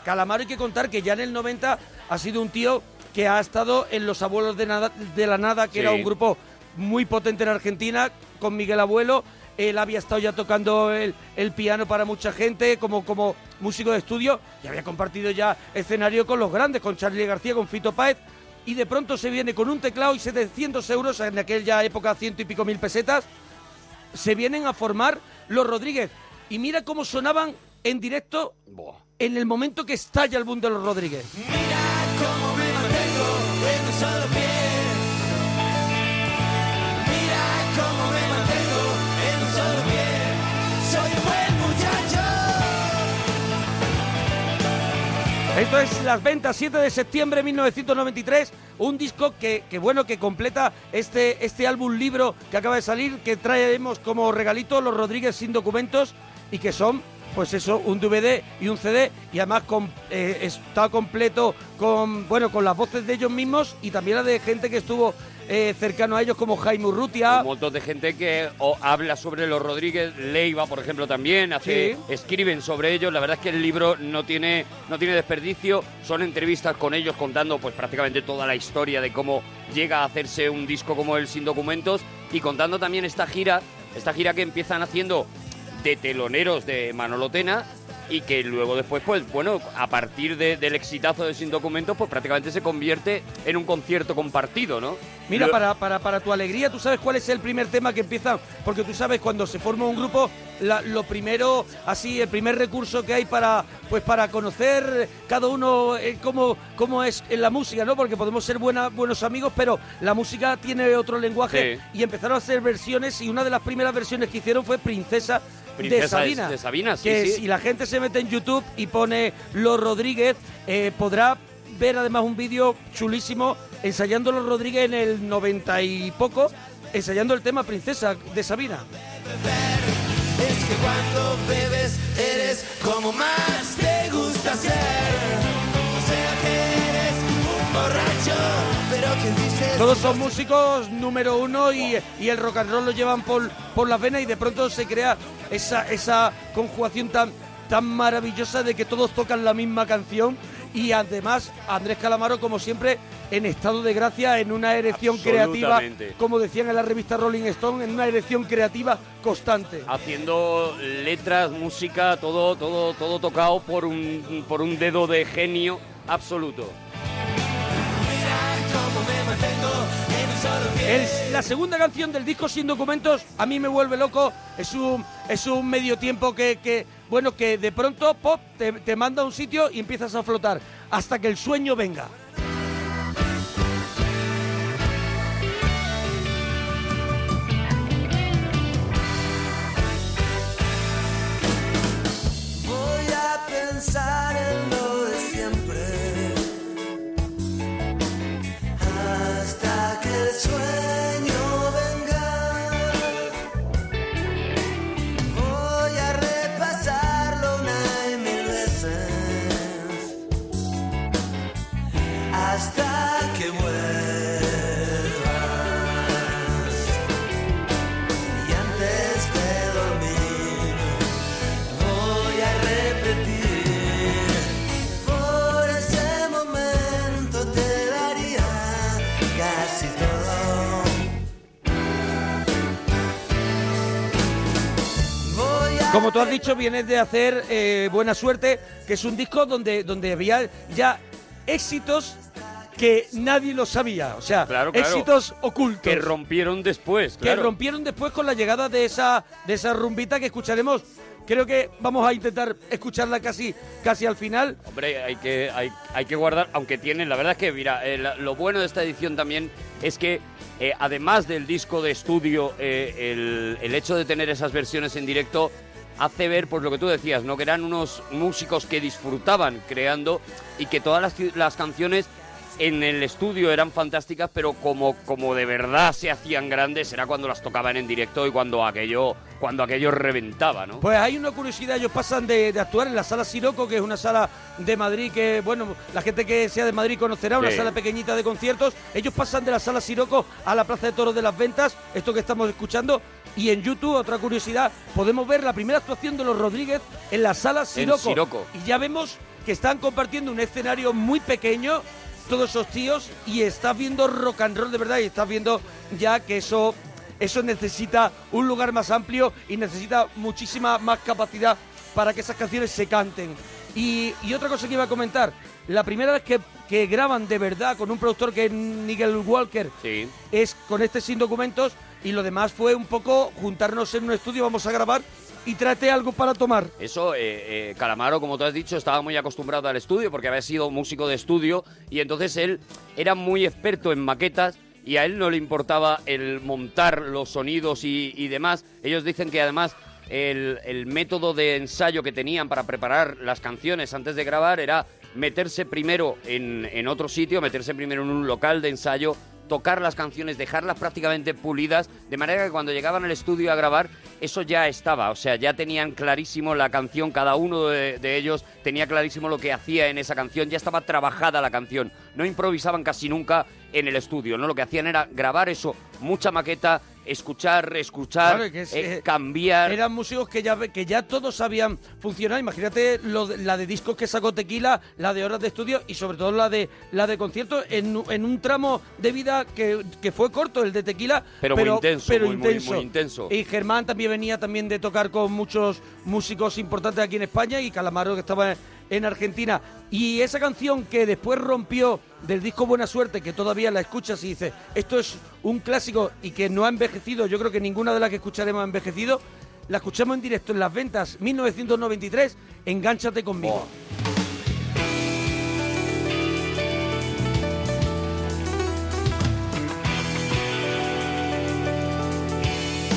Speaker 2: Calamaro hay que contar que ya en el 90 ha sido un tío que ha estado en Los Abuelos de, Nada- de la Nada, que era
Speaker 4: Sí.
Speaker 2: un grupo muy potente en Argentina, con Miguel Abuelo, él había estado ya tocando el, el piano para mucha gente como, como músico de estudio y había compartido ya escenario con los grandes, con Charlie García, con Fito Páez. Y de pronto se viene con un teclado y 700 euros, en aquella época ciento y pico mil pesetas, se vienen a formar los Rodríguez. Y mira cómo sonaban en directo en el momento que estalla el boom de los Rodríguez.
Speaker 6: Cómo me mantengo en un solo pie. Mira cómo me mantengo en un solo pie. Soy un buen muchacho.
Speaker 2: Esto es Las Ventas, 7 de septiembre de 1993, un disco que, que, bueno, que completa este, este álbum libro que acaba de salir, que traemos como regalito Los Rodríguez sin documentos y que son, pues eso, un DVD y un CD y además con- eh, está completo con, bueno, con las voces de ellos mismos y también la de gente que estuvo eh, cercano a ellos como Jaime Urrutia.
Speaker 4: Un montón de gente que o, habla sobre los Rodríguez, Leiva, por ejemplo, también, hace,
Speaker 2: Sí.
Speaker 4: escriben sobre ellos. La verdad es que el libro no tiene, no tiene desperdicio. Son entrevistas con ellos contando pues prácticamente toda la historia de cómo llega a hacerse un disco como el Sin Documentos y contando también esta gira, esta gira que empiezan haciendo de teloneros de Manolo Tena y que luego después, pues bueno, a partir de- del exitazo de Sin Documentos, pues prácticamente se convierte en un concierto compartido, ¿no?
Speaker 2: Mira,
Speaker 4: Lo-
Speaker 2: para, para, para tu alegría, ¿tú sabes cuál es el primer tema que empieza? Porque tú sabes, cuando se forma un grupo, la- lo primero, así, el primer recurso que hay para, pues, para conocer cada uno eh, cómo, cómo es en la música, ¿no? Porque podemos ser buena, buenos amigos, pero la música tiene otro lenguaje.
Speaker 4: Sí.
Speaker 2: Y empezaron a hacer versiones y una de las primeras versiones que hicieron fue Princesa,
Speaker 4: Princesa
Speaker 2: de
Speaker 4: de-
Speaker 2: Sabina.
Speaker 4: de Sabina, sí,
Speaker 2: que
Speaker 4: sí.
Speaker 2: si la gente se mete en YouTube y pone Los Rodríguez, eh, podrá ver además un vídeo chulísimo ensayando Los Rodríguez en el 90 y poco, ensayando el tema Princesa de Sabina.
Speaker 6: Es que cuando bebes eres como más te gusta ser. O sea que eres un borracho, pero que dices.
Speaker 2: Todos son músicos número uno y, y el rock and roll lo llevan por, por las venas y de pronto se crea esa, esa conjugación tan, tan maravillosa de que todos tocan la misma canción y además Andrés Calamaro como siempre en estado de gracia, en una erección creativa,
Speaker 4: Absolutamente.
Speaker 2: como decían en la revista Rolling Stone, en una erección creativa constante.
Speaker 4: haciendo letras, música, todo, todo, todo tocado por un, por un dedo de genio absoluto.
Speaker 2: El- la segunda canción del disco Sin Documentos a mí me vuelve loco. Es un, es un medio tiempo que, que, bueno, que de pronto pop te, te manda a un sitio y empiezas a flotar hasta que el sueño venga.
Speaker 6: Voy a pensar en lo de siempre. Hasta que el sueño venga. Voy a repasarlo una y mil veces. Hasta que vuelvas. Y antes de dormir. Voy a repetir, por ese momento te daría casi todo.
Speaker 2: Como tú has dicho, vienes de hacer eh, Buena Suerte, que es un disco donde, donde había ya éxitos que nadie lo sabía. O sea,
Speaker 4: Claro, claro.
Speaker 2: éxitos ocultos.
Speaker 4: Que rompieron después,
Speaker 2: que
Speaker 4: claro.
Speaker 2: rompieron después con la llegada de esa de esa rumbita que escucharemos. Creo que vamos a intentar escucharla casi casi al final.
Speaker 4: Hombre, hay que, hay, hay que guardar, aunque tienen, la verdad es que, mira, eh, la- lo bueno de esta edición también es que, eh, además del disco de estudio, eh, el, el hecho de tener esas versiones en directo hace ver, pues lo que tú decías, ¿no? Que eran unos músicos que disfrutaban creando y que todas las, las canciones en el estudio eran fantásticas, pero como, como de verdad se hacían grandes era cuando las tocaban en directo y cuando aquello, cuando aquello reventaba, ¿no?
Speaker 2: Pues hay una curiosidad, ellos pasan de, de actuar en la sala Siroco, que es una sala de Madrid que, bueno, la gente que sea de Madrid conocerá, una
Speaker 4: Sí.
Speaker 2: sala pequeñita de conciertos. Ellos pasan de la sala Siroco a la Plaza de Toros de las Ventas, esto que estamos escuchando. Y en YouTube, otra curiosidad, podemos ver la primera actuación de los Rodríguez en la sala Siroco.
Speaker 4: Siroco.
Speaker 2: Y ya vemos que están compartiendo un escenario muy pequeño, todos esos tíos, y estás viendo rock and roll de verdad, y estás viendo ya que eso eso necesita un lugar más amplio y necesita muchísima más capacidad para que esas canciones se canten. Y, y otra cosa que iba a comentar, la primera vez que, que graban de verdad con un productor que es Nigel Walker es con este sin documentos y lo demás fue un poco juntarnos en un estudio, vamos a grabar y trate algo para tomar.
Speaker 4: Eso, eh, eh, Calamaro, como tú has dicho, estaba muy acostumbrado al estudio porque había sido músico de estudio y entonces él era muy experto en maquetas y a él no le importaba el montar los sonidos y, y demás. Ellos dicen que además el, el método de ensayo que tenían para preparar las canciones antes de grabar era meterse primero en, en otro sitio, meterse primero en un local de ensayo, tocar las canciones, dejarlas prácticamente pulidas, de manera que cuando llegaban al estudio a grabar, eso ya estaba, o sea, ya tenían clarísimo la canción, cada uno de, de ellos tenía clarísimo lo que hacía en esa canción, ya estaba trabajada la canción, no improvisaban casi nunca en el estudio, ¿no? Lo que hacían era grabar eso, mucha maqueta, escuchar, reescuchar,
Speaker 2: Claro, que es,
Speaker 4: eh,
Speaker 2: eh,
Speaker 4: cambiar.
Speaker 2: Eran músicos que ya, que ya todos sabían funcionar. Imagínate lo de- la de discos que sacó Tequila, la de horas de estudio y sobre todo la de la de conciertos en, u- en un tramo de vida que, que fue corto, el de Tequila.
Speaker 4: Pero muy intenso,
Speaker 2: pero
Speaker 4: muy, muy,
Speaker 2: intenso.
Speaker 4: muy intenso.
Speaker 2: Y Germán también venía también de tocar con muchos músicos importantes aquí en España y Calamaro que estaba en Argentina. Y esa canción que después rompió del disco Buena Suerte, que todavía la escuchas y dices, esto es un clásico y que no ha envejecido, yo creo que ninguna de las que escucharemos ha envejecido, la escuchamos en directo en las ventas 1993, Engánchate conmigo.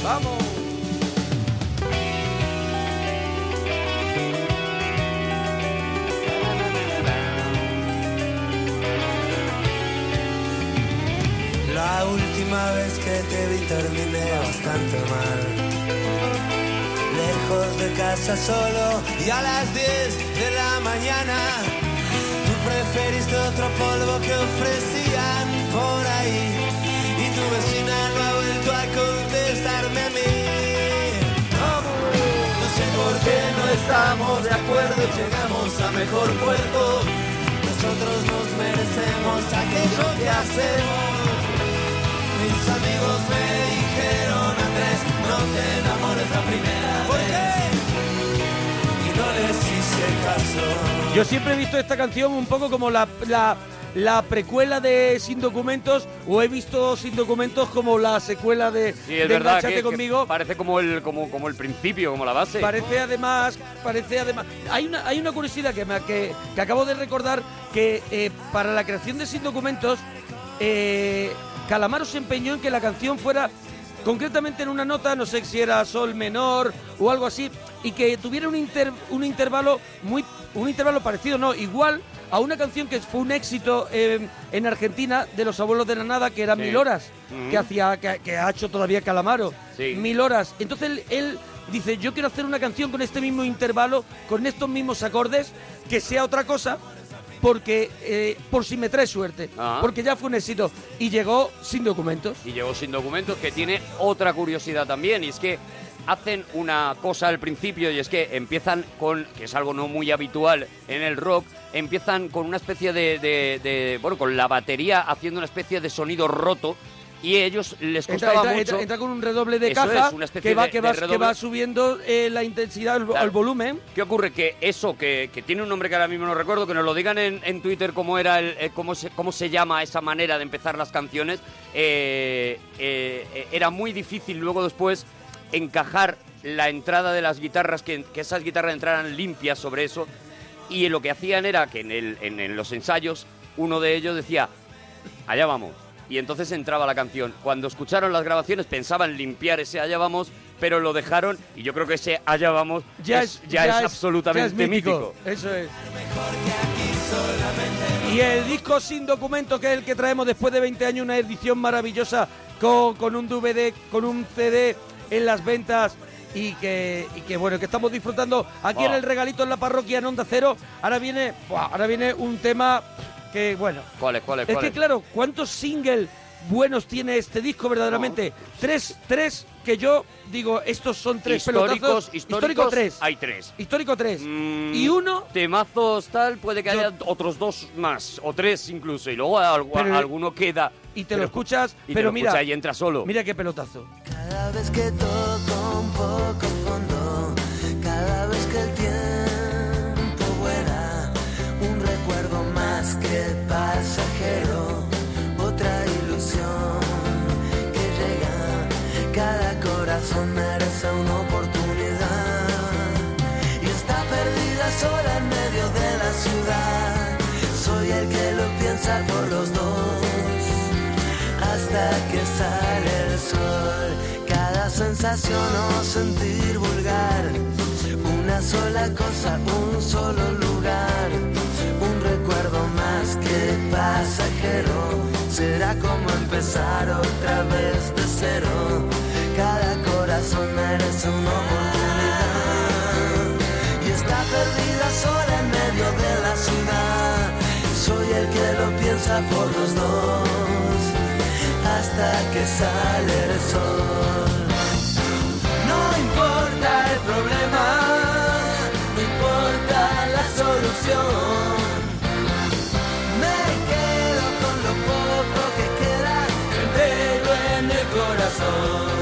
Speaker 2: ¡Vamos!
Speaker 6: La última vez que te vi terminé bastante mal. Lejos de casa solo y a las 10 de la mañana. Tú preferiste otro polvo que ofrecían por ahí. Y tu vecina no ha vuelto a contestarme a mí. No sé por qué no estamos de acuerdo. Llegamos a mejor puerto. Nosotros nos merecemos aquello que hacemos. Mis amigos me dijeron, Andrés, no te enamores la primera vez. Y no les hice caso.
Speaker 2: Yo siempre he visto esta canción un poco como la, la, la precuela de Sin Documentos o he visto Sin Documentos como la secuela de,
Speaker 4: Sí,
Speaker 2: de
Speaker 4: es verdad
Speaker 2: Engánchate
Speaker 4: que- que
Speaker 2: conmigo.
Speaker 4: parece como el, como, como el principio, como la base.
Speaker 2: Parece además, parece además. Hay una, hay una curiosidad que, me, que, que acabo de recordar que eh, para la creación de Sin Documentos, eh, Calamaro se empeñó en que la canción fuera concretamente en una nota, no sé si era sol menor o algo así, y que tuviera un, inter- un intervalo muy, un intervalo parecido, no, igual a una canción que fue un éxito eh, en Argentina de los abuelos de la nada, que eran
Speaker 4: Sí.
Speaker 2: Mil Horas, que
Speaker 4: Ujú.
Speaker 2: hacía, que, que ha hecho todavía Calamaro
Speaker 4: Sí.
Speaker 2: mil horas. Entonces él, él dice, yo quiero hacer una canción con este mismo intervalo, con estos mismos acordes, que sea otra cosa, porque eh, por si me trae suerte,
Speaker 4: Ajá.
Speaker 2: porque ya fue un éxito y llegó sin documentos.
Speaker 4: Y llegó sin documentos, que tiene otra curiosidad también, y es que hacen una cosa al principio, y es que empiezan con, que es algo no muy habitual en el rock, empiezan con una especie de, de- de- bueno, con la batería haciendo una especie de sonido roto, y a ellos les
Speaker 2: Entra,
Speaker 4: costaba
Speaker 2: entra-
Speaker 4: mucho...
Speaker 2: entra- entra con un redoble de
Speaker 4: Eso
Speaker 2: caja
Speaker 4: es, una especie
Speaker 2: que va,
Speaker 4: de-
Speaker 2: que
Speaker 4: de
Speaker 2: va, que
Speaker 4: redoble.
Speaker 2: va subiendo eh, la intensidad, el, vo- el volumen.
Speaker 4: ¿Qué ocurre? Que eso, que, que tiene un nombre que ahora mismo no recuerdo, que nos lo digan en, en Twitter cómo era el, eh, cómo, se, cómo se llama esa manera de empezar las canciones, eh, eh, eh, era muy difícil luego después encajar la entrada de las guitarras, que, que esas guitarras entraran limpias sobre eso. Y lo que hacían era que en, el- en- en los ensayos uno de ellos decía, allá vamos. Y entonces entraba la canción. Cuando escucharon las grabaciones pensaban limpiar ese allá vamos, pero lo dejaron y yo creo que ese allá vamos
Speaker 2: Ya
Speaker 4: es-
Speaker 2: es,
Speaker 4: ya es
Speaker 2: ya
Speaker 4: absolutamente
Speaker 2: ya es
Speaker 4: mítico.
Speaker 2: Eso es. Y el disco sin documento, que es el que traemos después de 20 años, una edición maravillosa con, con un DVD, con un CD en las ventas. Y que, y que bueno, que estamos disfrutando aquí en
Speaker 4: Buah.
Speaker 2: el regalito en la parroquia en Onda Cero. Ahora viene, buah, ahora viene un tema que bueno.
Speaker 4: ¿Cuál es? ¿Cuál es?
Speaker 2: Es
Speaker 4: cuál
Speaker 2: que
Speaker 4: es?
Speaker 2: claro, ¿cuántos singles buenos tiene este disco verdaderamente? Tres, tres que yo digo, estos son tres
Speaker 4: históricos,
Speaker 2: pelotazos.
Speaker 4: históricos,
Speaker 2: Histórico tres.
Speaker 4: Hay tres. Mm,
Speaker 2: Histórico 3. y uno.
Speaker 4: Temazos tal, puede que haya otros dos más, o tres incluso, y luego algu-
Speaker 2: Pero-
Speaker 4: alguno queda.
Speaker 2: Y te lo escuchas,
Speaker 4: y te
Speaker 2: pero
Speaker 4: lo
Speaker 2: mira-
Speaker 4: escuchas y entra solo.
Speaker 2: Mira qué pelotazo.
Speaker 6: Cada vez que toco un poco fondo, cada vez que el tiempo vuela, un recuerdo más que pasajero, otra ilusión que llega, cada corazón merece una oportunidad y está perdida sola en medio de la ciudad. Soy el que lo piensa por los dos hasta que sale el sol. Cada sensación o sentir vulgar, una sola cosa, un solo lugar, un recuerdo más que pasajero. Será como empezar otra vez de cero. Cada corazón merece una oportunidad y está perdida sola en medio de la ciudad. Soy el que lo piensa por los dos hasta que sale el sol. No importa el problema, no importa la solución. Me quedo con lo poco que queda, entero en el corazón.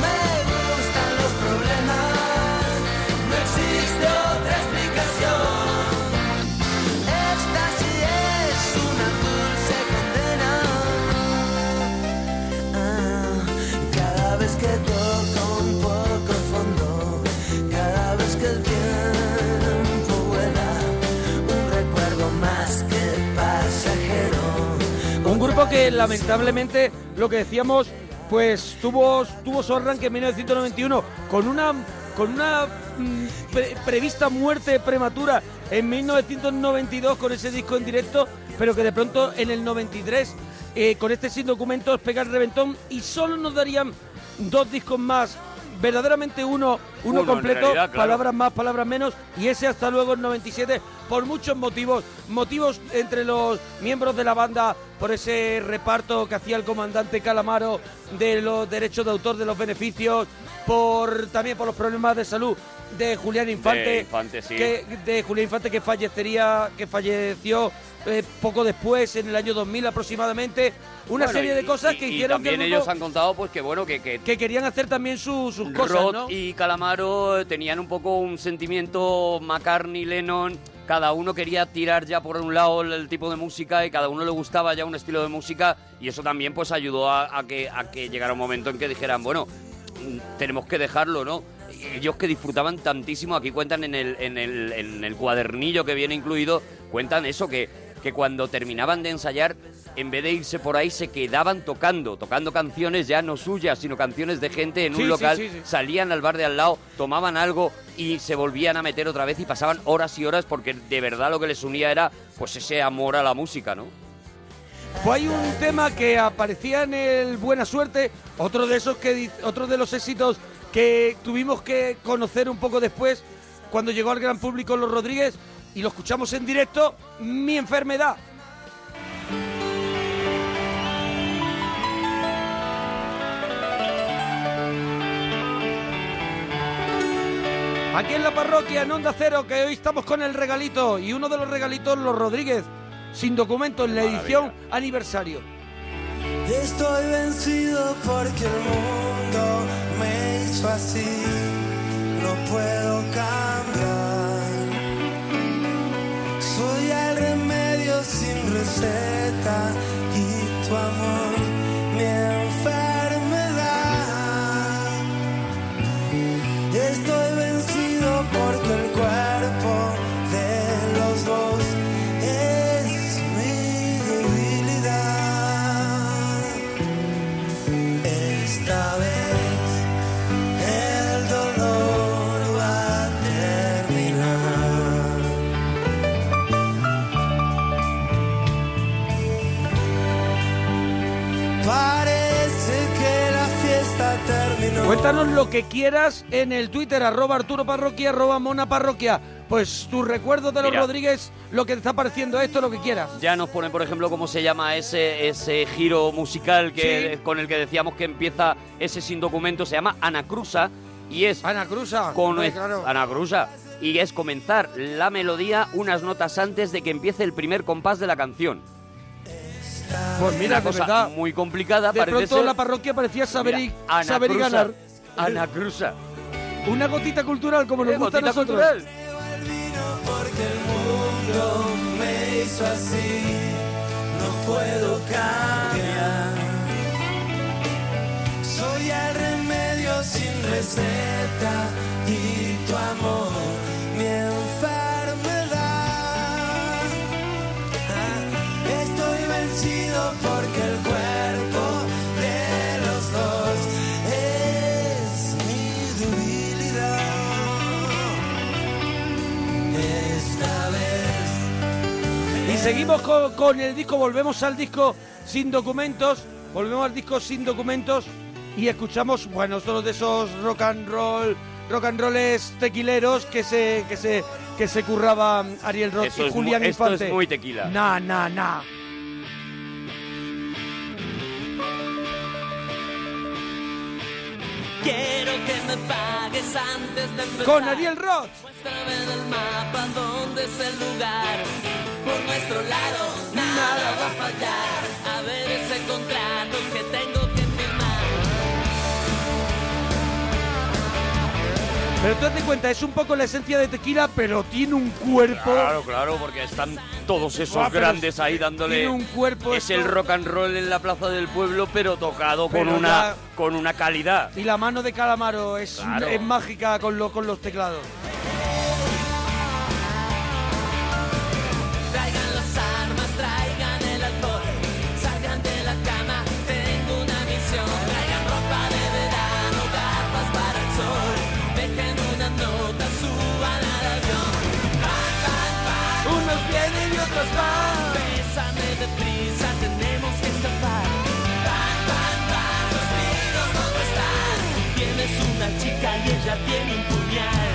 Speaker 6: Me gustan los problemas, no existe otra explicación. Esta sí es una dulce condena. Ah, Cada vez que toco un poco fondo, cada vez que el tiempo vuela, un recuerdo más que pasajero.
Speaker 2: Un grupo que lamentablemente, lo que decíamos, pues tuvo, tuvo Sorran que en 1991 con una con una mm, pre- prevista muerte prematura en 1992 con ese disco en directo, pero que de pronto en el 93 eh, con este sin documentos pega el reventón y solo nos darían dos discos más, verdaderamente uno, uno
Speaker 4: Uno en
Speaker 2: completo,
Speaker 4: realidad, claro.
Speaker 2: palabras palabras más, palabras menos, y ese hasta luego en 97 por muchos motivos, motivos entre los miembros de la banda por ese reparto que hacía el comandante Calamaro de los derechos de autor, de los beneficios, por también por los problemas de salud de Julián Infante,
Speaker 4: Infante, sí.
Speaker 2: que de Julián Infante que fallecería, que falleció eh, poco después en el año 2000 aproximadamente, una
Speaker 4: Bueno,
Speaker 2: serie
Speaker 4: y-
Speaker 2: de cosas
Speaker 4: y-
Speaker 2: que
Speaker 4: y
Speaker 2: hicieron que el
Speaker 4: también
Speaker 2: grupo-
Speaker 4: ellos han contado pues que bueno que, que
Speaker 2: que querían hacer también su- sus cosas,
Speaker 4: Roth
Speaker 2: ¿no?
Speaker 4: y Calamaro eh, tenían un poco un sentimiento McCartney, Lennon. Cada uno quería tirar ya por un lado el, el tipo de música y cada uno le gustaba ya un estilo de música y eso también pues ayudó a, a que, a que llegara un momento en que dijeran, bueno, mm, tenemos que dejarlo, ¿no? Ellos que disfrutaban tantísimo, aquí cuentan en el, en el, en el cuadernillo que viene incluido, cuentan eso, que, que cuando terminaban de ensayar, en vez de irse por ahí, se quedaban tocando, tocando canciones ya no suyas, sino canciones de gente en
Speaker 2: Sí,
Speaker 4: un
Speaker 2: sí,
Speaker 4: local,
Speaker 2: sí, sí.
Speaker 4: salían al bar de al lado, tomaban algo y se volvían a meter otra vez y pasaban horas y horas porque de verdad lo que les unía era pues ese amor a la música, ¿no?
Speaker 2: Pues hay un tema que aparecía en el Buena Suerte, otro de esos que di- otro de los éxitos que tuvimos que conocer un poco después cuando llegó al gran público Los Rodríguez y lo escuchamos en directo, Mi enfermedad. Aquí en la parroquia, en Onda Cero, que hoy estamos con el regalito y uno de los regalitos, Los Rodríguez, sin documentos, en la edición aniversario.
Speaker 6: Estoy vencido porque el mundo me hizo así, no puedo cambiar. Soy el remedio sin receta y tu amor mi enfermedad. Estoy vencido porque el cuerpo de los dos es mi debilidad. Esta vez el dolor va a terminar. Parece que la fiesta terminó.
Speaker 2: Cuéntanos lo que quieras en el Twitter, arroba Arturo Parroquia, arroba Mona Parroquia. Pues tus recuerdos de los
Speaker 4: Mira.
Speaker 2: Rodríguez, lo que te está pareciendo esto, lo que quieras.
Speaker 4: Ya nos ponen, por ejemplo, cómo se llama ese, ese giro musical que,
Speaker 2: Sí.
Speaker 4: con el que decíamos que empieza ese sin documento. Se llama Anacruza y es...
Speaker 2: Anacruza.
Speaker 4: Con
Speaker 2: hombre, claro.
Speaker 4: Anacruza. Y es comenzar la melodía unas notas antes de que empiece el primer compás de la canción.
Speaker 2: Pues mira,
Speaker 4: Una
Speaker 2: de
Speaker 4: cosa
Speaker 2: verdad.
Speaker 4: muy complicada.
Speaker 2: De
Speaker 4: parece
Speaker 2: pronto
Speaker 4: ser.
Speaker 2: la parroquia parecía saber, y,
Speaker 4: Mira, Ana
Speaker 2: saber y
Speaker 4: Cruza.
Speaker 2: ganar.
Speaker 4: Ana Cruza.
Speaker 2: Una gotita cultural como nos
Speaker 4: Eh,
Speaker 2: gusta a
Speaker 4: gotita
Speaker 2: nosotros.
Speaker 4: cultural.
Speaker 6: mundo me hizo así, no puedo cambiar. Soy el remedio sin receta y tu amor mi enfermedad. Ah, Estoy vencido porque el cuerpo de los dos es mi debilidad. Esta vez
Speaker 2: Y seguimos con, con el disco, volvemos al disco sin documentos, volvemos al disco sin documentos y escuchamos, bueno, todos de esos rock and roll, rock and rolls tequileros que se, que se, que se curraba Ariel Roth
Speaker 4: Eso
Speaker 2: y
Speaker 4: es mu-
Speaker 2: Julián
Speaker 4: esto es
Speaker 2: Infante.
Speaker 4: muy tequila.
Speaker 2: Na, na, na.
Speaker 6: Quiero que me pagues antes de empezar.
Speaker 2: Con Ariel Roth.
Speaker 6: Muéstrame en el mapa dónde es el lugar. Por nuestro lado nada va a fallar. A ver ese contrato que tengo que firmar.
Speaker 2: Pero tú te cuenta, es un poco la esencia de tequila, pero tiene un cuerpo.
Speaker 4: Claro, claro, porque están todos esos
Speaker 2: Guau, pero
Speaker 4: grandes ahí dándole.
Speaker 2: tiene un cuerpo
Speaker 4: Es
Speaker 2: esto.
Speaker 4: el rock and roll en la plaza del pueblo, pero tocado con
Speaker 2: Pero
Speaker 4: una
Speaker 2: ya-
Speaker 4: con una calidad.
Speaker 2: Y la mano de Calamaro es,
Speaker 4: Claro.
Speaker 2: es mágica con, lo- con los teclados.
Speaker 6: Traigan las armas, traigan el alcohol. Salgan de la cama, tengo una misión. Traigan ropa de verano, gafas para el sol. Dejen una nota, suban al avión. Pan, pan, pan. Unos vienen y otros van. Bésame deprisa, tenemos que escapar. Pan, pan, pan. Los niños ¿dónde están? Tienes una chica y ella tiene un puñal.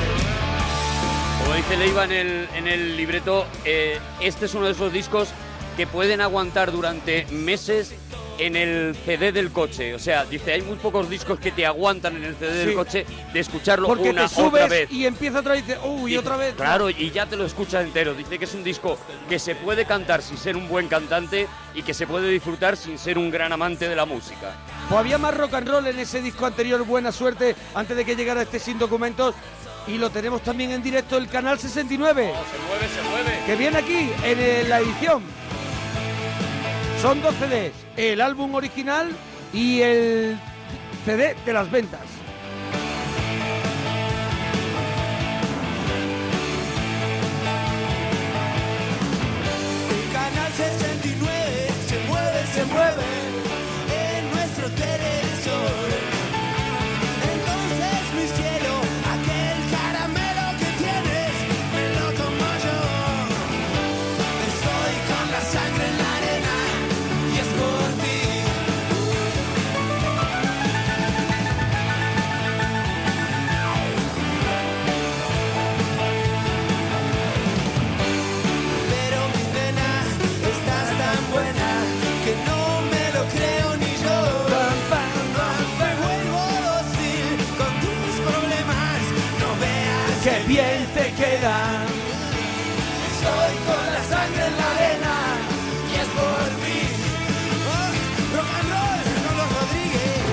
Speaker 4: Como dice Leiva en el, en el libreto, eh, este es uno de esos discos que pueden aguantar durante meses en el CD del coche. O sea, dice, hay muy pocos discos que te aguantan en el CD
Speaker 2: Sí.
Speaker 4: del coche de escucharlo
Speaker 2: Porque te
Speaker 4: una otra
Speaker 2: subes
Speaker 4: vez.
Speaker 2: y empieza otra vez y dices, uy,
Speaker 4: Y-
Speaker 2: otra vez.
Speaker 4: Claro, y ya te lo escuchas entero. Dice que es un disco que se puede cantar sin ser un buen cantante y que se puede disfrutar sin ser un gran amante de la música.
Speaker 2: Pues había más rock and roll en ese disco anterior, Buena Suerte, antes de que llegara este Sin Documentos. Y lo tenemos también en directo el Canal 69,
Speaker 4: Oh, Se mueve, se mueve.
Speaker 2: que viene aquí en eh, la edición. Son dos CDs, el álbum original y el CD de las ventas.
Speaker 6: El canal 69 se mueve, se mueve en nuestro televisor. Entonces, mi cielo, aquel caramelo que tienes, me lo tomo yo. Estoy con la sangre en la arena y es por ti. Pero mi nena, estás tan buena que no me lo creo ni yo. Me vuelvo dócil con tus problemas. No veas que bien te quedan. Estoy con la sangre en la arena y es por ti. Oh, Rock and roll, Manolo Rodríguez.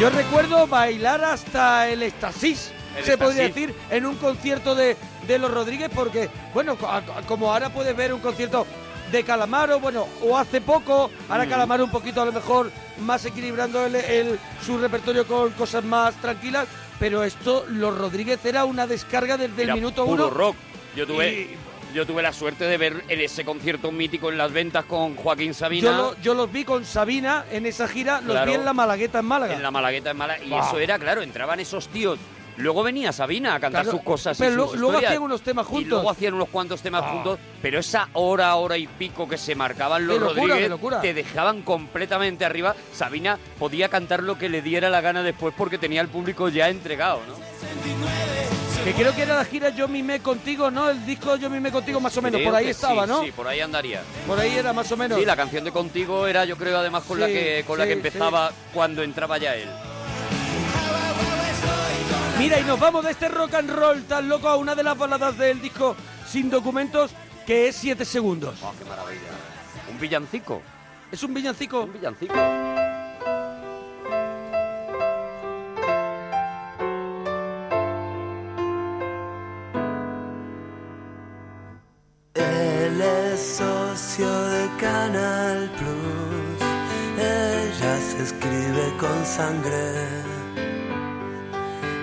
Speaker 2: Yo recuerdo bailar hasta el éxtasis,
Speaker 4: El
Speaker 2: se podría
Speaker 4: éxtasis.
Speaker 2: decir, en un concierto de, de los Rodríguez, porque, bueno, co- a- como ahora puedes ver un concierto de Calamaro, bueno, o hace poco, ahora
Speaker 4: Mm.
Speaker 2: Calamaro un poquito a lo mejor más equilibrando el, el- su repertorio con cosas más tranquilas, pero esto, los Rodríguez era una descarga desde
Speaker 4: Era
Speaker 2: el minuto
Speaker 4: puro
Speaker 2: uno.
Speaker 4: rock. Yo tuve, yo tuve la suerte de ver en ese concierto mítico en las ventas con Joaquín Sabina.
Speaker 2: Yo, lo- yo los vi con Sabina en esa gira, los
Speaker 4: Claro.
Speaker 2: vi en la Malagueta en Málaga.
Speaker 4: En la Malagueta en Málaga. Y
Speaker 2: Buah.
Speaker 4: eso era, claro, entraban esos tíos. Luego venía Sabina a cantar
Speaker 2: Claro,
Speaker 4: sus cosas. y
Speaker 2: pero
Speaker 4: sus
Speaker 2: lo- luego
Speaker 4: historias.
Speaker 2: hacían unos temas
Speaker 4: Y
Speaker 2: juntos.
Speaker 4: luego hacían unos cuantos temas juntos. Pero esa hora, hora y pico que se marcaban los
Speaker 2: De locura,
Speaker 4: Rodríguez
Speaker 2: de locura.
Speaker 4: te dejaban completamente arriba. Sabina podía cantar lo que le diera la gana después porque tenía el público ya entregado, ¿no?
Speaker 2: Que creo que era la gira Yo Mimé Contigo, ¿no? El disco Yo Mimé Contigo, más o menos,
Speaker 4: Creo
Speaker 2: por ahí
Speaker 4: que
Speaker 2: estaba,
Speaker 4: sí,
Speaker 2: ¿no?
Speaker 4: Sí, por ahí andaría.
Speaker 2: Por ahí era más o menos.
Speaker 4: Sí, la canción de Contigo era, yo creo, además con la
Speaker 2: Sí,
Speaker 4: que con la
Speaker 2: sí,
Speaker 4: que empezaba cuando entraba ya él.
Speaker 2: Mira, y nos vamos de este rock and roll tan loco a una de las baladas del disco Sin Documentos, que es 7 segundos.
Speaker 4: Oh, qué maravilla. Un villancico.
Speaker 2: Es un villancico.
Speaker 4: Un villancico.
Speaker 6: Él es socio de Canal Plus. Ella se escribe con sangre.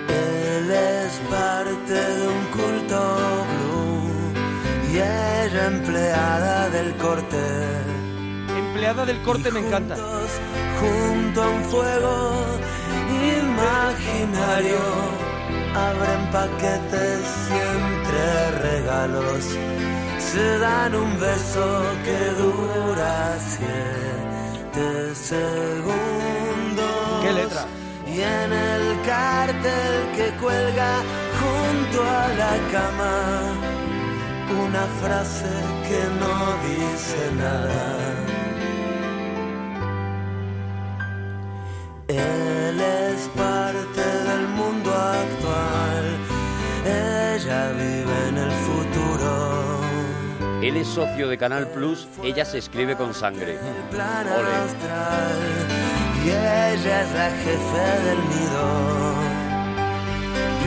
Speaker 6: Él es parte de un culto blue y ella empleada del corte.
Speaker 2: Empleada del corte me encanta.
Speaker 6: Junto a un fuego imaginario abren paquetes y entre regalos se dan un beso que dura siete segundos.
Speaker 2: ¿Qué letra?
Speaker 6: Y en el cartel que cuelga junto a la cama una frase que no dice nada. Él es parte del mundo actual, ella vive en el futuro.
Speaker 4: Él es socio de Canal Plus, ella se escribe con sangre.
Speaker 6: Plan
Speaker 4: Ole.
Speaker 6: astral, y ella es la jefe del nido.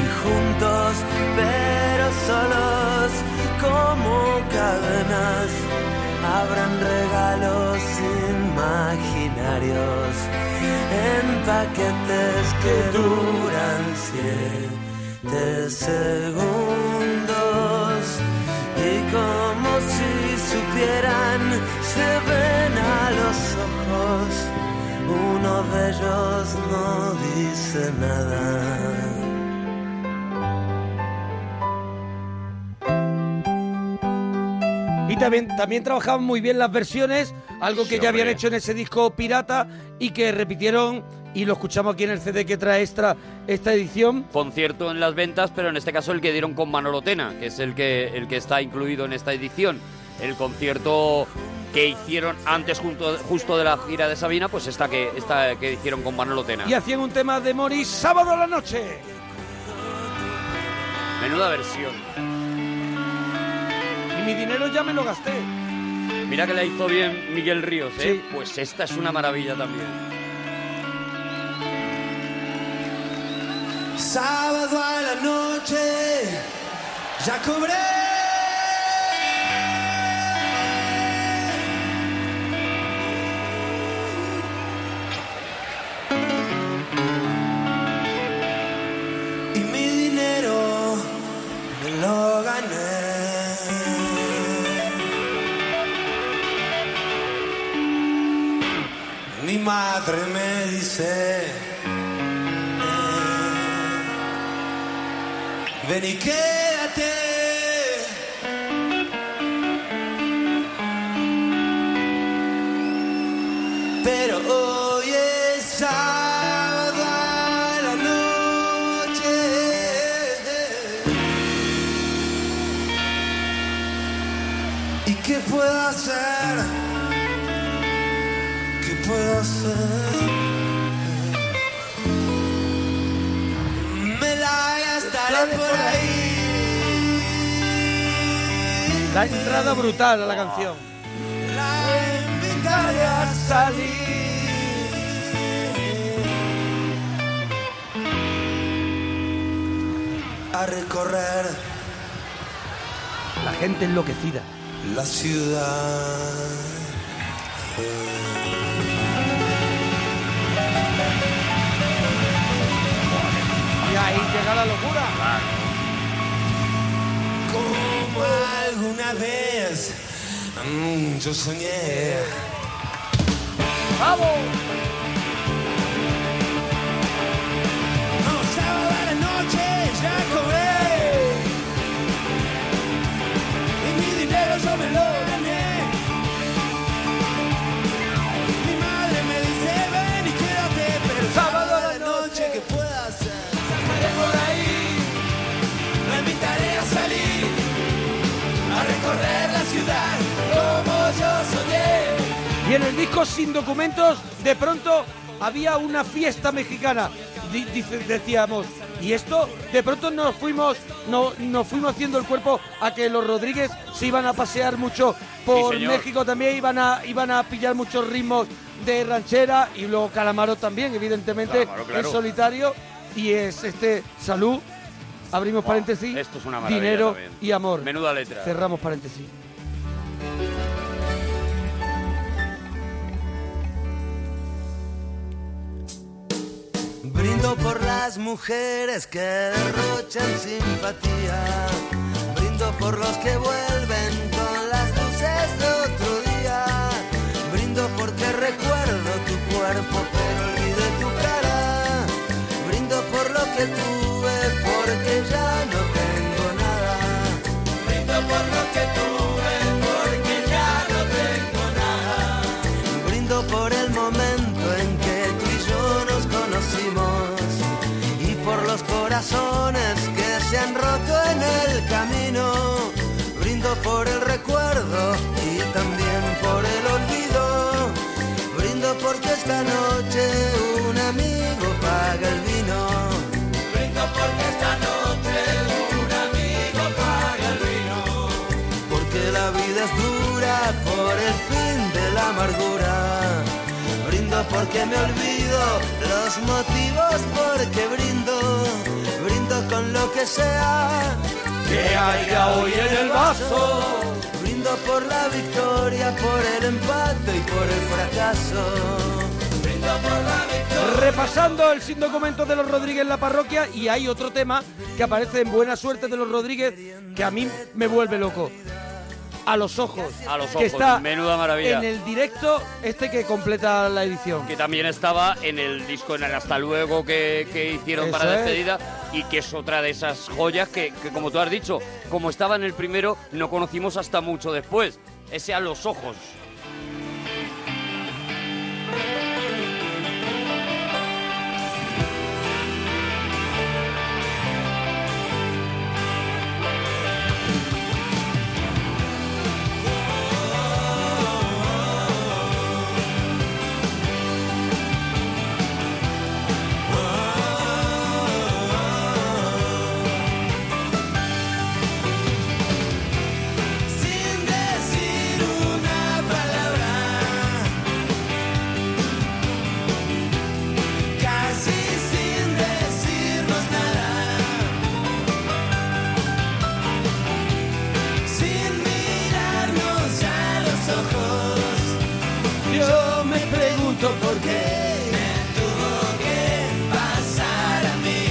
Speaker 6: Y juntos, pero solos, como cadenas, habrán regalos imaginarios en paquetes que duran siete segundos. Y como si supieran, se ven a los ojos. Uno de ellos no dice nada.
Speaker 2: Y también, también trabajaban muy bien las versiones, algo que
Speaker 4: Sí,
Speaker 2: ya habían
Speaker 4: hombre.
Speaker 2: hecho en ese disco pirata y que repitieron y lo escuchamos aquí en el CD que trae esta, esta edición.
Speaker 4: Concierto en las ventas, pero en este caso el que dieron con Manolo Tena, que es el que, el que está incluido en esta edición. El concierto que hicieron antes junto, justo de la gira de Sabina, pues esta que, esta que hicieron con Manolo Tena.
Speaker 2: Y hacían un tema de Mori sábado a la noche.
Speaker 4: Menuda versión.
Speaker 2: Y mi dinero ya me lo gasté.
Speaker 4: Mira que la hizo bien Miguel Ríos, ¿eh?
Speaker 2: Sí.
Speaker 4: Pues esta es una maravilla también.
Speaker 6: Sábado a la noche, ya cobré. Y mi dinero me lo gané. Mi madre me dice... Ven y quédate. Pero hoy es sábado a la noche. ¿Y qué puedo hacer? ¿Qué puedo hacer? Me la gastaré por ahí.
Speaker 2: La entrada brutal a la canción.
Speaker 6: La invitaré a salir. A recorrer
Speaker 2: La gente enloquecida.
Speaker 6: la ciudad.
Speaker 2: Y ahí llega la locura.
Speaker 6: Como alguna vez mm, yo soñé.
Speaker 2: ¡Vamos!
Speaker 6: No, sábado a la noche ya cobré. Y mi dinero yo me lo gané. Mi madre me dice ven y quédate, pero sábado a la noche que pueda hacer. Sacaré por ahí, la invitaré a salir, a recorrer la ciudad como yo soñé.
Speaker 2: Y en el disco Sin Documentos, de pronto había una fiesta mexicana. di- dice- decíamos, y esto, de pronto nos fuimos, no, nos fuimos haciendo el cuerpo a que los Rodríguez se iban a pasear mucho por
Speaker 4: señor.
Speaker 2: México también, iban a, iban a pillar muchos ritmos de ranchera y luego Calamaro también, evidentemente,
Speaker 4: Calamaro, claro.
Speaker 2: en solitario. Y es este salud, abrimos paréntesis,
Speaker 4: Esto Oh, es una maravilla
Speaker 2: dinero
Speaker 4: también.
Speaker 2: y amor.
Speaker 4: Menuda letra.
Speaker 2: Cerramos paréntesis.
Speaker 6: Brindo por las mujeres que derrochan simpatía. Brindo por los que vuelven con las luces de otro día. Brindo porque recuerdo tu cuerpo, pero olvidé tu cara. Brindo por lo que tuve, porque ya no tengo nada. Brindo por lo que tuve, porque ya no tengo nada. Brindo por el momento en que tú y yo nos conocimos y por los corazones que se han roto en el camino. Brindo por el recuerdo y también por el olvido. Brindo porque esta noche un amigo paga el vino. Brindo porque esta noche un amigo paga el vino. Porque la vida es dura por el fin de la amargura. Brindo porque me olvido los motivos porque brindo. Brindo con lo que sea
Speaker 2: Que haya hoy en el vaso.
Speaker 6: Brindo por la victoria, por el empate y por el fracaso. Brindo por la
Speaker 2: Repasando el sin documento de los Rodríguez en la parroquia y hay otro tema que aparece en Buena Suerte de los Rodríguez que a mí me vuelve loco. A los ojos.
Speaker 4: A los
Speaker 2: Que
Speaker 4: ojos,
Speaker 2: está
Speaker 4: menuda maravilla.
Speaker 2: En el directo este que completa la edición.
Speaker 4: que también estaba en el disco en el Hasta Luego que, que hicieron
Speaker 2: Eso
Speaker 4: para
Speaker 2: es.
Speaker 4: despedida y que es otra de esas joyas que, que, como tú has dicho, como estaba en el primero, no conocimos hasta mucho después. Ese a los ojos.
Speaker 6: Sin decir una palabra, casi sin decirnos nada, sin mirarnos a los ojos, yo me pregunto por qué me tuvo que pasar a mí.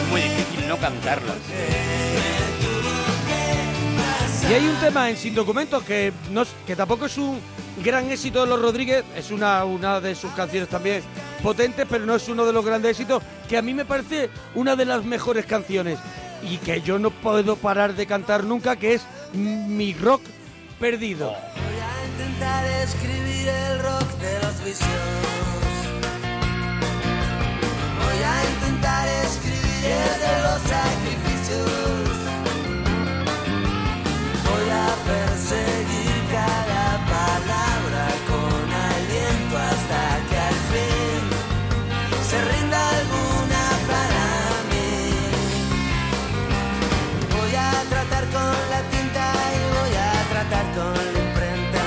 Speaker 4: Es muy difícil no cantarlas.
Speaker 2: Y hay un tema en Sin Documentos que, no, es- que tampoco es un gran éxito de los Rodríguez, es una, una de sus canciones también potentes, pero no es uno de los grandes éxitos, que a mí me parece una de las mejores canciones y que yo no puedo parar de cantar nunca, que es Mi Rock Perdido.
Speaker 6: intentar escribir el rock de los vicios. Voy a intentar escribir el de los sacrificios. Voy a perseguir cada palabra con aliento hasta que al fin se rinda alguna para mí. Voy a tratar con la tinta y voy a tratar con la imprenta.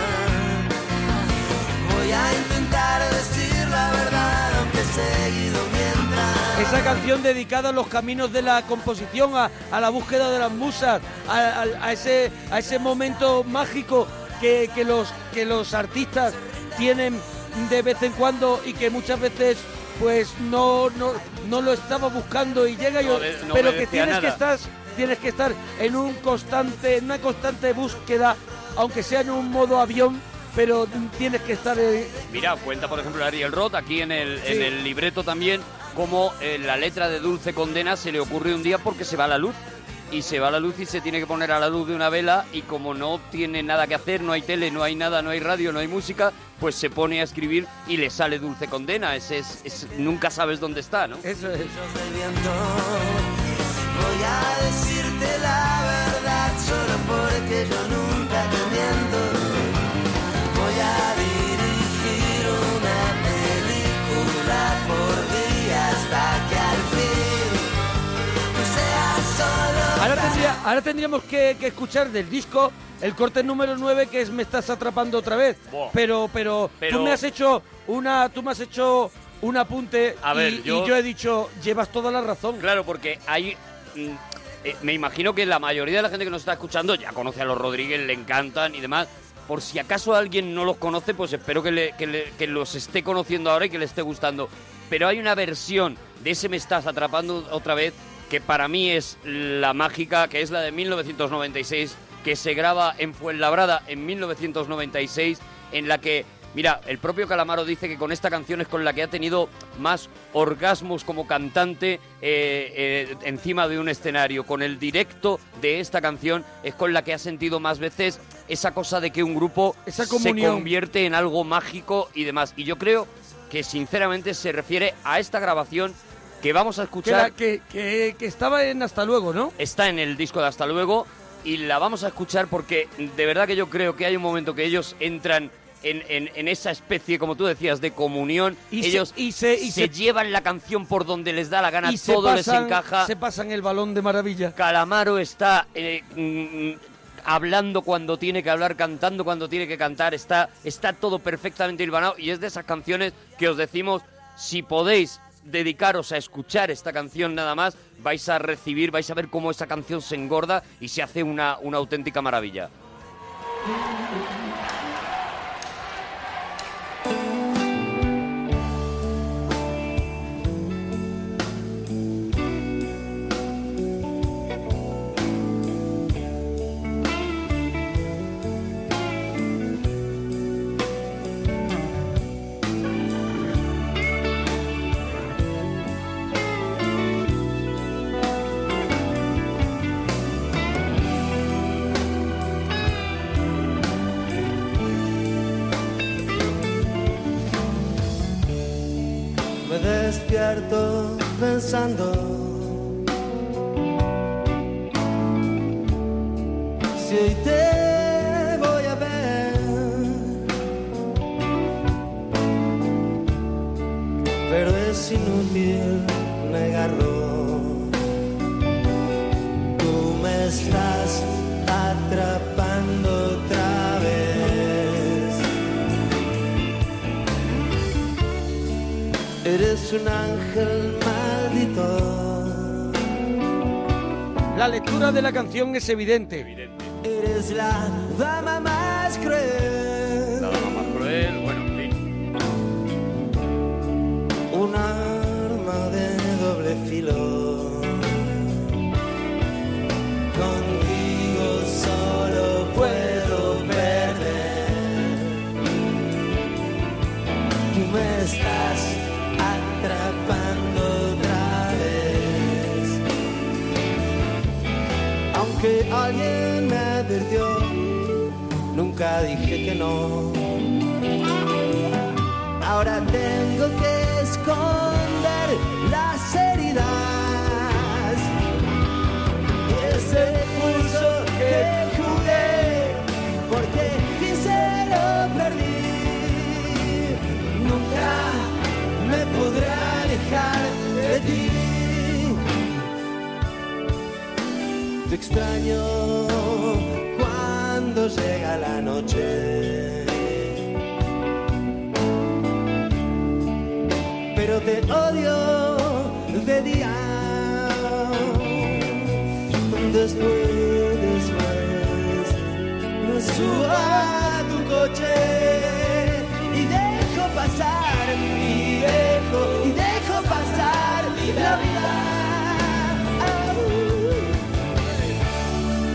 Speaker 6: Voy a intentar decir la verdad aunque seguido mientras.
Speaker 2: Esa canción dedicada a los caminos de la composición, a, a la búsqueda de las musas, a, a- a ese, a ese momento mágico que, que los, que los artistas tienen de vez en cuando y que muchas veces pues no, no, no lo estaba buscando y llega y
Speaker 4: No de- no
Speaker 2: pero
Speaker 4: obedecía
Speaker 2: que tienes que
Speaker 4: nada.
Speaker 2: estar tienes que estar en un constante en una constante búsqueda aunque sea en un modo avión pero tienes que estar eh,
Speaker 4: Mira, cuenta por ejemplo Ariel Roth aquí en el, en el libreto también cómo eh, la letra de Dulce Condena se le ocurre un día porque se va la luz. Y se va la luz y se tiene que poner a la luz de una vela y como no tiene nada que hacer, no hay tele, no hay nada, no hay radio, no hay música, pues se pone a escribir y le sale Dulce Condena. Ese es, es- nunca sabes dónde está, ¿no?
Speaker 2: Eso es.
Speaker 6: Voy a decirte la verdad solo porque yo nunca te miento. Voy a dirigir una película por día.
Speaker 2: Ahora tendríamos que, que escuchar del disco el corte número 9 que es Me estás atrapando otra vez.
Speaker 4: Buah.
Speaker 2: Pero, pero,
Speaker 4: Pero-
Speaker 2: tú me has hecho una, tú me has hecho un apunte
Speaker 4: A ver,
Speaker 2: y, y
Speaker 4: yo-
Speaker 2: yo he dicho, llevas toda la razón.
Speaker 4: Claro, porque hay. mm, eh, me imagino que la mayoría de la gente que nos está escuchando ya conoce a los Rodríguez, le encantan y demás. Por si acaso alguien no los conoce, pues espero que, le- que le- que los esté conociendo ahora y que le esté gustando. Pero hay una versión de ese Me Estás Atrapando otra vez que para mí es la mágica, que es la de 1996, que se graba en Fuenlabrada en 1996, en la que, mira, el propio Calamaro dice que con esta canción es con la que ha tenido más orgasmos como cantante eh, eh, encima de un escenario. Con el directo de esta canción es con la que ha sentido más veces esa cosa de que un grupo
Speaker 2: Esa
Speaker 4: se
Speaker 2: comunión.
Speaker 4: convierte en algo mágico y demás. Y yo creo que sinceramente se refiere a esta grabación que vamos a
Speaker 2: Que, la-
Speaker 4: escuchar
Speaker 2: que- que- que estaba en Hasta luego, ¿no?
Speaker 4: está en el disco de Hasta luego y la vamos a escuchar porque de verdad que yo creo que hay un momento que ellos entran en, en- en esa especie, como tú decías, de comunión.
Speaker 2: Y se-
Speaker 4: ellos
Speaker 2: y se- y se-
Speaker 4: llevan la canción por donde les da la gana,
Speaker 2: y se
Speaker 4: todo
Speaker 2: pasan-
Speaker 4: les encaja.
Speaker 2: Se pasan el balón de maravilla.
Speaker 4: Calamaro está eh, mm, hablando cuando tiene que hablar, cantando cuando tiene que cantar, está, está todo perfectamente hilvanado y es de esas canciones que os decimos, si podéis dedicaros a escuchar esta canción nada más, vais a recibir, vais a ver cómo esa canción se engorda y se hace una, una auténtica maravilla.
Speaker 6: Me despierto pensando Si hoy te voy a ver Pero es inútil negarlo Tú me estás atrapando otra vez Eres un ángel maldito.
Speaker 2: La lectura de la canción es evidente.
Speaker 6: Eres la dama más cruel. La dama más cruel, bueno, en Un arma de doble filo. Contigo solo puedo perder. Tú me estás atrapando otra vez. Aunque alguien me advirtió, nunca dije que no. Ahora tengo que esconder las heridas. Y ese pulso que juré, porque quise lo perdí. Nunca me podré alejar de ti. Te extraño cuando llega la noche. Pero te odio de día. Después, después, me subo a tu coche y dejo pasar, y dejo, y dejo pasar la vida. Au.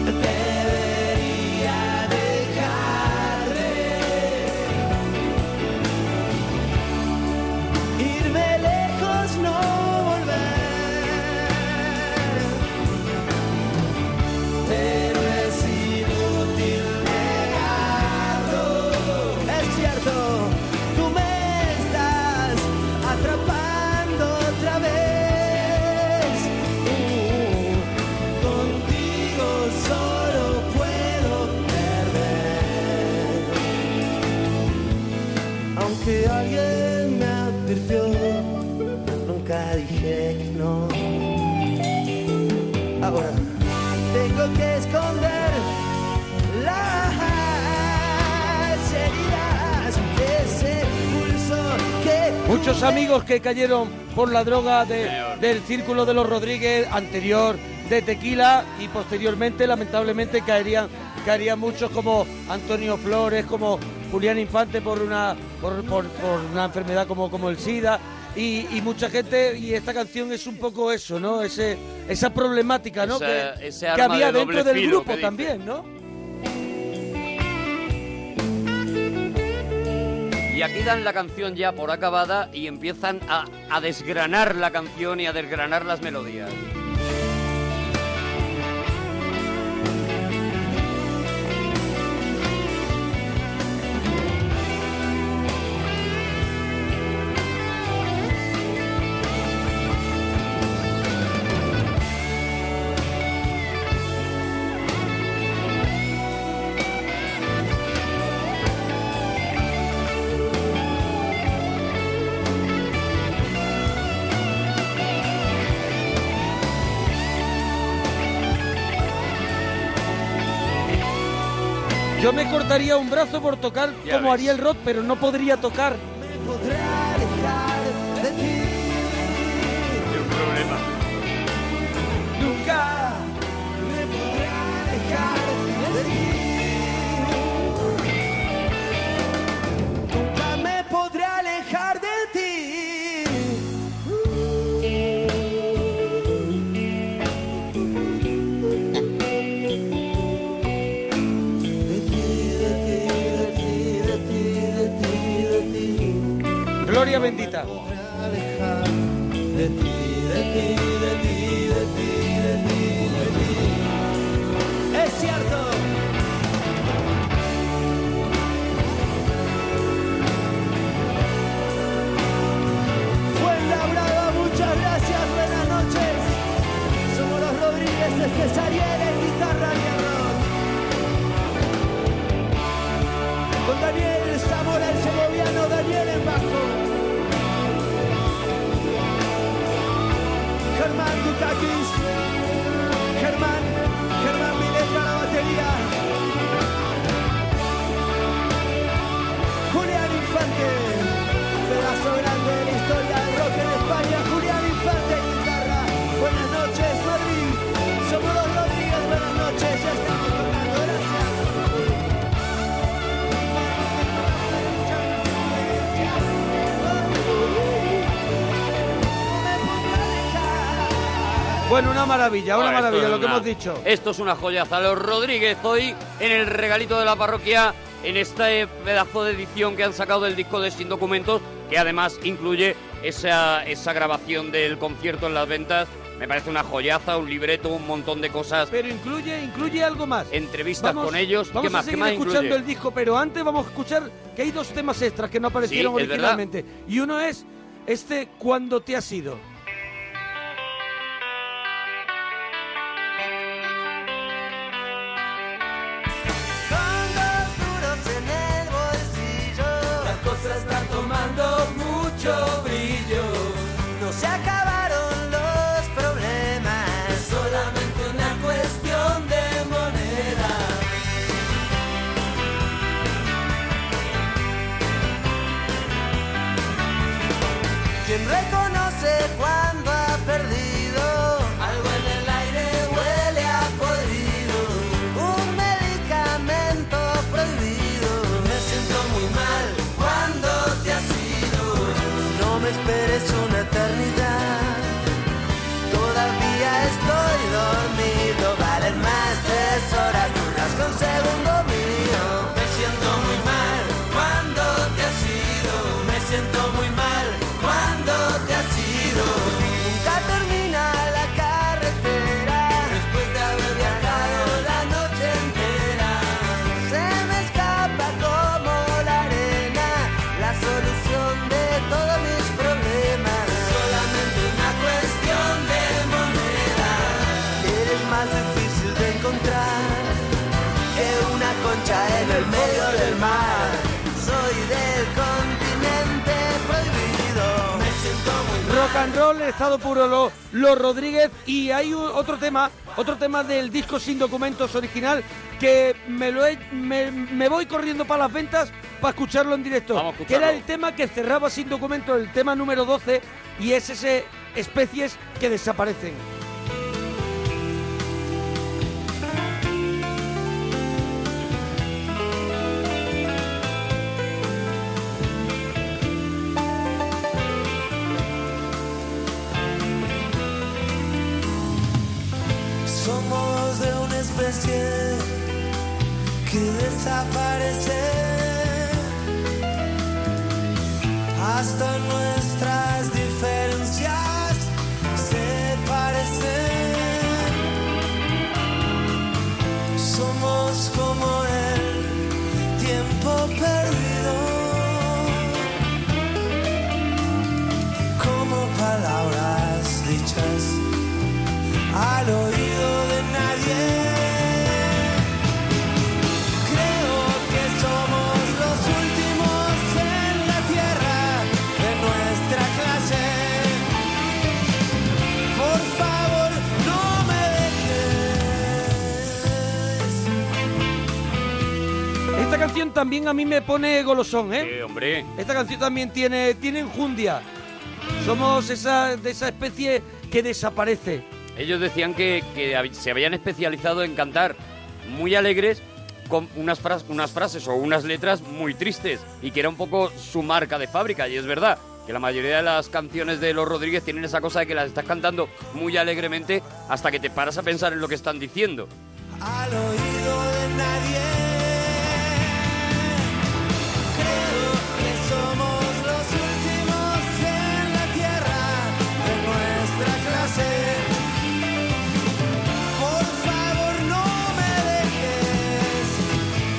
Speaker 6: Debería dejar de irme lejos, no volver. Pero es inútil negarlo. Es cierto, tú me estás atrapando otra vez. Uh, Contigo solo puedo perder. Aunque alguien me advirtió, nunca dije que no. Ahora tengo que
Speaker 2: muchos amigos que cayeron por la droga de- del Círculo de los Rodríguez anterior de Tequila y posteriormente lamentablemente caerían caerían muchos como Antonio Flores, como Julián Infante por una por, por- por una enfermedad como, como el SIDA y, y mucha gente y esta canción es un poco eso, ¿no? Ese esa problemática, ¿no?
Speaker 4: Esa-
Speaker 2: que,
Speaker 4: ese
Speaker 2: que
Speaker 4: arma
Speaker 2: había
Speaker 4: de doble
Speaker 2: dentro del
Speaker 4: filo que
Speaker 2: grupo
Speaker 4: dice.
Speaker 2: también, ¿no?
Speaker 4: Y aquí dan la canción ya por acabada y empiezan a, a desgranar la canción y a desgranar las melodías.
Speaker 2: Yo me cortaría un brazo por tocar
Speaker 4: Ya
Speaker 2: como
Speaker 4: ves.
Speaker 2: haría el rock, pero no podría tocar.
Speaker 6: Nunca me podré dejar de ti. Nunca me podré alejar de
Speaker 2: Gloria bendita.
Speaker 6: ti. Es cierto. Fuenlabrada, muchas gracias, buenas noches. Somos los Rodríguez, este es Ariel en guitarra y en rock. Con Daniel Zamora, el segoviano, Daniel en bajo. Germán Dukakis. Germán, Germán Milet a la batería. Julián Infante. Pedazo grande de la historia del rock en España, Julián Infante en guitarra. Buenas noches, Madrid. Somos los Rodríguez, buenas noches, ya estamos tocando, gracias.
Speaker 2: Bueno, una maravilla, una
Speaker 4: Bueno, esto
Speaker 2: maravilla,
Speaker 4: es
Speaker 2: lo que
Speaker 4: una-
Speaker 2: hemos dicho.
Speaker 4: Esto es una joyaza. Los Rodríguez hoy en el regalito de la parroquia, en este pedazo de edición que han sacado del disco de Sin Documentos, que además incluye esa, esa grabación del concierto en las ventas. Me parece una joyaza, un libreto, un montón de cosas.
Speaker 2: Pero incluye, incluye algo más.
Speaker 4: Entrevistas con ellos.
Speaker 2: vamos
Speaker 4: ¿Qué más?
Speaker 2: a
Speaker 4: ¿Qué
Speaker 2: seguir
Speaker 4: más
Speaker 2: escuchando
Speaker 4: incluye?
Speaker 2: el disco, pero antes vamos a escuchar que hay dos temas extras que no aparecieron
Speaker 4: Sí, es verdad.
Speaker 2: originalmente. Y uno es este Cuando te has ido.
Speaker 6: Con dos duros en el bolsillo. La cosa está tomando mucho brillo. No se acabaron los problemas. Es solamente una cuestión de moneda. Quien reconoce cuando ha perdido algo en el aire huele a podrido. Un medicamento prohibido. Me siento muy mal cuando te has ido. No me esperes una eternidad. Todavía estoy dormido. Valen más tres horas duras con segundo mío. Me siento muy mal cuando te has ido. Me siento muy mal cuando te has ido. Nunca termina la carretera. Después de haber viajado la noche entera. Se me escapa como la arena. La solución de todos mis problemas. Solamente una cuestión de moneda. Eres más difícil de encontrar que una concha en el medio del mar. Soy del continente prohibido. Me siento muy mal
Speaker 2: rock and roll, el estado puro, los lo Rodríguez. Y hay u- otro tema, otro tema del disco sin documentos original que me, lo he- me, me voy corriendo para las ventas para escucharlo en directo. que era el tema que cerraba sin documentos, el tema número 12, y es ese especies que desaparecen.
Speaker 6: Somos de una especie que desaparece hasta nuestras diferencias se parecen. Somos como el tiempo perdido, como palabras dichas al oído de nadie. Creo que somos los últimos en la tierra de nuestra clase. Por favor, no me dejes.
Speaker 2: Esta canción también a mí me pone golosón, ¿eh?
Speaker 4: hombre.
Speaker 2: Esta canción también tiene, tiene enjundia. Somos esa, de esa especie que desaparece.
Speaker 4: Ellos decían que, que hab- se habían especializado en cantar muy alegres con unas, fras- unas frases o unas letras muy tristes y que era un poco su marca de fábrica. Y es verdad que la mayoría de las canciones de Los Rodríguez tienen esa cosa de que las estás cantando muy alegremente hasta que te paras a pensar en lo que están diciendo.
Speaker 6: Al oído de nadie. Creo que somos los últimos en la tierra de nuestra clase. Por favor, no me dejes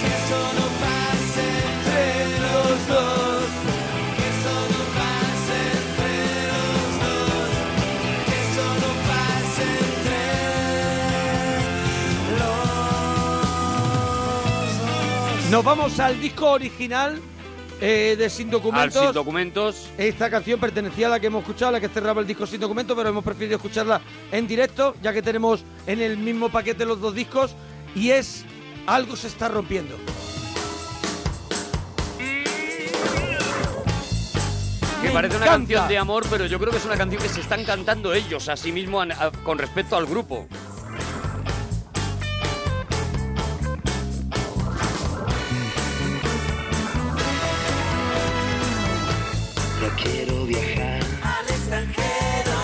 Speaker 6: que solo pase entre los dos. Que solo pase entre los dos. Que solo pase entre
Speaker 2: Nos vamos al disco original eh, de Sin Documentos.
Speaker 4: Al Sin Documentos.
Speaker 2: Esta canción pertenecía a la que hemos escuchado, la que cerraba el disco Sin Documentos, pero hemos preferido escucharla en directo, ya que tenemos en el mismo paquete los dos discos. Y es Algo se está rompiendo.
Speaker 4: Que
Speaker 2: Me
Speaker 4: parece una
Speaker 2: encanta.
Speaker 4: canción de amor, pero yo creo que es una canción que se están cantando ellos a sí mismos an- a- con respecto al grupo.
Speaker 1: No quiero viajar,
Speaker 6: Al extranjero,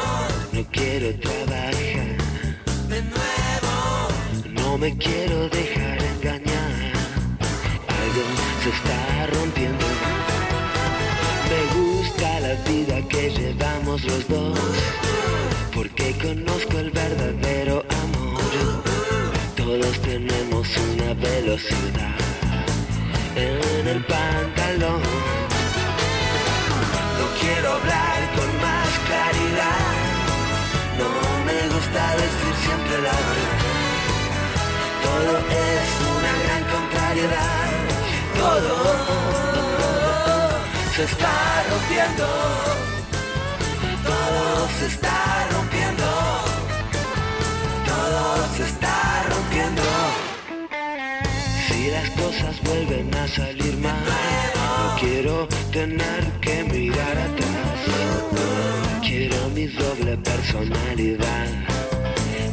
Speaker 1: no quiero trabajar,
Speaker 6: de nuevo.
Speaker 1: no me quiero dejar engañar. Algo se está rompiendo. Me gusta la vida que llevamos los dos, porque conozco el verdadero amor. Todos tenemos una velocidad en el pantalón.
Speaker 6: No quiero hablar con más claridad. No me gusta decir siempre la verdad. Todo es una gran contrariedad. Todo se está rompiendo. Todo se está rompiendo. Todo se está rompiendo.
Speaker 1: Si las cosas vuelven a salir mal, no quiero tener que mirar atrás. Quiero mi doble personalidad.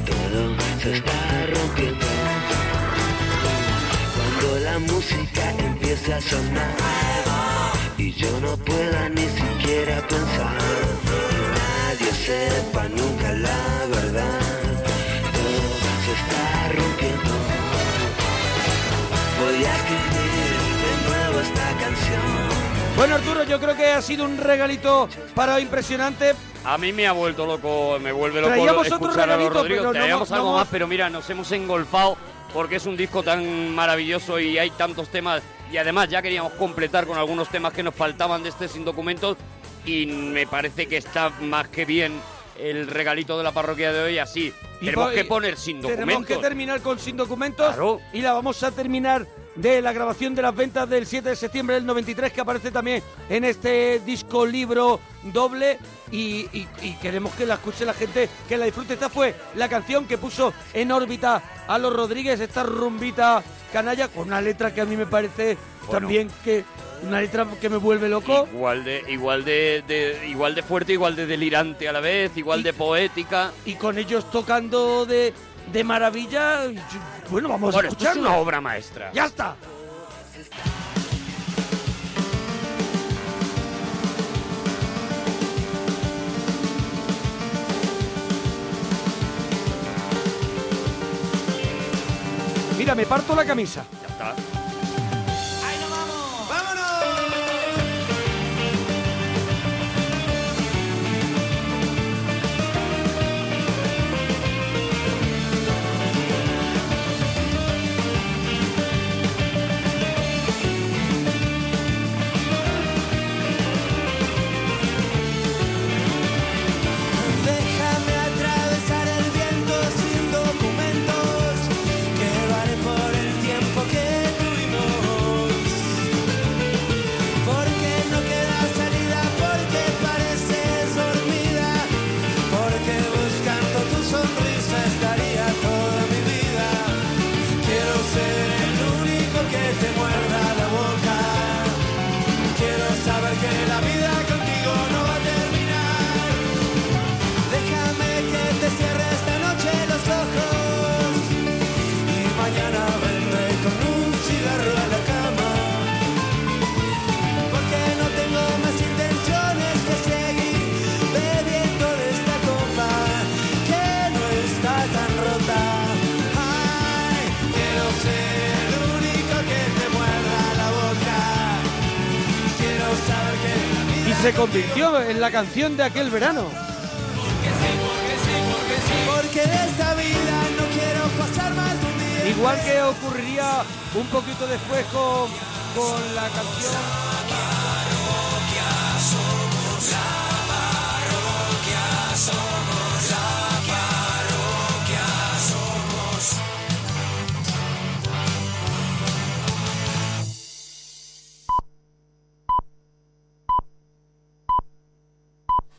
Speaker 1: Todo se está rompiendo. Cuando la música empieza a sonar y yo no pueda ni siquiera pensar, y nadie sepa nunca la verdad. Todo se está rompiendo.
Speaker 6: Voy a escribir de nuevo esta canción.
Speaker 2: Bueno, Arturo, yo creo que ha sido un regalito para hoy impresionante.
Speaker 4: A mí me ha vuelto loco, me vuelve loco
Speaker 2: Traíamos otro
Speaker 4: escuchar a los
Speaker 2: regalito,
Speaker 4: Rodríguez.
Speaker 2: pero no
Speaker 4: Traíamos
Speaker 2: hemos-
Speaker 4: algo
Speaker 2: no
Speaker 4: más, pero mira, nos hemos engolfado porque es un disco tan maravilloso y hay tantos temas. Y además ya queríamos completar con algunos temas que nos faltaban de este Sin Documentos y me parece que está más que bien el regalito de la parroquia de hoy así.
Speaker 2: Y
Speaker 4: tenemos
Speaker 2: po-
Speaker 4: que
Speaker 2: y
Speaker 4: poner Sin
Speaker 2: Tenemos que
Speaker 4: Documentos.
Speaker 2: terminar con Sin Documentos y la vamos a terminar de la grabación de las ventas del 7 de septiembre del 93 que aparece también en este disco libro doble y, y- y queremos que la escuche la gente, que la disfrute. Esta fue la canción que puso en órbita a los Rodríguez, esta rumbita canalla con una letra que a mí me parece
Speaker 4: Bueno.
Speaker 2: también que una letra que me vuelve loco.
Speaker 4: Igual de, igual de, de- igual de fuerte, igual de delirante a la vez, igual de poética.
Speaker 2: Y con ellos tocando de, de maravilla, yo- bueno, vamos
Speaker 4: Bueno,
Speaker 2: a
Speaker 4: esto es
Speaker 2: escucharlo.
Speaker 4: una obra maestra.
Speaker 2: ¡Ya está! Mira, me parto la camisa.
Speaker 4: Ya está.
Speaker 6: Déjame atravesar el viento sin documentos, que vale por el tiempo que tuvimos. Porque no queda salida, porque pareces dormida, porque buscando tu sonrisa estaría toda mi vida. Quiero ser el único que te muerda la boca. Quiero saber que la vida contigo no va a terminar. Déjame que te cierre esta noche los ojos y mañana vendré con un cigarro a la cama. Porque no tengo más intenciones que seguir bebiendo de esta copa que no está tan rota. Ay, quiero ser el único que te muerda la boca. Quiero saber que la vida
Speaker 2: Y se convirtió en la canción de aquel verano.
Speaker 6: Porque de esta vida no quiero pasar más de un día.
Speaker 2: Igual que ocurriría un poquito después con, con la canción